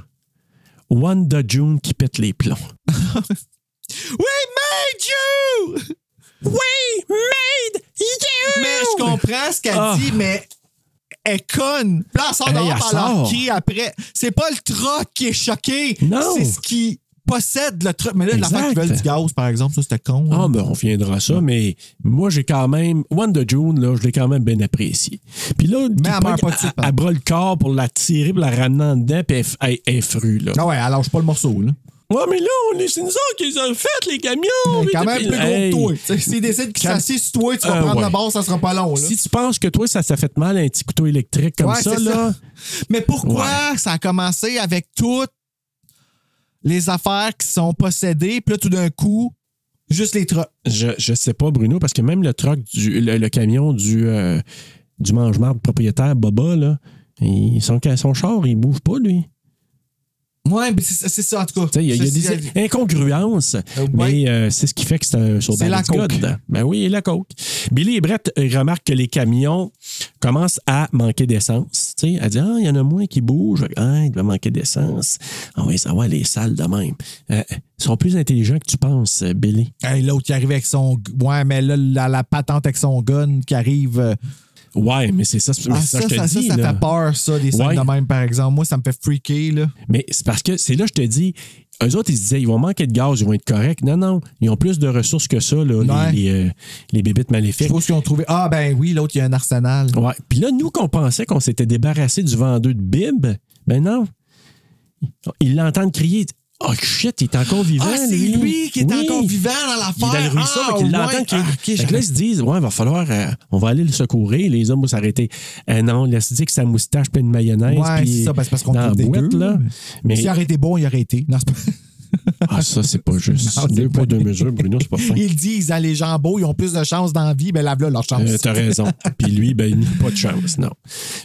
Wanda June qui pète les plombs.
Oui, made you!
Oui, made you!
Mais je comprends ce qu'elle
Ah.
dit, mais elle est conne. Puis Là, elle sort
Hey,
dehors,
elle
puis elle en
sort.
crie après. C'est pas le troc qui est choqué.
Non.
C'est ce qui possède le truc. Mais là, l'affaire qui
Exact.
veulent du gaz, par exemple, ça, c'était con.
Ah, ben, on reviendra à ça, mais moi, j'ai quand même. One de June, là, je l'ai quand même bien apprécié. Puis là,
Mais elle
il
meurt
pogne
pas de suite,
à, à bras le corps pour la tirer, pour la ramener en dedans, puis elle, f- elle- elle est frue, là.
Ah ouais, elle lâche pas le morceau, là.
Ouais, mais là, on est- c'est nous autres qui les ont fait, les camions!
Elle est
puis-
Quand même
puis-
plus gros que
Hey,
toi. Tu sais, S'il décide qu'il
Quand-
s'assied sur toi, tu vas
Euh,
prendre
ouais.
la base, ça sera pas long, là.
Si tu penses que toi, ça t'a fait mal un petit couteau électrique comme
Ouais,
ça,
c'est
là.
Mais pourquoi ça a commencé avec toutes les affaires qui sont possédées, puis là, tout d'un coup, juste les trucs.
Je, je sais pas, Bruno, parce que même le truck, du, le, le camion du, euh, du mange-marde propriétaire, Boba, là, il- son, ca- son char, il bouge pas, lui.
Ouais, mais c'est c'est ça, en tout cas.
Tu sais, Il y, a- il y
C'est-
a des incongruences,
Euh, ouais.
mais euh, c'est ce qui fait que c'est un sur
C'est la
Bad It's
coke.
Good. Ben oui, et la coke. Billy et Brett euh, remarquent que les camions commencent à manquer d'essence. Tu sais, Elle dit Ah, il y en a moins qui bougent. Ah, il devait manquer d'essence. Ah oui, ça va, les salles de même. Euh, ils sont plus intelligents que tu penses, euh, Billy.
Hey, L'autre qui arrive avec son. Ouais, mais là, la, la patente avec son gun qui arrive. euh,
Ouais, mais c'est ça, c'est-
ah,
ça,
ça, ça,
je te
ça,
dis.
ça
là.
fait peur, ça, des scènes
Ouais.
de même, par exemple. Moi, ça me fait freaker, là.
Mais c'est parce que c'est là, je te dis, eux autres, ils se disaient, ils vont manquer de gaz, ils vont être corrects. Non, non, ils ont plus de ressources que ça, là,
Ouais.
les, les, euh, les bébites
Je
maléfiques.
pense qu'ils ont trouvé. Ah, ben oui, l'autre, il y a un arsenal.
Ouais. Puis là, nous, qu'on pensait qu'on s'était débarrassé du vendeur de Bib, ben non. Ils l'entendent crier. Oh shit, il est encore vivant.
Ah, c'est lui qui est
Oui.
encore vivant dans
Il est
l'affaire.
dans le ruisseau,
ah,
fait qu'il
ouais.
l'entend. crier.
Ah, ok,
Fait que là,
j'avais-
ils se disent, ouais, il va falloir, euh, on va aller le secourir. Les hommes vont s'arrêter. Euh, non, laisse dire que sa moustache pleine de mayonnaise.
Ouais,
puis
c'est ça, ben, c'est parce qu'on
dans la
trouve dégueu,
boîte, là.
mais-
Mais
S'il aurait été bon, il aurait été. Non, c'est pas...
Ah, ça, Ah, c'est pas juste.
Non, c'est
deux
pas
poids, deux
vrai.
mesures, Bruno, c'est pas fin. Euh,
Ils disent, ah, les gens beaux, ils ont plus de chance dans la vie. Ben, là, voilà leur chance.
Euh, T'as raison. Puis lui, ben, il n'a pas de chance, non.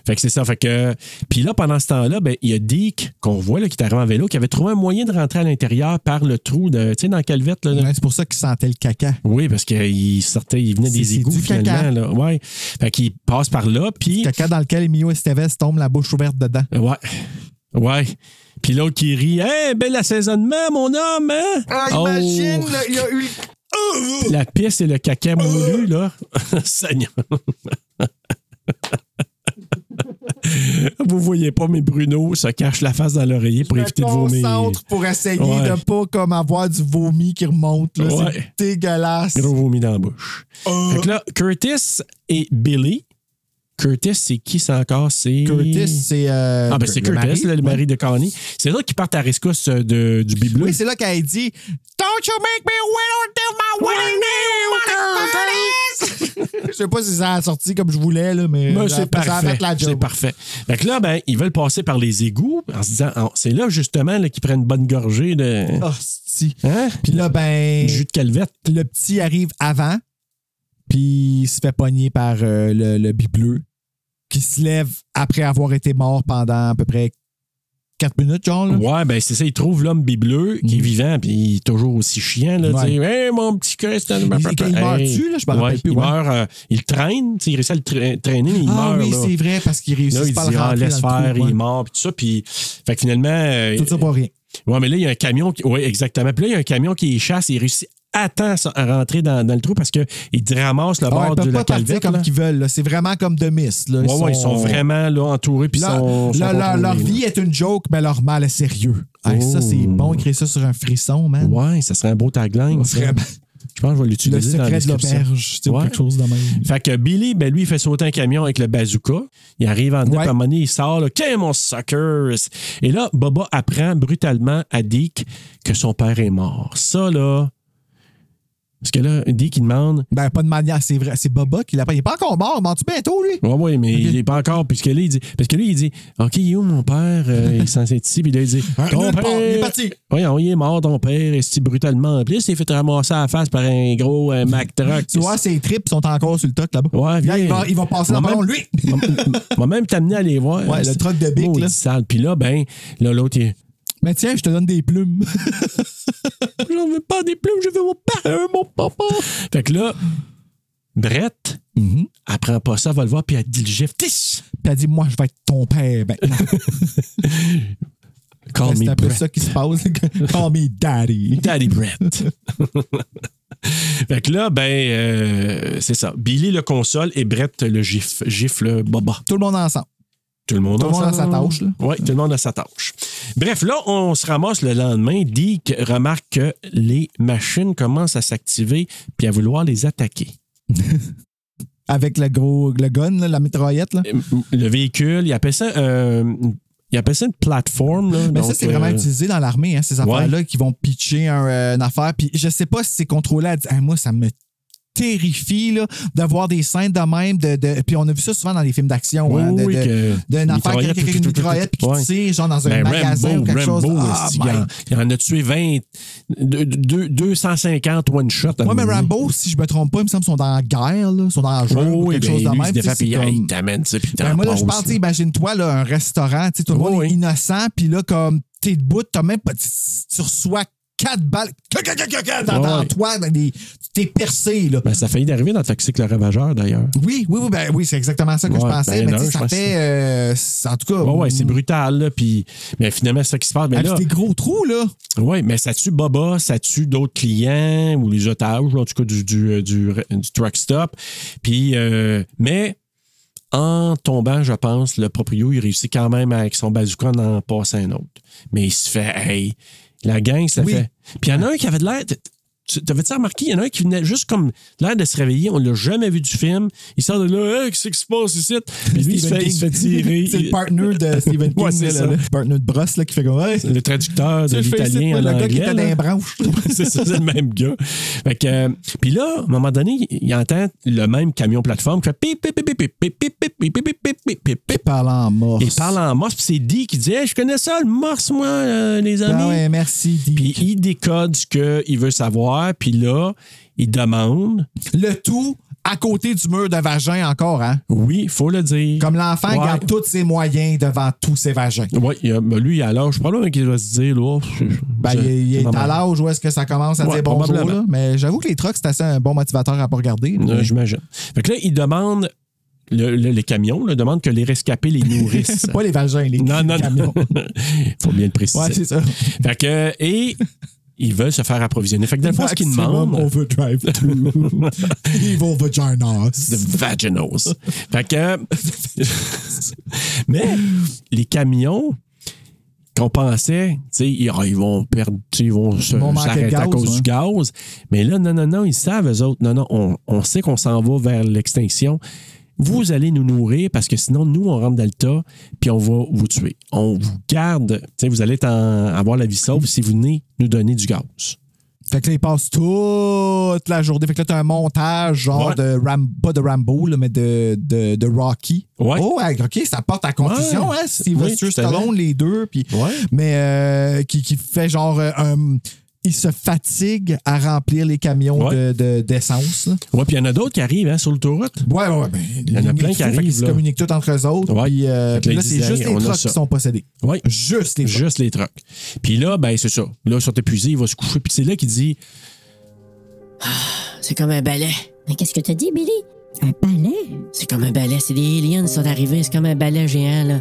Fait que c'est ça. Fait que. Puis là, pendant ce temps-là, ben, il y a Dick, qu'on voit, là, qui est arrivé en vélo, qui avait trouvé un moyen de rentrer à l'intérieur par le trou de. Tu sais, dans la calvette, là.
Ouais, c'est pour ça qu'ils sentaient le caca.
Oui, parce qu'il sortait, il venait
C'est-
des
c'est
égouts,
du caca.
finalement, là. Ouais. Fait qu'il passe par là, puis.
Caca dans lequel Emilio Estevez tombe la bouche ouverte dedans.
Ouais. Ouais. Puis l'autre qui rit. Hey, bel assaisonnement, mon homme, hein? Oh.
Ah, il a eu
La pisse et le caca moulu, là. Seigneur. Vous voyez pas, mais Bruno se cache la face dans l'oreiller pour éviter de vomir.
pour essayer
Ouais.
de pas comme avoir du vomi qui remonte. là.
Ouais.
C'est dégueulasse.
Gros vomi dans la bouche.
Euh.
Fait que là, Curtis et Billy. Curtis, c'est qui ça encore? C'est.
Curtis, c'est. euh,
Ah, ben c'est
le
Curtis,
mari.
là, le mari de Connie. C'est là qui partent à rescousse euh, de, du bibelot.
Oui, c'est là qu'elle dit Don't you make me wait until my wedding day, motherfuckers! Je sais pas si ça a sorti comme je voulais, là, mais
Ben,
euh,
c'est
ça a
parfait.
fait la
C'est
job.
parfait. Fait que là, ben, ils veulent passer par les égouts en se disant, oh, c'est là justement là, qu'ils prennent une bonne gorgée de.
Hostie.
Hein?
Puis là, ben,
Du jus de calvette.
le petit arrive avant, puis il se fait pogner par euh, le, le bleu qui se lève après avoir été mort pendant à peu près 4 minutes, genre. là.
Ouais, ben c'est ça, il trouve l'homme bleu qui est vivant, puis il est toujours aussi chiant, là,
Mm. Ouais.
dire Hey, mon petit Christian,
Il- il meurt-tu, là? Je m'en rappelle plus,
Il
ouais.
meurt, euh, il traîne, tu sais, il réussit à le tra- traîner, il
ah
meurt.
oui,
là.
c'est vrai, parce qu'il
Là,
réussit
il
pas à
dit
le
Ah,
rentrer
laisse
dans le
faire, il
trou,
est
ouais.
mort, puis tout ça. Puis, fait que finalement. euh,
Tout ça pour rien.
Ouais, mais là, il y a un camion qui. Oui, exactement. Puis là, il y a un camion qui les chasse et il réussit à temps à- à rentrer dans, dans le trou parce qu'il ramasse le
Ah,
bord de
ils peuvent
la
pas partir
calvette.
comme
là.
qu'ils veulent. là. C'est vraiment comme de Mist. Là.
Ouais, ouais, ils sont vraiment là, entourés. Puis
Là,
sont, sont
là, leur-
contrôlés,
leur
là.
vie est une joke, mais leur mal est sérieux. Hey,
Oh.
Ça, c'est bon, écrire ça sur un frisson, man.
Ouais, ça serait un beau tagline. ça.
Vraiment.
Je pense que je vais
Le
l'utiliser dans la
secret de
description.
l'auberge, tu sais, ou
Ouais.
quelque chose de même.
Fait que Billy, ben lui, il fait sauter un camion avec le bazooka. Il arrive en dedans,
Ouais.
puis à un moment donné, il sort, là, Qu'est mon suckers! Et là, Boba apprend brutalement à Dick que son père est mort. Ça, là. Parce que là, Dick, il demande
Ben, pas de manière, c'est vrai. C'est Boba qui l'a pas. Il est pas encore mort, mort tu bientôt, lui?
Ouais, ouais, mais
Ok.
il n'est pas encore. Puisque là, il dit. Parce que lui, il dit OK, il est où mon père Euh, Il est censé être ici. Puis là, il dit
Ah,
Ton
nulle part, il est
père.
parti.
Voyons, il est mort, ton père, est si brutalement. Puis là, il s'est fait ramasser à la face par un gros euh, Mack Truck.
Tu vois, ses tripes sont encore sur le toc là-bas.
Ouais, viens.
Là, il, va, il va passer dans le
Moi-même-
ballon, lui!
Moi, même t'amener à les voir.
Ouais, le truck de Bic,
Maudit
là.
sale. Puis là, ben, là, l'autre, il.
Mais tiens, je te donne des plumes.
J'en veux pas des plumes, je veux mon père, mon papa. Fait que là, Brett,
Mhm.
elle prend pas ça, elle va le voir, puis elle dit le gif. Tis!
Puis elle dit, moi, je vais être ton père. Ben,
Call
c'est
me
un peu
Brett.
ça qui se passe. Call me daddy.
Daddy Brett. fait que là, ben, euh, c'est ça. Billy le console et Brett le gif- gifle Baba.
Tout le monde ensemble.
Tout le monde,
Tout le monde
ensemble.
a sa tâche, là.
Oui, tout le monde a sa tâche. Bref, là, on se ramasse le lendemain. Dick remarque que les machines commencent à s'activer puis à vouloir les attaquer.
Avec le gros le gun, là, la mitraillette. Là.
Le véhicule, il appelle ça, euh, il appelle ça une plateforme. là.
Mais ça,
Donc,
c'est vraiment
euh,
utilisé dans l'armée, hein, ces affaires-là qui vont pitcher un, euh, une affaire. Puis je sais pas si c'est contrôlé à dire, Hey, moi, ça me terrifie là, de voir des scènes de même. De, de- Puis on a vu ça souvent dans les films d'action.
Oui,
hein, de-
oui,
de-
que-
d'une affaire qui a quelqu'un
tout, tout,
qui une
tout, tout,
mitraillette puis qui
ouais.
tire genre dans un
Ben,
magasin
Rambo,
ou quelque
Rambo,
chose. Ah, ben.
le petit gars. il en a tué 20, deux- deux- 250 one shot. à un
Moi, mais
moment donné.
Rambo, si je me trompe pas, il me semble qu'ils sont dans la guerre, là, ils sont dans la jungle
Oh,
ou
oui,
quelque
ben,
chose de
lui, il
même.
se
tu sais,
défait,
c'est
puis hey,
comme-
il t'amène ça, puis il
Ben,
t'en
moi, là, je
passe,
parle, tu sais, imagine-toi, là, un restaurant, tu sais, tout le
Oui,
monde
oui.
est innocent, puis là, comme, t'es debout, t'as même pas, tu, tu reçois quatre balles, cac, cac, cac, cac, cac, dans,
Oui,
dans
oui.
toi, dans des- t'es percé, là.
Ben, ça a failli d'arriver dans Toxic le Ravageur, d'ailleurs.
Oui, oui, oui, ben oui, c'est exactement ça que
Ouais,
je pensais,
ben,
mais
non,
tu sais,
je
ça
pense
fait, euh, c'est- en tout cas... mm,
Ouais, ouais, c'est brutal, là, puis... Mais finalement, c'est ça qui se passe. Mais
Avec
là,
des gros trous, là.
ouais, mais ça tue Boba, ça tue d'autres clients ou les otages, en tout cas, du, du, euh, du, du truck stop. Puis... euh, mais... En tombant, je pense, le proprio, il réussit quand même avec son bazooka à en passer un autre. Mais il se fait, hey, la gang, ça
Oui.
fait. Puis il y en a un qui avait de l'air. tu- T'avais-tu remarqué, il y en a un qui venait juste comme l'air de se réveiller, on l'a jamais vu du film. Il sort de là, hey, qu'est-ce qui se passe ici? Puis lui, il se
Stephen
fait, il se fait
King.
tirer.
c'est le partner de Stephen King,
Ouais, c'est
là,
ça.
là, le partner de brosse, là, qui fait comme... Hey,
Le traducteur
tu
de
sais, je fais ici,
l'italien en
moi, le gars qui
anglais,
était dans
là.
les branches.
c'est ça, c'est le même gars. Fait que, euh, puis là, à un moment donné, il entend le même camion plateforme qui fait pip, pip, pip, pip, pip, pip, pip, pip, pip, pip, pip, pip, pip.
Il parle en morse.
Il parle en morse, puis c'est Dee qui dit Hey, Je connais ça, le morse, moi, euh, les amis.
Ah ouais, merci, Dee.
Puis il décode ce qu'il veut savoir, puis là, il demande
Le tout à côté du mur de vagin encore, hein?
Oui, faut le dire.
Comme l'enfant
Ouais.
garde tous ses moyens devant tous ses vagins.
Oui, lui, il a l'âge. Probablement qu'il va se dire, là, oh, je-
Ben,
je-
il, est- il
c'est
est à
normal.
l'âge où est-ce que ça commence à
Ouais,
dire bonjour,
probablement.
là. Mais j'avoue que les trucks, c'est assez un bon motivateur à pas regarder. là.
Euh, J'imagine. Fait que là, il demande, le, le- les camions là, demandent que les rescapés les nourrissent.
pas les vagins, les
non, non, non.
camions.
faut bien le préciser.
Ouais, c'est ça.
Fait que, et ils veulent se faire approvisionner. Fait que des fois, ce qu'ils
Maximum
demandent...
Overdrive 2. Evil
The
Vaginas.
vaginos. fait que. Mais les camions qu'on pensait, tu sais, ils, ah, ils vont perdre, tu sais, ils vont se-
Ils vont manquer de
s'arrêter à
gaz, hein.
cause du gaz. Mais là, non, non, non, ils savent, eux autres, non, non, on, on sait qu'on s'en va vers l'extinction. Vous allez nous nourrir parce que sinon, nous, on rentre dans le tas puis on va vous tuer. On vous garde, tu sais, vous allez être en- avoir la vie sauve si vous venez nous donner du gaz.
Fait que là, ils passent toute la journée. Fait que là, t'as un montage genre
Ouais.
de Ram, pas de Rambo, là, mais de, de, de Rocky.
Ouais.
Oh, ouais, OK, ça porte à confusion,
Ouais.
hein? Sylvester
Oui, tout à fait.
Stallone, les deux. Puis
Ouais.
mais euh, qui, qui fait genre euh, un- ils se fatiguent à remplir les camions
Ouais.
de- de- d'essence. là.
Ouais, puis il y en a d'autres qui arrivent hein, sur l'autoroute.
Ouais, ouais, ouais. ben,
Il y en a
les
plein
fous,
qui
fait qu'ils
arrivent,
se
là.
communiquent tout entre eux autres.
Ouais.
Puis, euh,
Fait que
puis
là,
là,
ils
c'est
disent,
juste
hey,
les
on a
trucks
ça.
qui sont possédés.
Ouais.
Juste les trucks.
Juste les trucks. Puis là, ben c'est ça. Là, ils sont épuisés, il va se coucher. Puis c'est là qu'il dit
C'est comme un balai.
Mais qu'est-ce que t'as dit, Billy? Un palais?
C'est comme un balai. C'est des aliens qui sont arrivés. C'est comme un balai géant, là.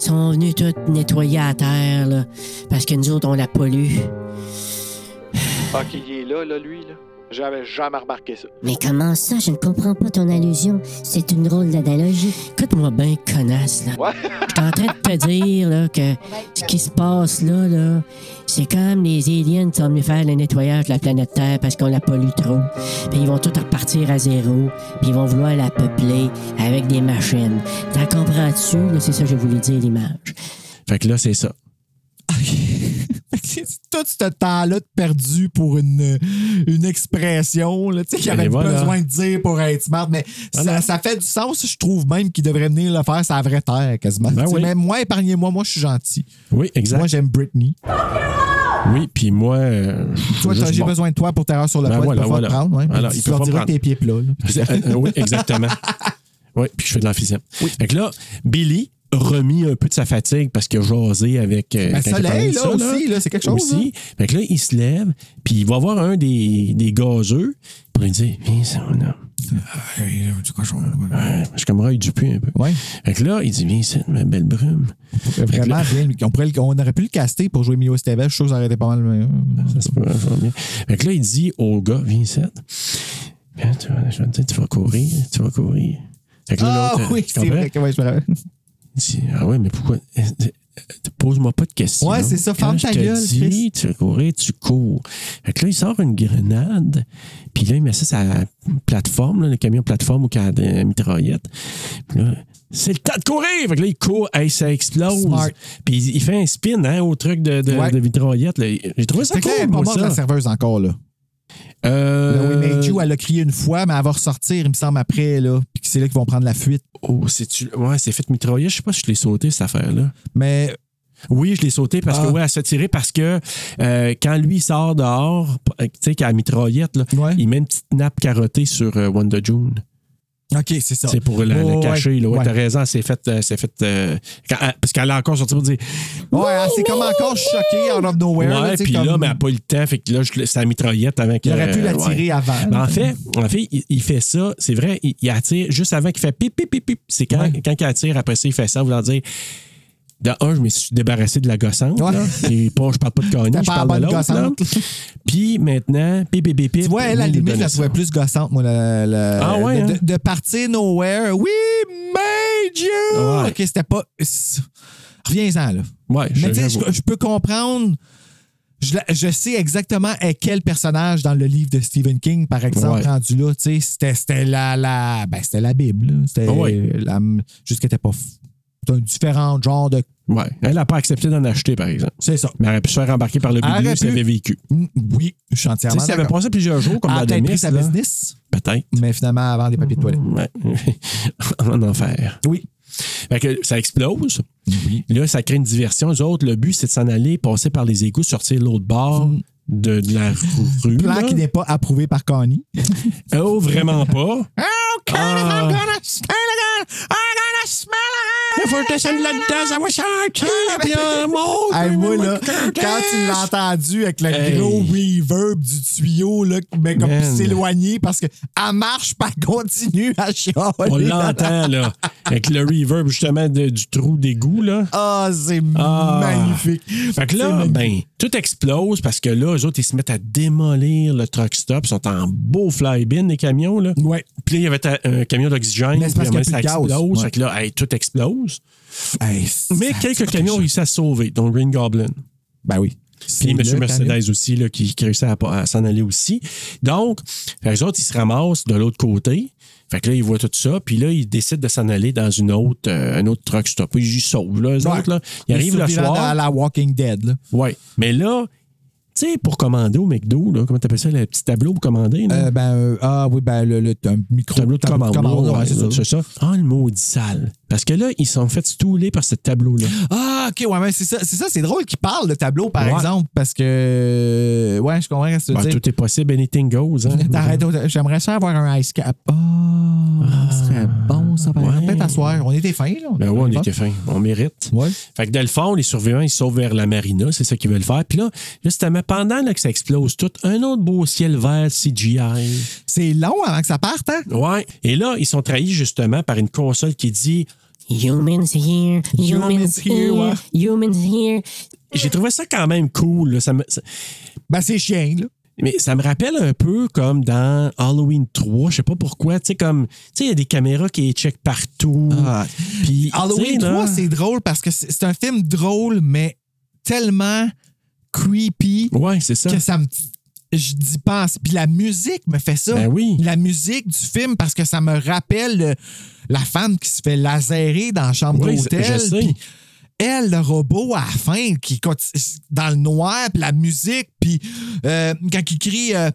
Ils sont venus tout nettoyer à terre, là. Parce que nous autres, on la pollue.
Ok, il est là, là, lui, là. J'avais jamais remarqué ça.
Mais comment ça? Je ne comprends pas ton allusion. C'est une drôle d'analogie.
Écoute-moi bien, connasse, là.
Ouais.
Je suis en train de te dire, là, que ce qui se passe, là, là, c'est comme les aliens qui sont venus faire le nettoyage de la planète Terre parce qu'on la pollue trop. Puis ils vont tout repartir à zéro. Puis ils vont vouloir la peupler avec des machines. T'en comprends-tu? là? C'est ça que je voulais dire, l'image.
Fait que là, c'est ça.
C'est tout ce temps-là de perdu pour une, une expression là, tu sais, qu'il
Elle
avait
est bonne,
besoin de dire pour être smart, mais
Voilà.
ça, ça fait du sens. Je trouve même qu'il devrait venir le faire sur la vraie terre quasiment.
Ben
Tu sais,
oui.
Même moi, épargnez-moi, moi je suis gentil.
Oui, exact.
Moi j'aime Britney.
oui, puis moi. euh,
Toi,
juste
t'as- j'ai
bon.
besoin de toi pour terreur sur le
Ben
poids,
voilà,
il peut
voilà.
pas te prendre. Ouais,
Voilà,
Mais
il peut
tu leur
pas
diras que
prendre.
t'es pieds plats. là.
Euh, oui, exactement. Oui, puis je fais de l'emphysème. Fait que là, Billy remis un peu de sa fatigue parce qu'il a jasé avec. euh,
Ben,
quand il a
soleil,
parlé de
là,
ça,
aussi, là, c'est quelque chose,
Aussi. Fait que là, il se lève, puis il va voir un des, des gazeux pour lui dire Viens, ça, mon homme. Ouais, Je suis comme Roy Dupuis un peu.
hein. Ouais.
Fait que là, il dit Viens, c'est ma belle brume.
Vraiment bien. On, pourrait le- on aurait pu le caster pour jouer Milo Esteves. Je suis sûr que ça aurait été pas mal. euh, meilleur.
Ça se peut, ça va bien. Fait que là, il dit au gars, viens ici. Viens, tu vas, je vais te dire, tu vas courir, tu vas courir. Fait que là,
Ah
l'autre,
oui,
tu
c'est
comprends?
vrai. que- ouais, je me rappelle.
Il dit, ah ouais, mais pourquoi? Eh, eh, Pose-moi pas de questions.
Ouais, c'est ça,
Quand
ferme
je
ta
te
gueule,
dis,
Chris.
tu vas courir, tu cours. Fait que là, il sort une grenade, puis là, il met ça sur la plateforme, là, le camion plateforme ou qui a des mitraillettes. Puis là, c'est le temps de courir! Fait que là, il court, hey, ça explose.
Smart.
Puis il- il fait un spin hein, au truc de, de,
Ouais.
de mitraillette. là. J'ai trouvé ça
C'est
cool,
clair, elle est pas
moi,
morte,
ça.
la serveuse encore, là.
Euh,
Là, Ben oui, mais Ju, elle a crié une fois, mais elle va ressortir, il me semble, après, là. Puis c'est là qu'ils vont prendre la fuite.
Oh, c'est-tu- Ouais, c'est fait mitrailler. Je sais pas si je l'ai sauté, cette affaire-là.
Mais
Oui, je l'ai sauté parce
Ah.
que, ouais, elle se tirait parce que euh, quand lui sort dehors, euh, tu sais, qu'à la mitraillette, là,
Ouais.
il met une petite nappe carottée sur euh, Wanda June.
OK, c'est ça.
C'est pour la, la
Ouais, ouais,
cacher. Là. Ouais,
ouais.
T'as raison, elle s'est faite. euh, s'est faite, euh, quand- euh, parce qu'elle a encore sorti pour dire.
Ouais, elle s'est comme encore choquée out of nowhere. là,
ouais,
tu sais,
puis
comme-
là, mais elle n'a pas eu le temps. Fait que là, je, l'ai- c'est la mitraillette avant
Il
qu'elle.
aurait pu la
ouais.
tirer avant.
Ben, en fait, en fait il, il fait ça, c'est vrai, il, il attire juste avant qu'il fait pip, pip, pip, pip. C'est quand,
Ouais.
quand il attire, après ça, il fait ça, voulant dire. De un, je me suis débarrassé de la gossante.
Ouais.
là. Puis pas, je parle pas de Connie,
T'as
je
pas la
parle de
bonne
l'autre. là.
gossante.
Puis maintenant, pip, pip, pip, pip.
Tu vois, elle, à la
lui
limite, je
donne
la
ça.
trouvais plus gossante, moi. La, la-
Ah ouais,
de,
hein?
de partir nowhere. Oui, mais Dieu!
Ouais.
OK, c'était pas... Reviens-en, là.
Ouais, je,
Mais tu sais,
l'avoue.
je, je peux comprendre. Je, la- je sais exactement à quel personnage dans le livre de Stephen King, par exemple,
Ouais.
rendu là, tu sais, c'était, c'était la, la, ben, c'était la Bible. là. C'était
Ah Ouais.
la, juste qu'elle était pas. f- C'est un différent genre de.
Ouais. Elle n'a pas accepté d'en acheter, par exemple.
C'est ça.
Mais elle aurait pu se faire embarquer par le
Elle
bidule
aurait
si
pu.
elle avait vécu.
Mm, Oui, je
Tu
suis entièrement.
sais, si elle avait
d'accord. Ah,
passé plusieurs jours comme
Elle
dans
a peut-être pris
Demis,
sa
là,
business,
peut-être.
mais finalement avant des papiers de toilette.
Ouais. en enfer.
Oui.
Fait Ben, que ça explose. Là, ça crée une diversion. Les autres, le but, c'est de s'en aller, passer par les égouts, sortir l'autre bord
Mm.
de, de la rue.
Plan
là.
qui n'est pas approuvé par Connie.
Oh, vraiment pas. Ah. Il faut que je descende là-dedans, ça va sentir, puis, euh, mon-
Hey, moi, là,
mon-
quand tu l'as entendu avec le
Hey.
gros reverb du tuyau, là, qui- mais comme
Man.
pour s'éloigner parce que elle marche pas continue à chialer.
On l'entend, Oh, là. Avec le reverb, justement, de- du trou d'égout, là.
Ah, c'est
Ah.
magnifique.
Fait que là,
C'est magnifique.
ben, tout explose parce que là, eux autres, ils se mettent à démolir le truck stop. Ils sont en beau fly-bin, les camions, là.
Ouais.
Puis là, il y avait ta- un camion d'oxygène.
Mais c'est parce
puis à un moment donné,
qu'il y a plus de
ça
gaz.
explose.
Ouais.
Fait que là, hey, tout explose.
Hey,
Mais
ça-
quelques camions ont réussi à se sauver, dont Green Goblin.
Ben oui. C'est
Puis M.
le
Mercedes
camion.
aussi, là, qui, qui réussit à, pas- à s'en aller aussi. Donc, les autres, ils se ramassent de l'autre côté. Fait que là, ils voient tout ça. Puis là, ils décident de s'en aller dans une autre, euh, un autre truck stop. Ils y sauvent, là, eux
Ouais.
autres. Là. Ils
Les
arrivent le
survivants
soir. Hum.
À la Walking Dead, là.
Ouais. Mais là, tu sais, pour commander au McDo, là, comment t'appelles ça, le petit tableau pour commander? là?
Euh, ben, euh, ah oui, ben, le, le- un micro.
tableau de commande.
ouais,
ouais,
c'est ça.
c'est ça. Ah, le maudit sale. Parce que là, ils sont fait stouler par ce tableau-là.
Ah, ok, ouais, mais c'est ça, c'est ça, c'est drôle qu'il parle de tableau, par exemple, parce que. Ouais, je comprends ce que tu veux
Ben,
dire.
tout est possible, anything goes. Hein?
T'arrêtes au- J'aimerais ça avoir un ice cap. Oh, ce serait bon, ça. par exemple. Peut-être à soir. On était fins, là.
Ah, Ben ouais, on était fin. On mérite.
Ouais.
Fait que dans le fond, les survivants, ils se sauvent vers la marina. C'est ça qu'ils veulent faire. Puis là, justement, pendant là, que ça explose tout, un autre beau ciel vert CGI.
C'est long avant que ça parte, hein?
Ouais. Et là, ils sont trahis justement par une console qui dit
Humans here, humans
Humans here, ouais.
here, humans here.
J'ai trouvé ça quand même cool. là. Ça me- ça-
Ben, c'est chien, là.
mais ça me rappelle un peu comme dans Halloween 3. Je sais pas pourquoi. Tu sais, comme. Tu sais, il y a des caméras qui check partout.
Ah.
Puis,
Halloween
tu sais, là,
3, c'est drôle parce que c'est c'est un film drôle, mais tellement creepy
Ouais, c'est ça.
que ça me. Je dis pense. Puis la musique me fait ça.
Ben oui.
La musique du film, parce que ça me rappelle le- la femme qui se fait laserer dans la chambre
Oui, je
d'hôtel.
sais.
Puis elle, le robot à la fin, qui conti- dans le noir, puis la musique, puis euh, quand il crie euh,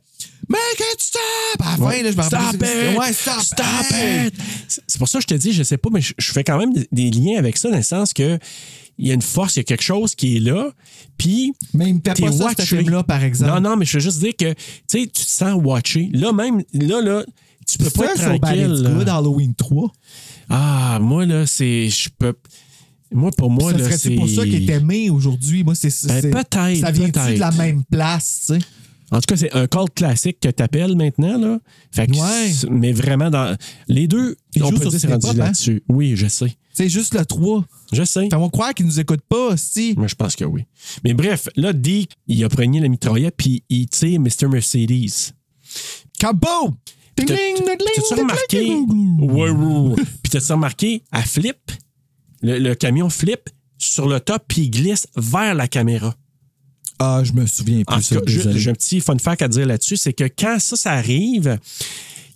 Make it stop! À la fin, là, je me
Stop
rappelle-
it!
Ouais, stop,
Stop
hey!
it! Ah, ben, C'est- C'est pour ça que je te dis, je sais pas, mais je, je fais quand même des, des liens avec ça dans le sens que il y a une force, il y a quelque chose qui est là, puis
Mais il me fait
t'es
pas ça, ce
watché.
film-là, par exemple.
Non, non, mais je veux juste dire que tu sais, tu te sens watché. Là même, là, là, tu peux pas
C'est ça,
être
Bad It's
tranquille.
Good, Halloween 3.
Ah, moi là, c'est, je peux, moi pour moi
ça
là,
serait
c'est
pour ça qu'il est aimé aujourd'hui. Moi, c'est
Ben,
c'est-
peut-être,
Ça vient de la
peut-être.
même place, tu sais.
En tout cas, c'est un call classique que t'appelles maintenant, là. Fait que
Ouais.
c'est- Mais vraiment, dans les deux,
Ils
on
jouent
peut
sur
dire c'est
Ciné
rendu
Pop, hein?
là-dessus. Oui, je sais.
C'est juste le 3.
Je sais.
Fais-moi croire qu'ils nous écoutent pas, si.
Moi, je pense que oui. Mais bref, là, Dick, il a prégné la mitraillette, puis il tire Mr. Mercedes.
Kaboom! Ding,
T'as-
ding, ding,
Puis T'as-tu
ding,
remarqué?
ding, ding, ding.
Ouais, ouais, ouais. Puis t'as-tu remarqué? Elle flippe. Le, le camion flippe sur le top, puis il glisse vers la caméra.
Ah, je me souviens
En
plus.
tout
ça,
cas, ju-
désolé.
j'ai un petit fun fact à dire là-dessus, c'est que quand ça, ça arrive,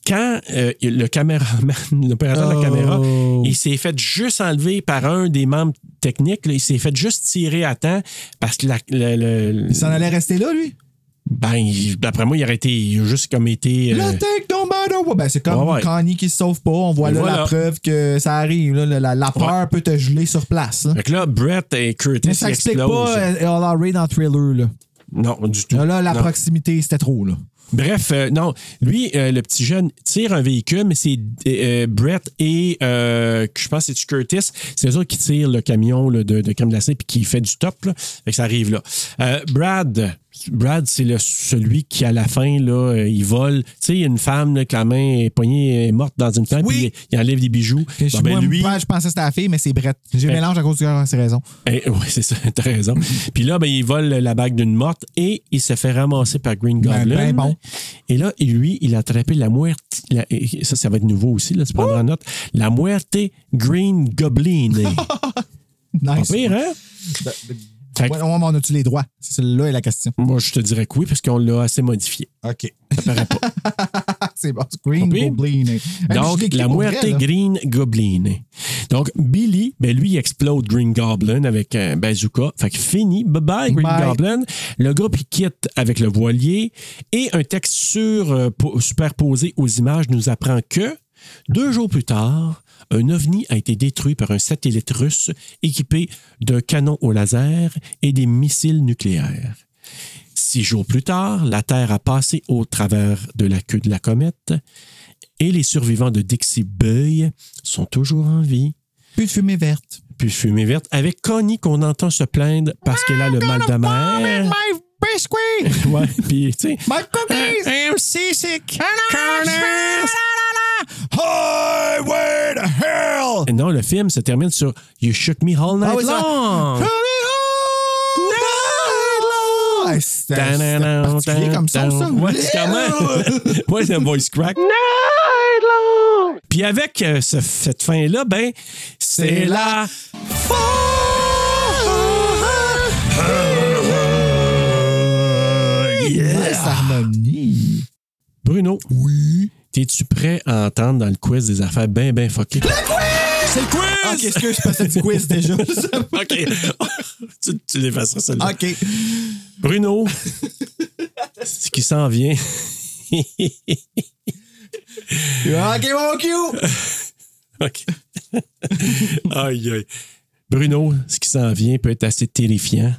quand euh, le caméraman, l'opérateur de la caméra,
Oh.
il s'est fait juste enlever par un des membres techniques, là, il s'est fait juste tirer à temps parce que la, le- le-
Il s'en allait rester là, lui?
Ben, il- d'après moi, il aurait été il a juste comme été. euh,
Le take no matter what. Ben, c'est comme
Ouais, ouais.
Kanye qui se sauve pas. On voit
Et
là
voilà.
la preuve que ça arrive. là. La, la- la peur
Ouais.
peut te geler sur place. là.
Fait que là, Brett et Curtis
Mais ça
ils
explique
explosent.
pas euh, All Out Ray dans le trailer. Là,
Non, du tout.
Là, là, la
Non.
proximité, c'était trop. Là.
Bref, euh, non. Lui, euh, le petit jeune tire un véhicule, mais c'est euh, Brett et euh, je pense que c'est Curtis. C'est eux autres qui tirent le camion là, de, de crème glacée puis qui fait du top. Là. Fait que ça arrive là. Euh, Brad. Brad, c'est le- celui qui, à la fin, là, euh, il vole. Tu sais, il y a une femme là, que la main est poignée, est morte dans une femme,
Oui.
puis il, il enlève des bijoux.
Que je-
Bon, ben,
moi,
lui,
moi, je pensais que c'était la fille, mais c'est Brett. J'ai
Ben-
mélange à cause du gars, c'est raison.
Eh, oui, c'est ça, t'as raison. Puis là, ben, il vole la bague d'une morte et il se fait ramasser par Green
Ben,
Goblin.
ben bon.
Et là, et lui, il a attrapé la muerte. la- et ça, ça va être nouveau aussi, là, tu prendras note. La muerte Green Goblin. Pas
Nice.
pire, hein? Fait que-
Ouais, on en a-tu les droits? C'est Celle-là est la question.
Moi, je te dirais que oui, parce qu'on l'a assez modifié.
OK.
Ça paraît pas.
c'est bon. Green
Pas pire.
Goblin. Hey, mais Ben, je l'ai
Donc,
écrit
la
pour vrai,
muerte
là.
Green Goblin. Donc, Billy, ben, lui, il explode Green Goblin avec un bazooka. Fait que fini. Bye-bye, Green
Bye.
Goblin. Le groupe, il quitte avec le voilier. Et un texte sur, euh, po- superposé aux images nous apprend que, deux jours plus tard, un ovni a été détruit par un satellite russe équipé d'un canon au laser et des missiles nucléaires. Six jours plus tard, la Terre a passé au travers de la queue de la comète et les survivants de Dixie Boy sont toujours en vie.
Plus de fumée verte.
Puis fumée verte avec Connie qu'on entend se plaindre parce qu'elle a le mal de mer.
My biscuit!
Ouais, puis tu sais.
My cookies!
I'm seasick.
Highway to hell!
Et Non, le film se termine sur You shook me all night
Ah oui, ça-
long.
oh, Hey, C'était c'était Ben, particulier comme ça, ça.
Ouais, c'est quand même. Ouais, c'est un voice crack. Puis avec euh, ce- cette fin-là, ben, c'est
C'est
la.
la- Nice harmonie.
Bruno. Oui. T'es-tu prêt à entendre dans le quiz des affaires bien, bien fuckées?
C'est le quiz! Ok, excuse, je passais du quiz déjà.
OK. tu tu l'effaceras, celle-là.
ok.
Bruno, ce qui s'en vient.
Ok, mon cue!
OK. aïe, aïe. Bruno, ce qui s'en vient peut être assez terrifiant.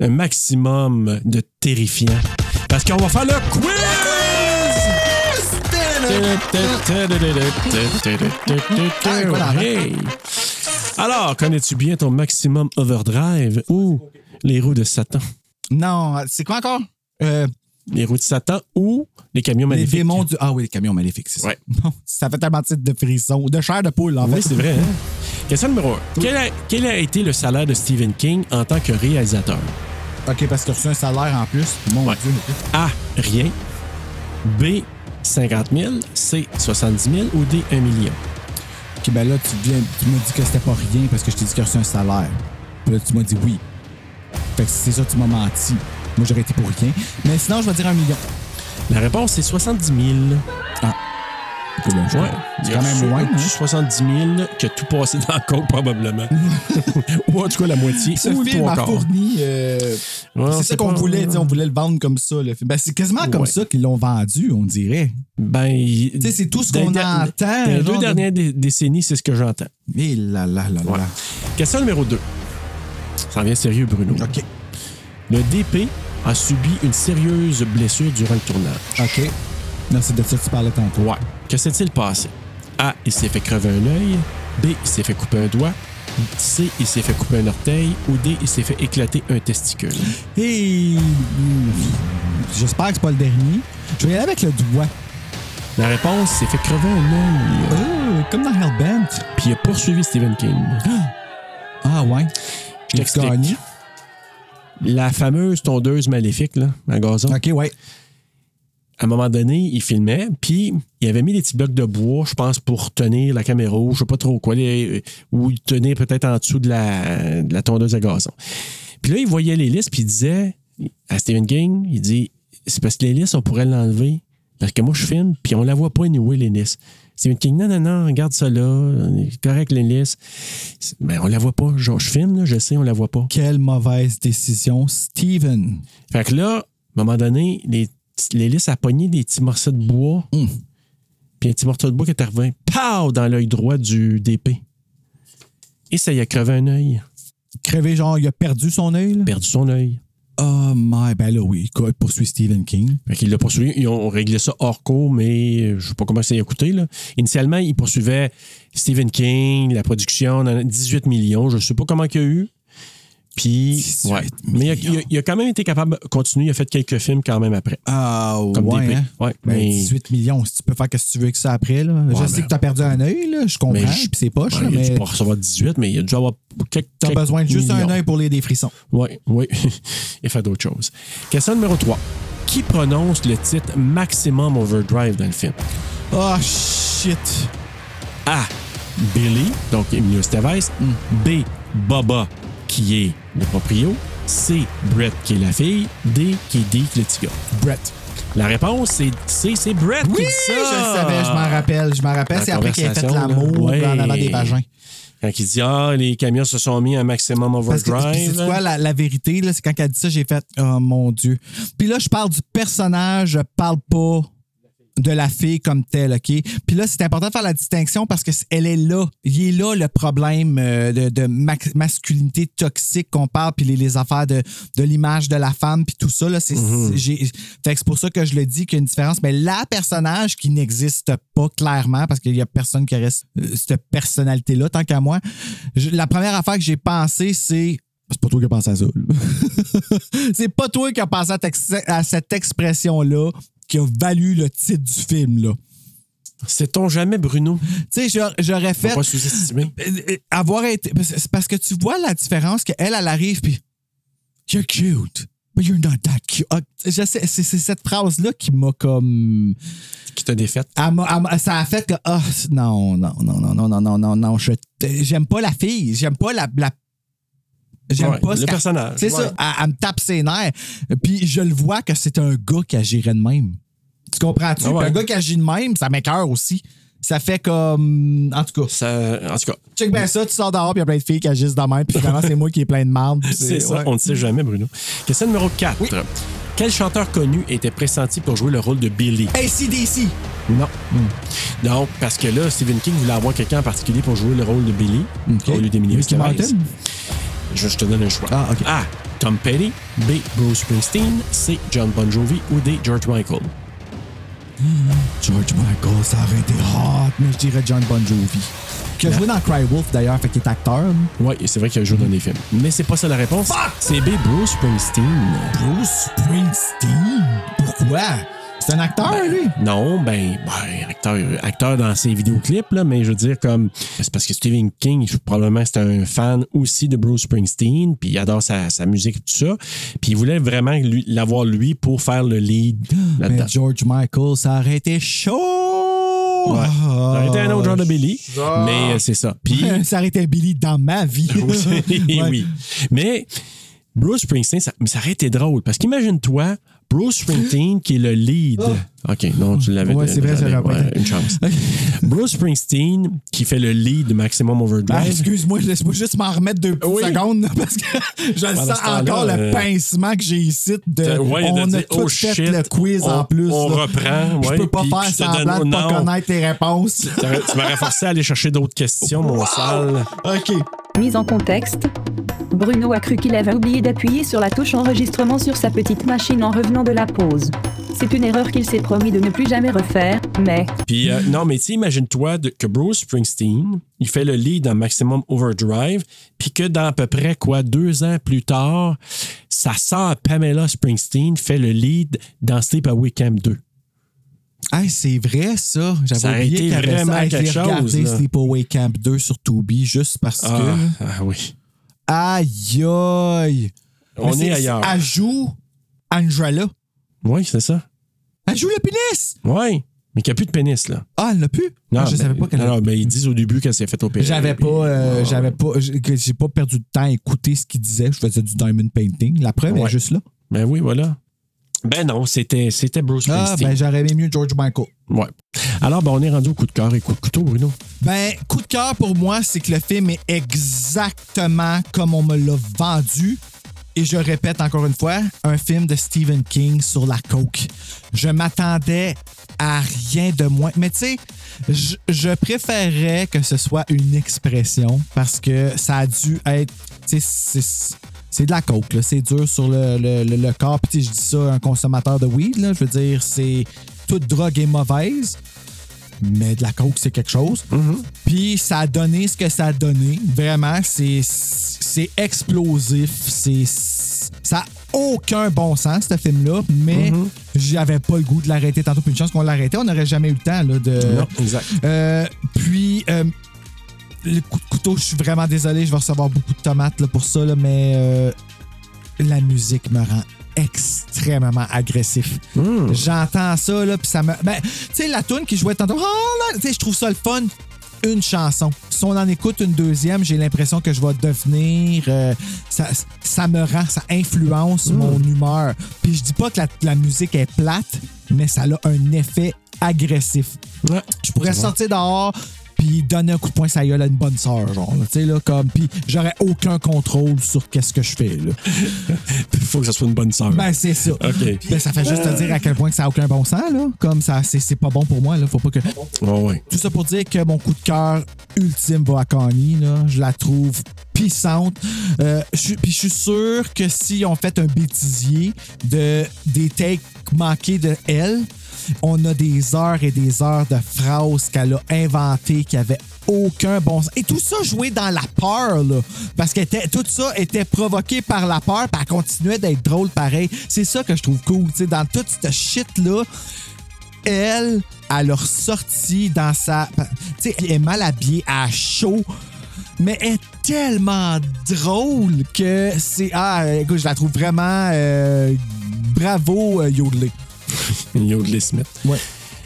Un maximum de terrifiant. Parce qu'on va faire le quiz! Hey! Alors, connais-tu bien ton maximum overdrive ou les roues de Satan?
Non, c'est quoi encore? Euh,
les roues de Satan ou les camions
les
maléfiques?
démons du. Ah oui, les camions maléfiques, c'est ça.
Ouais.
Bon, ça fait tellement de titres de frisson, de chair de poule, en
Oui,
fait.
c'est vrai. hein? Question numéro 1. Quel, a- quel a été le salaire de Stephen King en tant que réalisateur?
OK, parce que tu as reçu un salaire en plus. Mon
Ouais.
Dieu. ok.
A. Rien. B. 50 000. C. 70 000. Ou D. 1 million.
OK, ben là, tu, viens, tu me dis que c'était pas rien parce que je t'ai dit qu'il a reçu un salaire. Puis là, tu m'as dit oui. Fait que c'est ça, tu m'as menti. Moi, j'aurais été pour rien. Mais sinon, je vais dire un million.
La réponse est 70 000.
Ok, ben, je-
Ouais.
C'est quand même
Sur-
loin. hein?
70 000 que tout passé dans le compte, probablement. Ou en tout cas la moitié.
Ce
ou le
film
trois
a
quarts.
fourni. euh,
Ouais, on
c'est
sait
ça qu'on
pas.
voulait. tu sais, On voulait le vendre comme ça. Le film. Ben, c'est quasiment comme
Ouais.
ça qu'ils l'ont vendu, on dirait.
Ben, tu
sais, c'est tout ce qu'on entend,
Dans les
genre
deux
de-
dernières dé- décennies, c'est ce que j'entends.
Mais là, là, là, là.
Ouais. Question numéro 2. Ça en vient sérieux, Bruno.
OK.
Le DP a subi une sérieuse blessure durant le tournage.
OK. Non, c'est de ça que tu parlais tantôt.
Ouais. Que s'est-il passé? A. Il s'est fait crever un œil. B. Il s'est fait couper un doigt. C. Il s'est fait couper un orteil. Ou D. Il s'est fait éclater un testicule.
Et. J'espère que c'est pas le dernier. Je vais y aller avec le doigt.
La réponse, il s'est fait crever un œil.
Oh, comme dans Hellbent.
Puis il a poursuivi Stephen King.
Ah ouais.
Je
J'ai
t'explique.
gagné.
La fameuse tondeuse maléfique, là, à gazon.
OK, ouais.
à un moment donné, il filmait, puis il avait mis des petits blocs de bois, je pense, pour tenir la caméra, ou je sais pas trop quoi, les- ou il tenait peut-être en dessous de la, de la tondeuse à gazon. Puis là, il voyait l'hélice, puis il disait à Stephen King, il dit, c'est parce que l'hélice, on pourrait l'enlever, parce que moi, je filme, puis on la voit pas anyway, l'hélice. Stephen King, non, non, non, regarde ça là, on est correct, l'hélice. Mais on la voit pas, genre, je filme, là, je sais, on la voit pas.
Quelle mauvaise décision, Steven.
Fait que là, à un moment donné, les- l'hélice a pogné des petits morceaux de bois.
Hum.
Puis un petit morceau de bois qui est arrivé, pow, dans l'œil droit du DP. Et ça y a crevé un œil.
Crevé, genre, il a perdu son œil. là.
Perdu son œil.
Oh my, ben là, oui. Quoi, il poursuit Stephen King.
Fait qu'il l'a poursuivi. Ils ont réglé ça hors cours, mais euh, je sais pas comment ça y a coûté. Là. Initialement, il poursuivait Stephen King, la production, dans 18 millions. Je sais pas comment qu'il y a eu. Puis,
18
ouais. Mais il a- il a, il a quand même été capable de continuer. Il a fait quelques films quand même après.
Ah
Comme
ouais.
DP.
hein?
Ouais,
Ben,
mais-
18 millions, si tu peux faire ce que tu veux avec ça après. Là. je
Ouais,
sais
ben-
que t'as perdu un œil, là, je comprends,
Mais
puis
je-
c'est poche,
Ouais,
là,
il a dû
mais
pas recevoir 18, mais il a dû avoir quelques.
t'as
quelques
besoin de juste un
millions.
œil pour les des frissons.
Oui, oui. Et faire d'autres choses. Question numéro 3. Qui prononce le titre Maximum Overdrive dans le film? Ah,
Oh shit!
A. Billy, donc Emilio Estevez. B. Baba, qui est le proprio. C. Brett, qui est la fille. D. Qui est Dick, le tigre.
Brett.
La réponse, c'est C. C'est Brett qui
Oui,
dit
je
ça.
le savais, je m'en rappelle. Je m'en rappelle,
Dans
c'est après qu'il a fait
conversation, là.
l'amour
Ouais.
en avant des vagins.
Quand il dit Ah, les camions se sont mis à Maximum
Parce que puis
Overdrive.
c'est quoi la, la vérité, là, c'est quand elle a dit ça, j'ai fait Oh mon Dieu. Puis là, je parle du personnage, je parle pas de la fille comme telle, OK? Puis là, c'est important de faire la distinction parce que c- elle est là. Il est là le problème euh, de, de ma- masculinité toxique qu'on parle, puis les, les affaires de, de l'image de la femme, puis tout ça. Là, c'est, c'est- j'ai- fait que c'est pour ça que je le dis qu'il y a une différence. Mais la personnage qui n'existe pas clairement, parce qu'il y a personne qui reste euh, cette personnalité-là, tant qu'à moi, je- la première affaire que j'ai pensée, c'est c'est pas toi qui as pensé à ça. là. c'est pas toi qui as pensé à, tex- à cette expression-là qui a valu le titre du film. là.
Sait-on jamais, Bruno?
Tu sais, j'a- j'aurais
Faut
fait
pas sous-estimer.
euh, euh, avoir été. parce- C'est parce que tu vois la différence qu'elle, elle arrive, puis You're cute, but you're not that cute. Ah, je sais, c'est c'est cette phrase-là qui m'a comme.
Qui t'a défaite?
elle m'a- elle m'a- ça a fait que. Ah, non, non, non, non, non, non, non, non, non. je- J'aime pas la fille. J'aime pas la. la- J'aime
Ouais,
pas ce
le
qu'elle-
personnage.
C'est
Ouais.
ça, elle, elle me tape ses nerfs. Puis je le vois que c'est un gars qui agirait de même. Tu comprends-tu?
Ah ouais.
Puis Un gars qui agit de même, ça m'écœure aussi. Ça fait comme. En tout cas,
Ça, Euh, en tout cas,
check bien ça, tu sors dehors, puis il y a plein de filles qui agissent de même, puis finalement, c'est moi qui ai plein de marde. puis
C'est ça,
ouais.
on ne sait jamais, Bruno. Question numéro 4. Quel chanteur connu était pressenti pour jouer le rôle de Billy?
ACDC.
Non. Donc, parce que là, Stephen King voulait avoir quelqu'un en particulier pour jouer le rôle de Billy
Ok.
au lieu d'Emilio
Ricky
Estevez.
Martin?
Je, je te donne un choix.
Ah, ok.
A. Tom Petty. B. Bruce Springsteen. C. John Bon Jovi. Ou D. George Michael.
George Michael, ça aurait été hot, mais je dirais John Bon Jovi. Qui a joué dans Cry Wolf d'ailleurs, fait qu'il est acteur. là.
Oui, c'est vrai qu'il a joué dans des films. Mais c'est pas ça la réponse. C'est B. Bruce Springsteen.
Bruce Springsteen? Pourquoi? C'est un acteur, lui?
Non, ben, ben, acteur, acteur dans ses vidéoclips, là, mais je veux dire, comme, c'est parce que Stephen King, je- probablement, c'est un fan aussi de Bruce Springsteen, puis il adore sa, sa musique, et tout ça. Puis il voulait vraiment lui- l'avoir, lui, pour faire le lead là-dedans.
Mais George Michael, ça aurait été Ah, chaud!
Ouais. Ça aurait été un autre genre de Billy, mais euh, c'est ça. Puis,
Ça aurait été Billy dans ma vie.
oui,
Ouais.
oui. Mais Bruce Springsteen, ça, mais ça aurait été drôle, parce qu'imagine-toi, Bruce Springsteen qui est le lead. OK, non, tu l'avais.
Ah. Ouais, c'est vrai, ça
regardé.
aurait pas été.
Une chance.
Ok.
Bruce Springsteen qui fait le lead de Maximum
Ben,
Overdrive.
excuse-moi, laisse-moi juste m'en remettre deux petites
Oui.
secondes là, parce que je le
Pendant
sens
ce temps-là,
encore le
euh,
pincement que j'ai ici de
Euh, ouais, de
on a
dire,
tout
oh
fait
shit,
le quiz
on-
en plus.
on
là.
reprend,
Je
ouais,
peux pas
puis
faire
tu te
semblant
donnes-
de pas
non.
connaître tes réponses.
T'aurais- tu m'aurais forcé à aller chercher d'autres questions, mon sale.
OK.
Mise en contexte. Bruno a cru qu'il avait oublié d'appuyer sur la touche enregistrement sur sa petite machine en revenant de la pause. C'est une erreur qu'il s'est promis de ne plus jamais refaire, mais
Puis, euh, non, mais tu sais, imagine-toi de- que Bruce Springsteen, il fait le lead dans Maximum Overdrive, puis que dans à peu près, quoi, deux ans plus tard, sa sœur Pamela Springsteen fait le lead dans Sleepaway Camp 2.
Hey, c'est vrai, ça.
Ça a
J'avais oublié
été
qu'il y avait
vraiment
ça. Hey, J'ai
quelque chose,
regardé
là.
Sleepaway Camp 2 sur Tubi juste parce
Ah,
que...
ah oui.
Aïe, aïe.
Ah. On
Mais
est
c'est-
ailleurs.
Elle joue Angela.
Oui, c'est ça.
Elle joue le pénis.
Oui. Mais qu'il n'y a plus de pénis, là.
Ah, elle l'a plus. Ah, je
mais-
savais pas qu'elle
non, mais ils disent au début qu'elle s'est faite opérer.
J'avais pas, euh, j'avais pas, j'- que j'ai pas perdu de temps à écouter ce qu'il disait. Je faisais du diamond painting. La preuve
Ouais.
est juste là.
Ben oui, voilà. Ben non, c'était c'était Bruce
Ah,
Springsteen.
ben j'aurais aimé mieux George Michael.
Ouais. Alors, ben, on est rendu au coup de cœur et coup de couteau, Bruno.
Ben, coup de cœur pour moi, c'est que le film est exactement comme on me l'a vendu. Et je répète encore une fois, un film de Stephen King sur la coke. Je m'attendais à rien de moins. Mais tu sais, je, je préférais que ce soit une expression parce que ça a dû être. tu sais, c'est- C'est de la coke, là. c'est dur sur le, le- le- le corps. Puis tu sais, je dis ça, un consommateur de weed, là, je veux dire, c'est toute drogue est mauvaise mais de la coke, c'est quelque chose. Puis ça a donné ce que ça a donné. Vraiment, c'est c'est explosif. C'est ça a aucun bon sens ce film-là, mais
Mhm.
j'avais pas le goût de l'arrêter tantôt. Puis une chance qu'on l'arrêtait, on n'aurait jamais eu le temps là, de.
Non, exact.
Euh, puis euh, le coup de couteau, je suis vraiment désolé, je vais recevoir beaucoup de tomates là, pour ça, là, mais euh, la musique me rend extrêmement agressif. J'entends ça, là, puis ça me... Ben, tu sais, la tune qui jouait tantôt, oh là, tu sais, je trouve ça le fun. Une chanson. Si on en écoute une deuxième, j'ai l'impression que je vais devenir... euh, ça, ça me rend, ça influence mon humeur. Puis je dis pas que la, la musique est plate, mais ça a un effet agressif.
Ouais.
Je pourrais sortir dehors puis donner un coup de poing sa gueule à une bonne sœur, genre. là, Tu sais, là, comme... Puis j'aurais aucun contrôle sur qu'est-ce que je fais, là.
Il faut que ça soit une bonne sœur.
Ben, c'est ça.
OK.
Ben, ça fait juste te dire à quel point que ça n'a aucun bon sens, là. Comme ça, c'est c'est pas bon pour moi, là. Faut pas que.
Oh, ouais.
Tout ça pour dire que mon coup de cœur ultime va à Connie, là. Je la trouve puissante. Euh, je suis- Puis je suis sûr que si on fait un bêtisier de, des takes manqués de elle, on a des heures et des heures de phrases qu'elle a inventées qui avaient aucun bon sens. Et tout ça joué dans la peur, là. Parce que était- tout ça était provoqué par la peur, puis elle continuait d'être drôle pareil. C'est ça que je trouve cool, tu sais, dans toute cette shit-là elle, elle a ressorti dans sa. Tu sais, elle est mal habillée à chaud. Mais elle est tellement drôle que c'est. Ah, écoute, je la trouve vraiment. euh, bravo, euh, Yodeler.
Yodley Smith.
Ouais.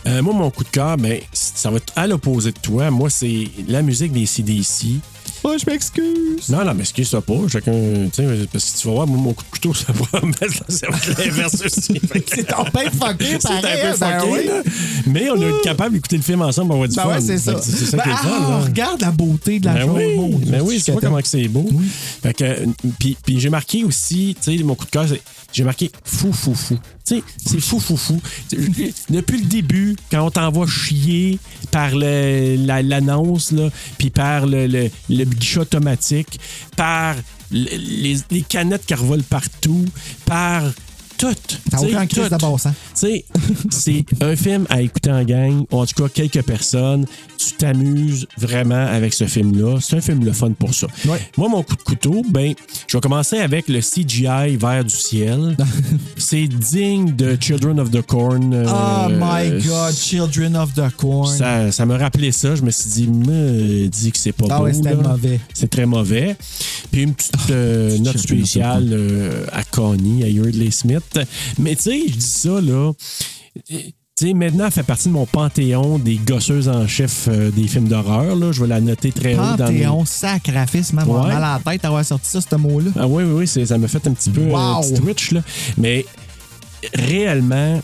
Euh, moi, mon coup de cœur, ben, c- ça va être à l'opposé de toi. Moi, c'est la musique des CDC.
Oh, je m'excuse.
Non, non, mais excuse-toi pas. Chacun, tu sais, parce que tu vas voir, moi, mon coup de couteau, ça va me mettre dans cerveau l'inverse aussi. Fait que-
C'est ton pain fucké, pareil.
C'est un peu fucké,
ben oui.
là. Mais on est capable d'écouter le film ensemble, on va avoir du
Ben
fun.
ouais, c'est
Fait
ça.
que C'est ça qui est
Ben,
le fun,
ah,
là.
regarde la beauté de la
Ben
chose.
oui,
Mon Dieu,
ben oui,
tu
c'est pas
t'attends.
comment que c'est beau.
Oui.
Fait que, euh, puis, puis j'ai marqué aussi, tu sais, mon coup de cœur, c'est J'ai marqué fou, fou, fou. Tu sais, c'est fou, fou, fou. Depuis le début, quand on t'envoie chier par le- la- l'annonce, là, puis par le, le, le guichet automatique, par le- les, les canettes qui revolent partout, par tout.
T'as
Tu sais,
aucun crise
tout.
de hein? bon sens.
Tu sais, c'est un film à écouter en gang, ou en tout cas quelques personnes. Tu t'amuses vraiment avec ce film-là. C'est un film le fun pour ça. Moi, mon coup de couteau, ben, je vais commencer avec le CGI vert du ciel. c'est digne de Children of the Corn. euh,
oh my God, Children of the Corn.
ça, ça me rappelait ça. Je me suis dit, me dis que c'est pas
Ah
beau.
ouais, c'était
là.
mauvais. Ah,
C'est très mauvais. Puis une petite euh, note
champion,
spéciale euh, à Connie, à Yardley Smith. Mais tu sais, je dis ça, là. Tu sais, maintenant, elle fait partie de mon panthéon des gosseuses en chef euh, des films d'horreur. là. Je vais la noter très haut dans mes-
Panthéon, sacrifice, même
Ouais.
mal à la tête d'avoir sorti ça, ce mot-là.
Ah oui, oui, oui, c'est- ça m'a fait un petit peu
Wow.
un petit twitch, là. Mais réellement,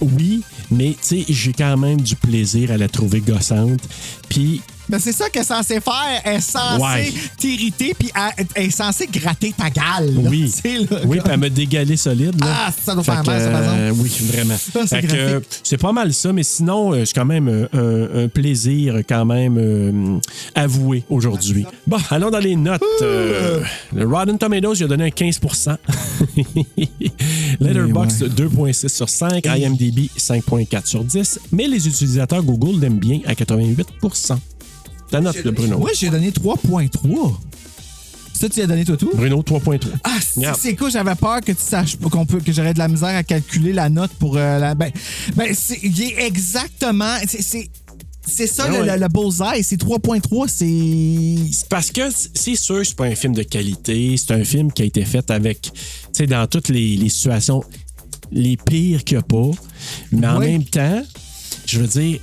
oui, mais tu sais, j'ai quand même du plaisir à la trouver gossante. Puis
Mais Ben, c'est ça qu'elle est censée faire. Elle est censée
Ouais.
t'irriter, puis elle, elle est censée gratter ta gale. là.
Oui.
Tu sais, là,
Oui,
comme-
puis elle m'a dégalé solide. Là.
Ah, ça doit
Fait
faire mal,
que,
ça, par exemple.
euh, Oui, vraiment.
Ça, c'est
Fait que, euh, C'est pas mal ça, mais sinon, euh, c'est quand même euh, un, un plaisir quand même euh, avoué aujourd'hui. Bon, allons dans les notes. Euh, le Rotten Tomatoes, il a donné un 15
Eh
Letterboxd, 2.6 sur 5. IMDb, 5.4 sur 10. Mais les utilisateurs Google l'aiment bien à 88 Ta note, le Bruno.
Moi, j'ai donné 3.3. Ça, tu l'as donné, toi, tout?
Bruno, 3.3.
Ah, c'est-
Yeah.
c'est cool, j'avais peur que tu saches pas qu'on peut que j'aurais de la misère à calculer la note pour euh, la. Ben, ben c'est il est exactement. c'est- C'est c'est ça
Ah
le,
ouais.
le, le bullseye, c'est 3.3, c'est.
C'est parce que c- c'est sûr que c'est pas un film de qualité, c'est un film qui a été fait avec, tu sais, dans toutes les, les situations les pires qu'il n'y a pas. Mais en
Ouais.
même temps, je veux dire,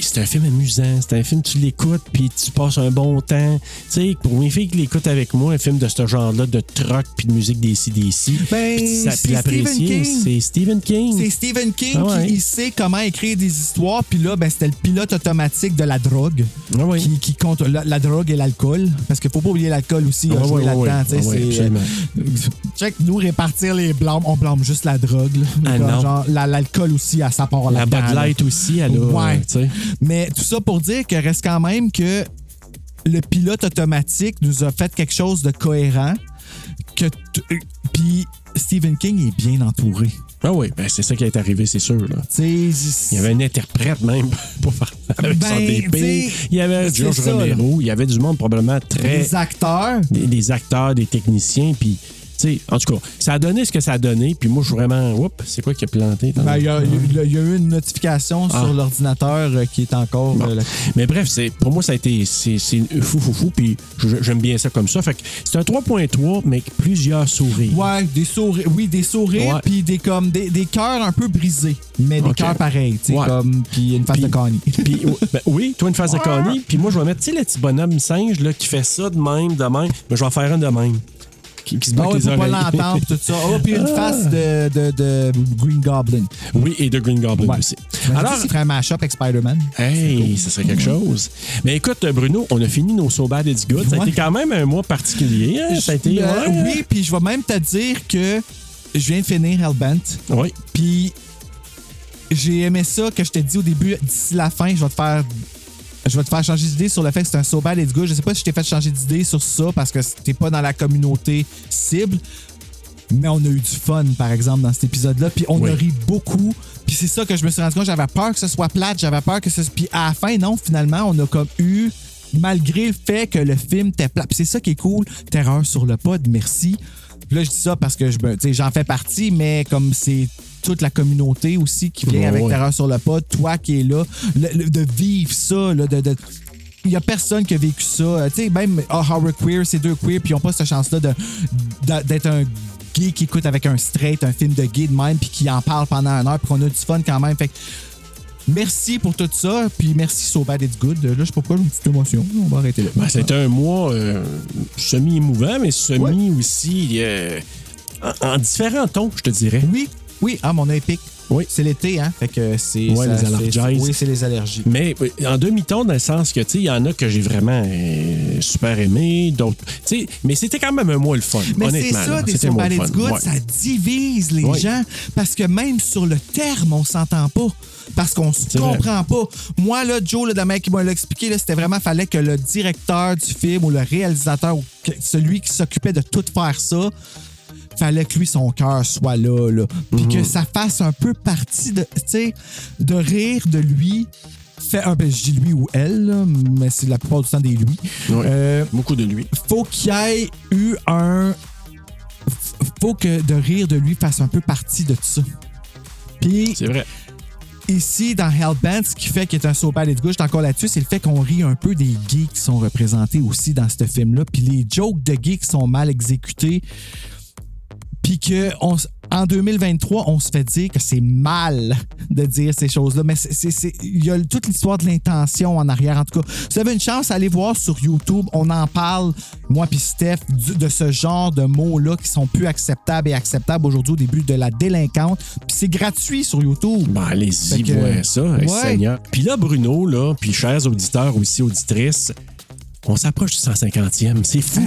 c'est un film amusant, c'est un film, tu l'écoutes, puis tu passes un bon temps. Tu sais, pour mes filles qui l'écoutent avec moi, un film de ce genre-là, de troc, puis de musique des CDC,
Ben,
puis ça- puis
c'est Stephen
l'apprécier,
King.
c'est Stephen King.
C'est Stephen King
Ah ouais.
qui il sait comment écrire des histoires, puis là, ben, c'était le pilote automatique de la drogue
Ah ouais.
qui, qui compte la, la drogue et l'alcool. Parce qu'il faut pas oublier l'alcool aussi,
Ah
à
ouais,
jouer
ouais,
là-dedans.
ouais.
tu sais,
Ah ouais,
c'est- euh,
absolument.
Check, nous répartir les blâmes, on blâme juste la drogue. là.
Ah
Genre,
non.
genre, la- l'alcool aussi, à sa part.
La
là-dedans,
Bud
là.
Light aussi, elle a, euh,
Ouais.
tu sais.
Mais tout ça pour dire que reste quand même que le pilote automatique nous a fait quelque chose de cohérent. Que t- euh, puis Stephen King est bien entouré.
Ah oui, ben c'est ça qui est arrivé, c'est sûr. Là.
Tu
Il y
sais,
avait un interprète même pour faire avec
Ben,
son DP.
t'sais,
Il y avait
c'est
George
ça,
Romero. Il y avait du monde probablement très.
les acteurs.
Des, des acteurs, des techniciens. Puis, tu sais, en tout cas, ça a donné ce que ça a donné. Puis moi, je suis vraiment. Oups, c'est quoi qui a planté? dans
Ben,
le-
il, y a, il y a- il y a eu une notification
Ah.
sur l'ordinateur euh, qui est encore.
Bon.
euh, là-
Mais bref, c'est, pour moi, ça a été c'est, c'est fou, fou, fou. Puis je- j'aime bien ça comme ça. Fait que c'est un 3.3, mais avec plusieurs sourires.
Ouais, des sourires, oui, des sourires,
Ouais.
puis des comme des, des cœurs un peu brisés, mais des
Ok.
cœurs pareils, tu sais,
Ouais.
comme puis une face
Puis-
de Connie.
Puis, ou- ben oui, toi, une face de
Ah!
Connie. Puis moi, je vais mettre, tu sais, le petit bonhomme singe là, qui fait ça de même, de même. Mais je vais en faire un de même. Qui, qui se bat
Ah ouais,
les
faut pas
oreilles. Ah.
l'entendre tout ça. Oh, puis une face de, de, de Green Goblin.
Oui, et de Green Goblin
Ouais. Ben,
aussi.
Alors,
Alors,
c'est un mashup avec Spider-Man.
hey, ça serait quelque chose. Mais écoute, Bruno, on a fini nos So Bad It's Good. Ça a
Ouais.
été quand même un mois particulier. hein? Ça a été.
Euh,
ouais.
Oui, puis je vais même te dire que je viens de finir Hellbent.
Oui.
Puis j'ai aimé ça que je t'ai dit au début. D'ici la fin, je vais te faire. Je vais te faire changer d'idée sur le fait que c'est un so bad it's good. Je sais pas si je t'ai fait changer d'idée sur ça parce que t'es pas dans la communauté cible. Mais on a eu du fun, par exemple, dans cet épisode-là. Puis on
Oui.
a ri beaucoup. Puis c'est ça que je me suis rendu compte. J'avais peur que ce soit plate. J'avais peur que ce. Puis à la fin, non, finalement, on a comme eu. Malgré le fait que le film était plat. Puis c'est ça qui est cool. Terreur sur le pod, merci. Là, je dis ça parce que je me- tu sais, j'en fais partie, mais comme c'est toute la communauté aussi qui vient
Ouais,
avec
ouais.
Terreur sur le pod, toi qui es là, le- le- de vivre ça, là, de. de- il n'y a personne qui a vécu ça. Euh, Tu sais, même ah, Horror Queer, c'est deux queer, puis ils n'ont pas cette chance-là de- de- d'être un gay qui écoute avec un straight, un film de gay de même, puis qui en parle pendant une heure, puis qu'on a du fun quand même. Fait que merci pour tout ça, puis merci So Bad It's Good. Euh, Là, je sais pas pourquoi j'ai une petite émotion. On va arrêter là.
Ben, c'était un mois euh, semi-émouvant, mais semi aussi euh, en, en différents tons, je te dirais.
Oui, Oui, ah, mon épique.
Oui.
C'est l'été, hein? Fait que c'est.
Ouais,
ça-
les
c'est-
allergies.
Oui, c'est les allergies.
Mais euh, en demi-ton, dans le sens que, tu sais, il y en a que j'ai vraiment euh, super aimé, d'autres. Tu sais, mais c'était quand même un mois le fun,
Mais c'est
honnêtement.
ça,
là.
des
C'était un mois
Sopa
le
Let's
fun.
Good,
Ouais.
ça divise les
Oui.
gens parce que même sur le terme, on s'entend pas. Parce qu'on se
C'est vrai.
comprend pas. Moi, là, Joe, là, de la manière qu'il m'a expliqué, là, c'était vraiment fallait que le directeur du film ou le réalisateur ou que- celui qui s'occupait de tout faire ça, fallait que lui, son cœur soit là, là. Puis
Mhm.
que ça fasse un peu partie de, tu sais, de rire de lui. Fait, ah, ben, je dis lui ou elle, là, mais c'est la plupart du temps des lui.
Ouais.
Euh,
Beaucoup de lui.
faut qu'il y ait eu un. f- Faut que de rire de lui fasse un peu partie de tout ça. Puis
C'est vrai.
ici, dans Hellbent, ce qui fait qu'il est un soap de gauche, encore là-dessus, c'est le fait qu'on rit un peu des gays qui sont représentés aussi dans ce film-là. Puis les jokes de gays qui sont mal exécutés. Puis que on s- en 2023, on se fait dire que c'est mal de dire ces choses-là. Mais c'est- c'est- c'est- il y a toute l'histoire de l'intention en arrière. En tout cas, si vous avez une chance, allez voir sur YouTube. On en parle, moi puis Steph, du- de ce genre de mots-là qui sont plus acceptables et acceptables aujourd'hui au début de la délinquante. Puis c'est gratuit sur YouTube.
Ben, allez-y,
Fait que- euh,
voyez ça, hey,
Ouais.
Seigneur. Puis là, Bruno, là, puis chers auditeurs, aussi auditrices, on s'approche du 150e. C'est fou.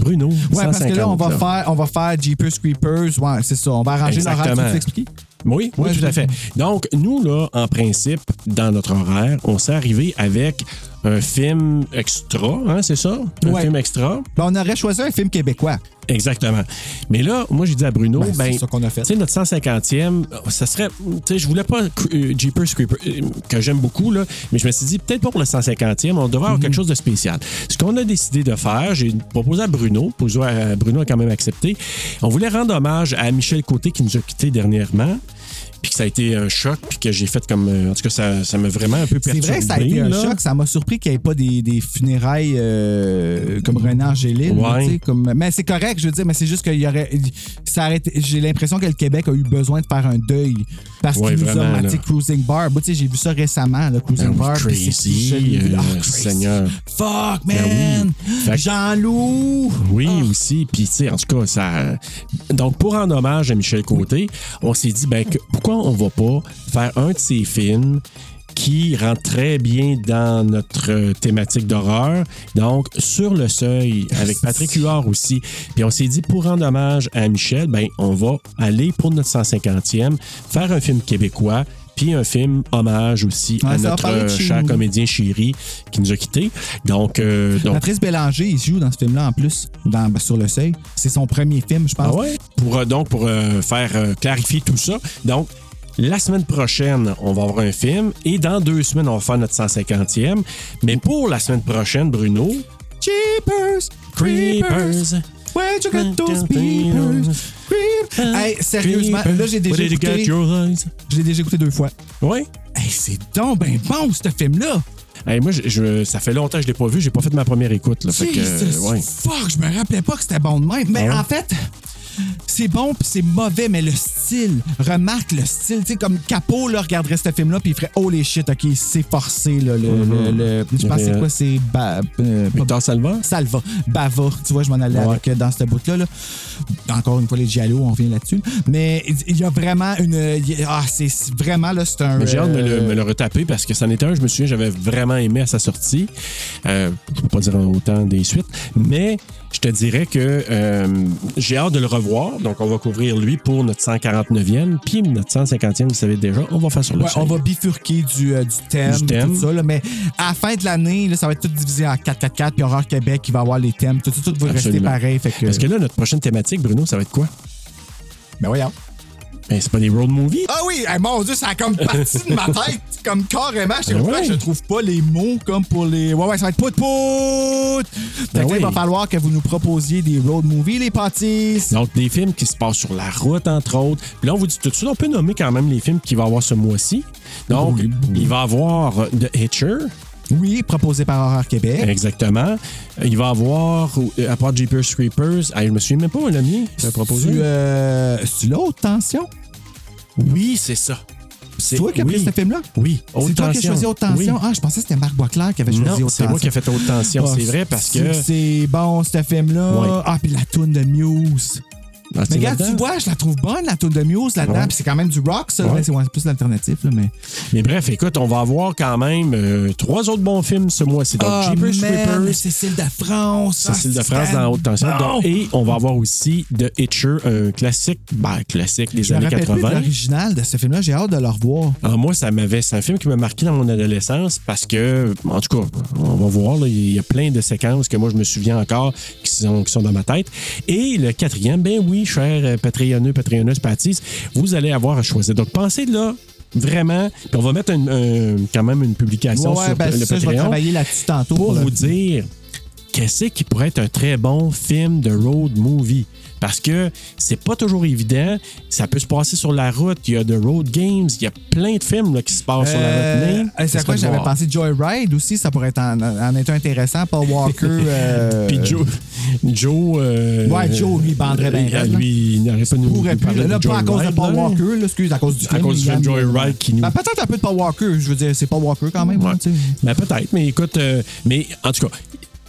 Bruno,
Ouais,
150,
parce que là, on va, Faire, on va faire Jeepers Creepers. Ouais, c'est ça. On va arranger l'horaire. Tu
Exactement.
veux t'expliquer?
Oui, oui,
Ouais,
tout
je-
à fait. Donc, nous, là, en principe, dans notre horaire, on s'est arrivé avec un film extra, hein, c'est ça? Un
Ouais.
film extra.
Ben, on aurait choisi un film québécois.
Exactement. Mais là, moi, j'ai dit à Bruno,
Ben,
ben,
c'est ça qu'on a fait.
Tu sais, notre 150e, ça serait. Tu sais, je voulais pas euh, Jeepers Creepers, euh, que j'aime beaucoup, là, mais je me suis dit, peut-être pas pour le 150e, on devrait avoir quelque
Mhm.
chose de spécial. Ce qu'on a décidé de faire, j'ai proposé à Bruno, proposé à- euh, Bruno a quand même accepté. On voulait rendre hommage à Michel Côté qui nous a quittés dernièrement. Puis que ça a été un choc, puis que j'ai fait comme. euh, En tout cas, ça ça m'a vraiment un peu
C'est
perturbé.
vrai, ça a été un
là.
choc. Ça m'a surpris qu'il n'y ait pas des, des funérailles euh, comme René Angélil.
Ouais.
tu sais, comme- Mais c'est correct, je veux dire, mais c'est juste qu'il y aurait. ça aurait été- J'ai l'impression que le Québec a eu besoin de faire un deuil. Parce
Ouais,
qu'il nous
vraiment,
a maté
là.
Cruising Bar. Moi, tu sais, j'ai vu ça récemment, le Cruising
Ben oui,
Bar. puis c'est-
crazy,
je l'ai vu.
euh,
Ah, crazy.
Seigneur.
Fuck, man!
Ben Fait que-
Jean-Loup!
Oui, aussi. Puis, tu sais, en tout cas, ça. Donc, pour rendre hommage à Michel Côté, on s'est dit, ben, que- pourquoi on va pas faire un de ces films qui rentre très bien dans notre euh, thématique d'horreur. Donc, sur le seuil, avec Patrick Huard aussi. Puis, on s'est dit, pour rendre hommage à Michel, ben, on va aller pour notre 150e, faire un film québécois, puis un film hommage aussi
Ouais,
à
ça va
notre
parler de
euh,
chez
cher
nous.
comédien chéri qui nous a quittés. Donc, euh, donc
Patrice Bélanger, il joue dans ce film-là en plus, dans, ben, sur le seuil. C'est son premier film, je pense.
Ah ouais? Pour, euh, donc, pour euh, faire euh, clarifier tout ça. Donc, la semaine prochaine, on va avoir un film et dans deux semaines, on va faire notre 150e. Mais pour la semaine prochaine, Bruno,
Jeepers!
Creepers.
Where'd you get those peepers? Creep- Hey, sérieusement, là, j'ai déjà
Where did you get
écouté.
your eyes?
Je l'ai déjà écouté deux fois.
Ouais.
Hey, c'est donc ben bon, ce film-là!
Hey, moi, je- je- ça fait longtemps que je l'ai pas vu. J'ai pas fait ma première écoute. Là, fait que,
Jesus
euh, ouais.
fuck, je me rappelais pas que c'était bon de même. Mais
Ah ouais?
en fait, c'est bon puis c'est mauvais, mais le style, remarque le style. Tu sais, comme Capo, là, regarderait ce film-là puis il ferait « Oh les shit, OK, c'est forcé, là, le... le- le- je pense que c'est quoi, c'est... Ba- euh, pas-
Mm-hmm. Victor Salva?
Salva, Bava, tu vois, je m'en allais
Ouais.
avec euh, dans ce bout-là. là. Encore une fois, les Giallo, on revient là-dessus. Mais il y a vraiment une. il y a- Ah, c'est c'est vraiment, là, c'est un.
Mais j'ai hâte de me le,
euh,
me le retaper parce que c'en était un, je me souviens, j'avais vraiment aimé à sa sortie. Euh, je peux pas dire autant des suites, mais je te dirais que euh, j'ai hâte de le revoir. Donc, on va couvrir lui pour notre 149e, puis notre 150e, vous savez déjà, on va faire sur le
ouais,
seuil.
on va bifurquer du, euh, du thème,
Du thème.
tout ça, là, mais à la fin de l'année, là, ça va être tout divisé en 4-4-4, puis Horreur Québec qui va avoir les thèmes, tout, tout, tout va rester
Absolument.
pareil. Fait que,
Parce que là, notre prochaine thématique, Bruno, ça va être quoi?
Ben voyons.
Ben, c'est pas des road movies?
Ah oui, hey, mon Dieu, ça a comme parti de ma tête, comme carrément. Je sais
Ben
pas pourquoi
ouais.
je trouve pas les mots comme pour les. Ouais, ouais, ça va être pout pout.
Ben
il va
oui.
falloir que vous nous proposiez des road movies, les pâtisses.
Donc, des films qui se passent sur la route, entre autres. Puis là, on vous dit tout de suite, on peut nommer quand même les films qu'il va y avoir ce mois-ci. Donc, il va y avoir euh, The Hitcher,
Oui, proposé par Horreur
Eh,
Québec.
Exactement. Il va avoir, ou- à part Jeepers Creepers, ah, je me souviens même pas, le mien, je l'ai proposé.
Tu, euh, c'est-tu l'autre tension?
Oui, c'est ça.
C'est toi qui as pris ce film-là?
Oui, Haute
C'est toi qui as
Tension.
choisi Haute Tension?
Oui.
Ah, je pensais que c'était Marc Boisclair qui avait choisi Haute
Non,
Tension.
c'est moi qui ai fait Haute Tension,
Ah,
c'est vrai, parce
c'est-
que...
C'est bon, ce film-là.
Ouais.
Ah, puis la toune de Muse.
Ah,
mais
c'est
regarde,
là-dedans?
tu vois, je la trouve bonne, la tune de Muse là-dedans.
Ouais.
Puis c'est quand même du rock, ça.
Ouais.
C'est ouais, c'est plus l'alternative, là, mais.
Mais bref, écoute, on va avoir quand même euh, trois autres bons films ce mois-ci. Donc,
Ah,
Jeepers
man,
Creepers,
Cécile de France.
Cécile
ah,
de France dans la Haute Tension.
bon.
Donc, et on va avoir aussi The Hitcher, un classique, ben, classique des
je me
années
rappelle plus de
80.
l'original de ce film-là. J'ai hâte de le revoir.
Alors, moi, ça m'avait. C'est un film qui m'a marqué dans mon adolescence parce que, en tout cas, on va voir, là, il y a plein de séquences que moi je me souviens encore qui sont, qui sont dans ma tête. Et le quatrième, ben oui, chers Patreonneux, Patreonneuses, Patis, vous allez avoir à choisir. Donc pensez là. Vraiment, Puis on va mettre une- un- quand même une publication
ouais,
sur
ben,
le
ça, je vais
Patreon
travailler là-dessus tantôt.
pour
le-
vous dire qu'est-ce qui pourrait être un très bon film de road movie. Parce que c'est pas toujours évident. Ça peut se passer sur la route. Il y a The Road Games. Il y a plein de films là, qui se passent sur la
Euh,
route. Mais
c'est
ça
à
serait
quoi
de
j'avais
voir.
pensé Joyride aussi, ça pourrait être en, en être intéressant. Paul Walker. euh,
Puis Joe. Joe. euh,
Ouais, Joe, lui, banderait bien
euh,
raide, là.
Lui, il n'aurait pas de nous,
pourrait
nous
plus.
parler
Là,
de
pas à
Joyride,
cause de Paul
là.
Walker, là, excuse, à cause du
À
film.
cause du film
il y a-
Joyride qui nous.
Ben, peut-être un peu de Paul Walker, je veux dire, c'est Paul Walker quand même.
Ouais.
hein, tu sais.
Ben, peut-être, mais écoute, euh, mais en tout cas,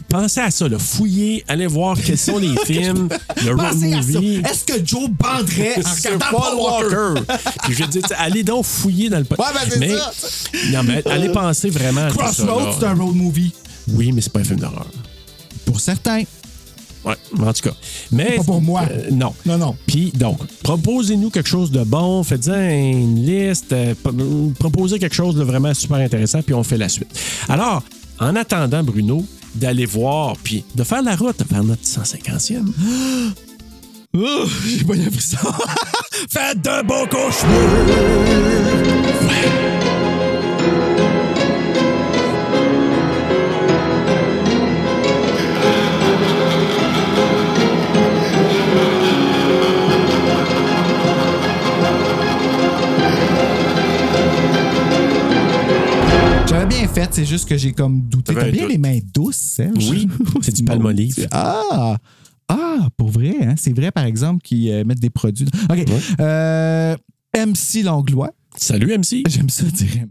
pensez à ça, là. fouillez, allez voir quels sont les films, le road
Pensez à ça.
movie.
Est-ce que Joe banderait en
Sur
regardant Paul Walker?
Puis je dis, allez donc fouiller dans le pot.
Ouais, ben, c'est
mais,
ça,
Non, mais allez penser vraiment à tout ça, là.
Crossroads, c'est un road movie.
Oui, mais c'est pas un film d'horreur.
Pour certains.
Ouais, mais en tout cas. Mais,
Pas pour moi.
Euh, non.
Non, non.
Puis donc, proposez-nous quelque chose de bon, faites-en une liste, euh, p- euh, proposez quelque chose de vraiment super intéressant, puis on fait la suite. Alors, en attendant, Bruno, d'aller voir, puis de faire la route vers notre 150e.
Oh, J'ai pas eu ça.
Faites de beaux cauchemars!
J'avais bien fait, c'est juste que j'ai comme douté.
T'avais
T'as
un
bien
doute.
les mains douces, Serge?
Oui, c'est du palmolive.
Ah! Ah, pour vrai, hein? C'est vrai, par exemple, qu'ils euh, mettent des produits. OK. Euh, MC Langlois.
Salut, MC!
J'aime ça dire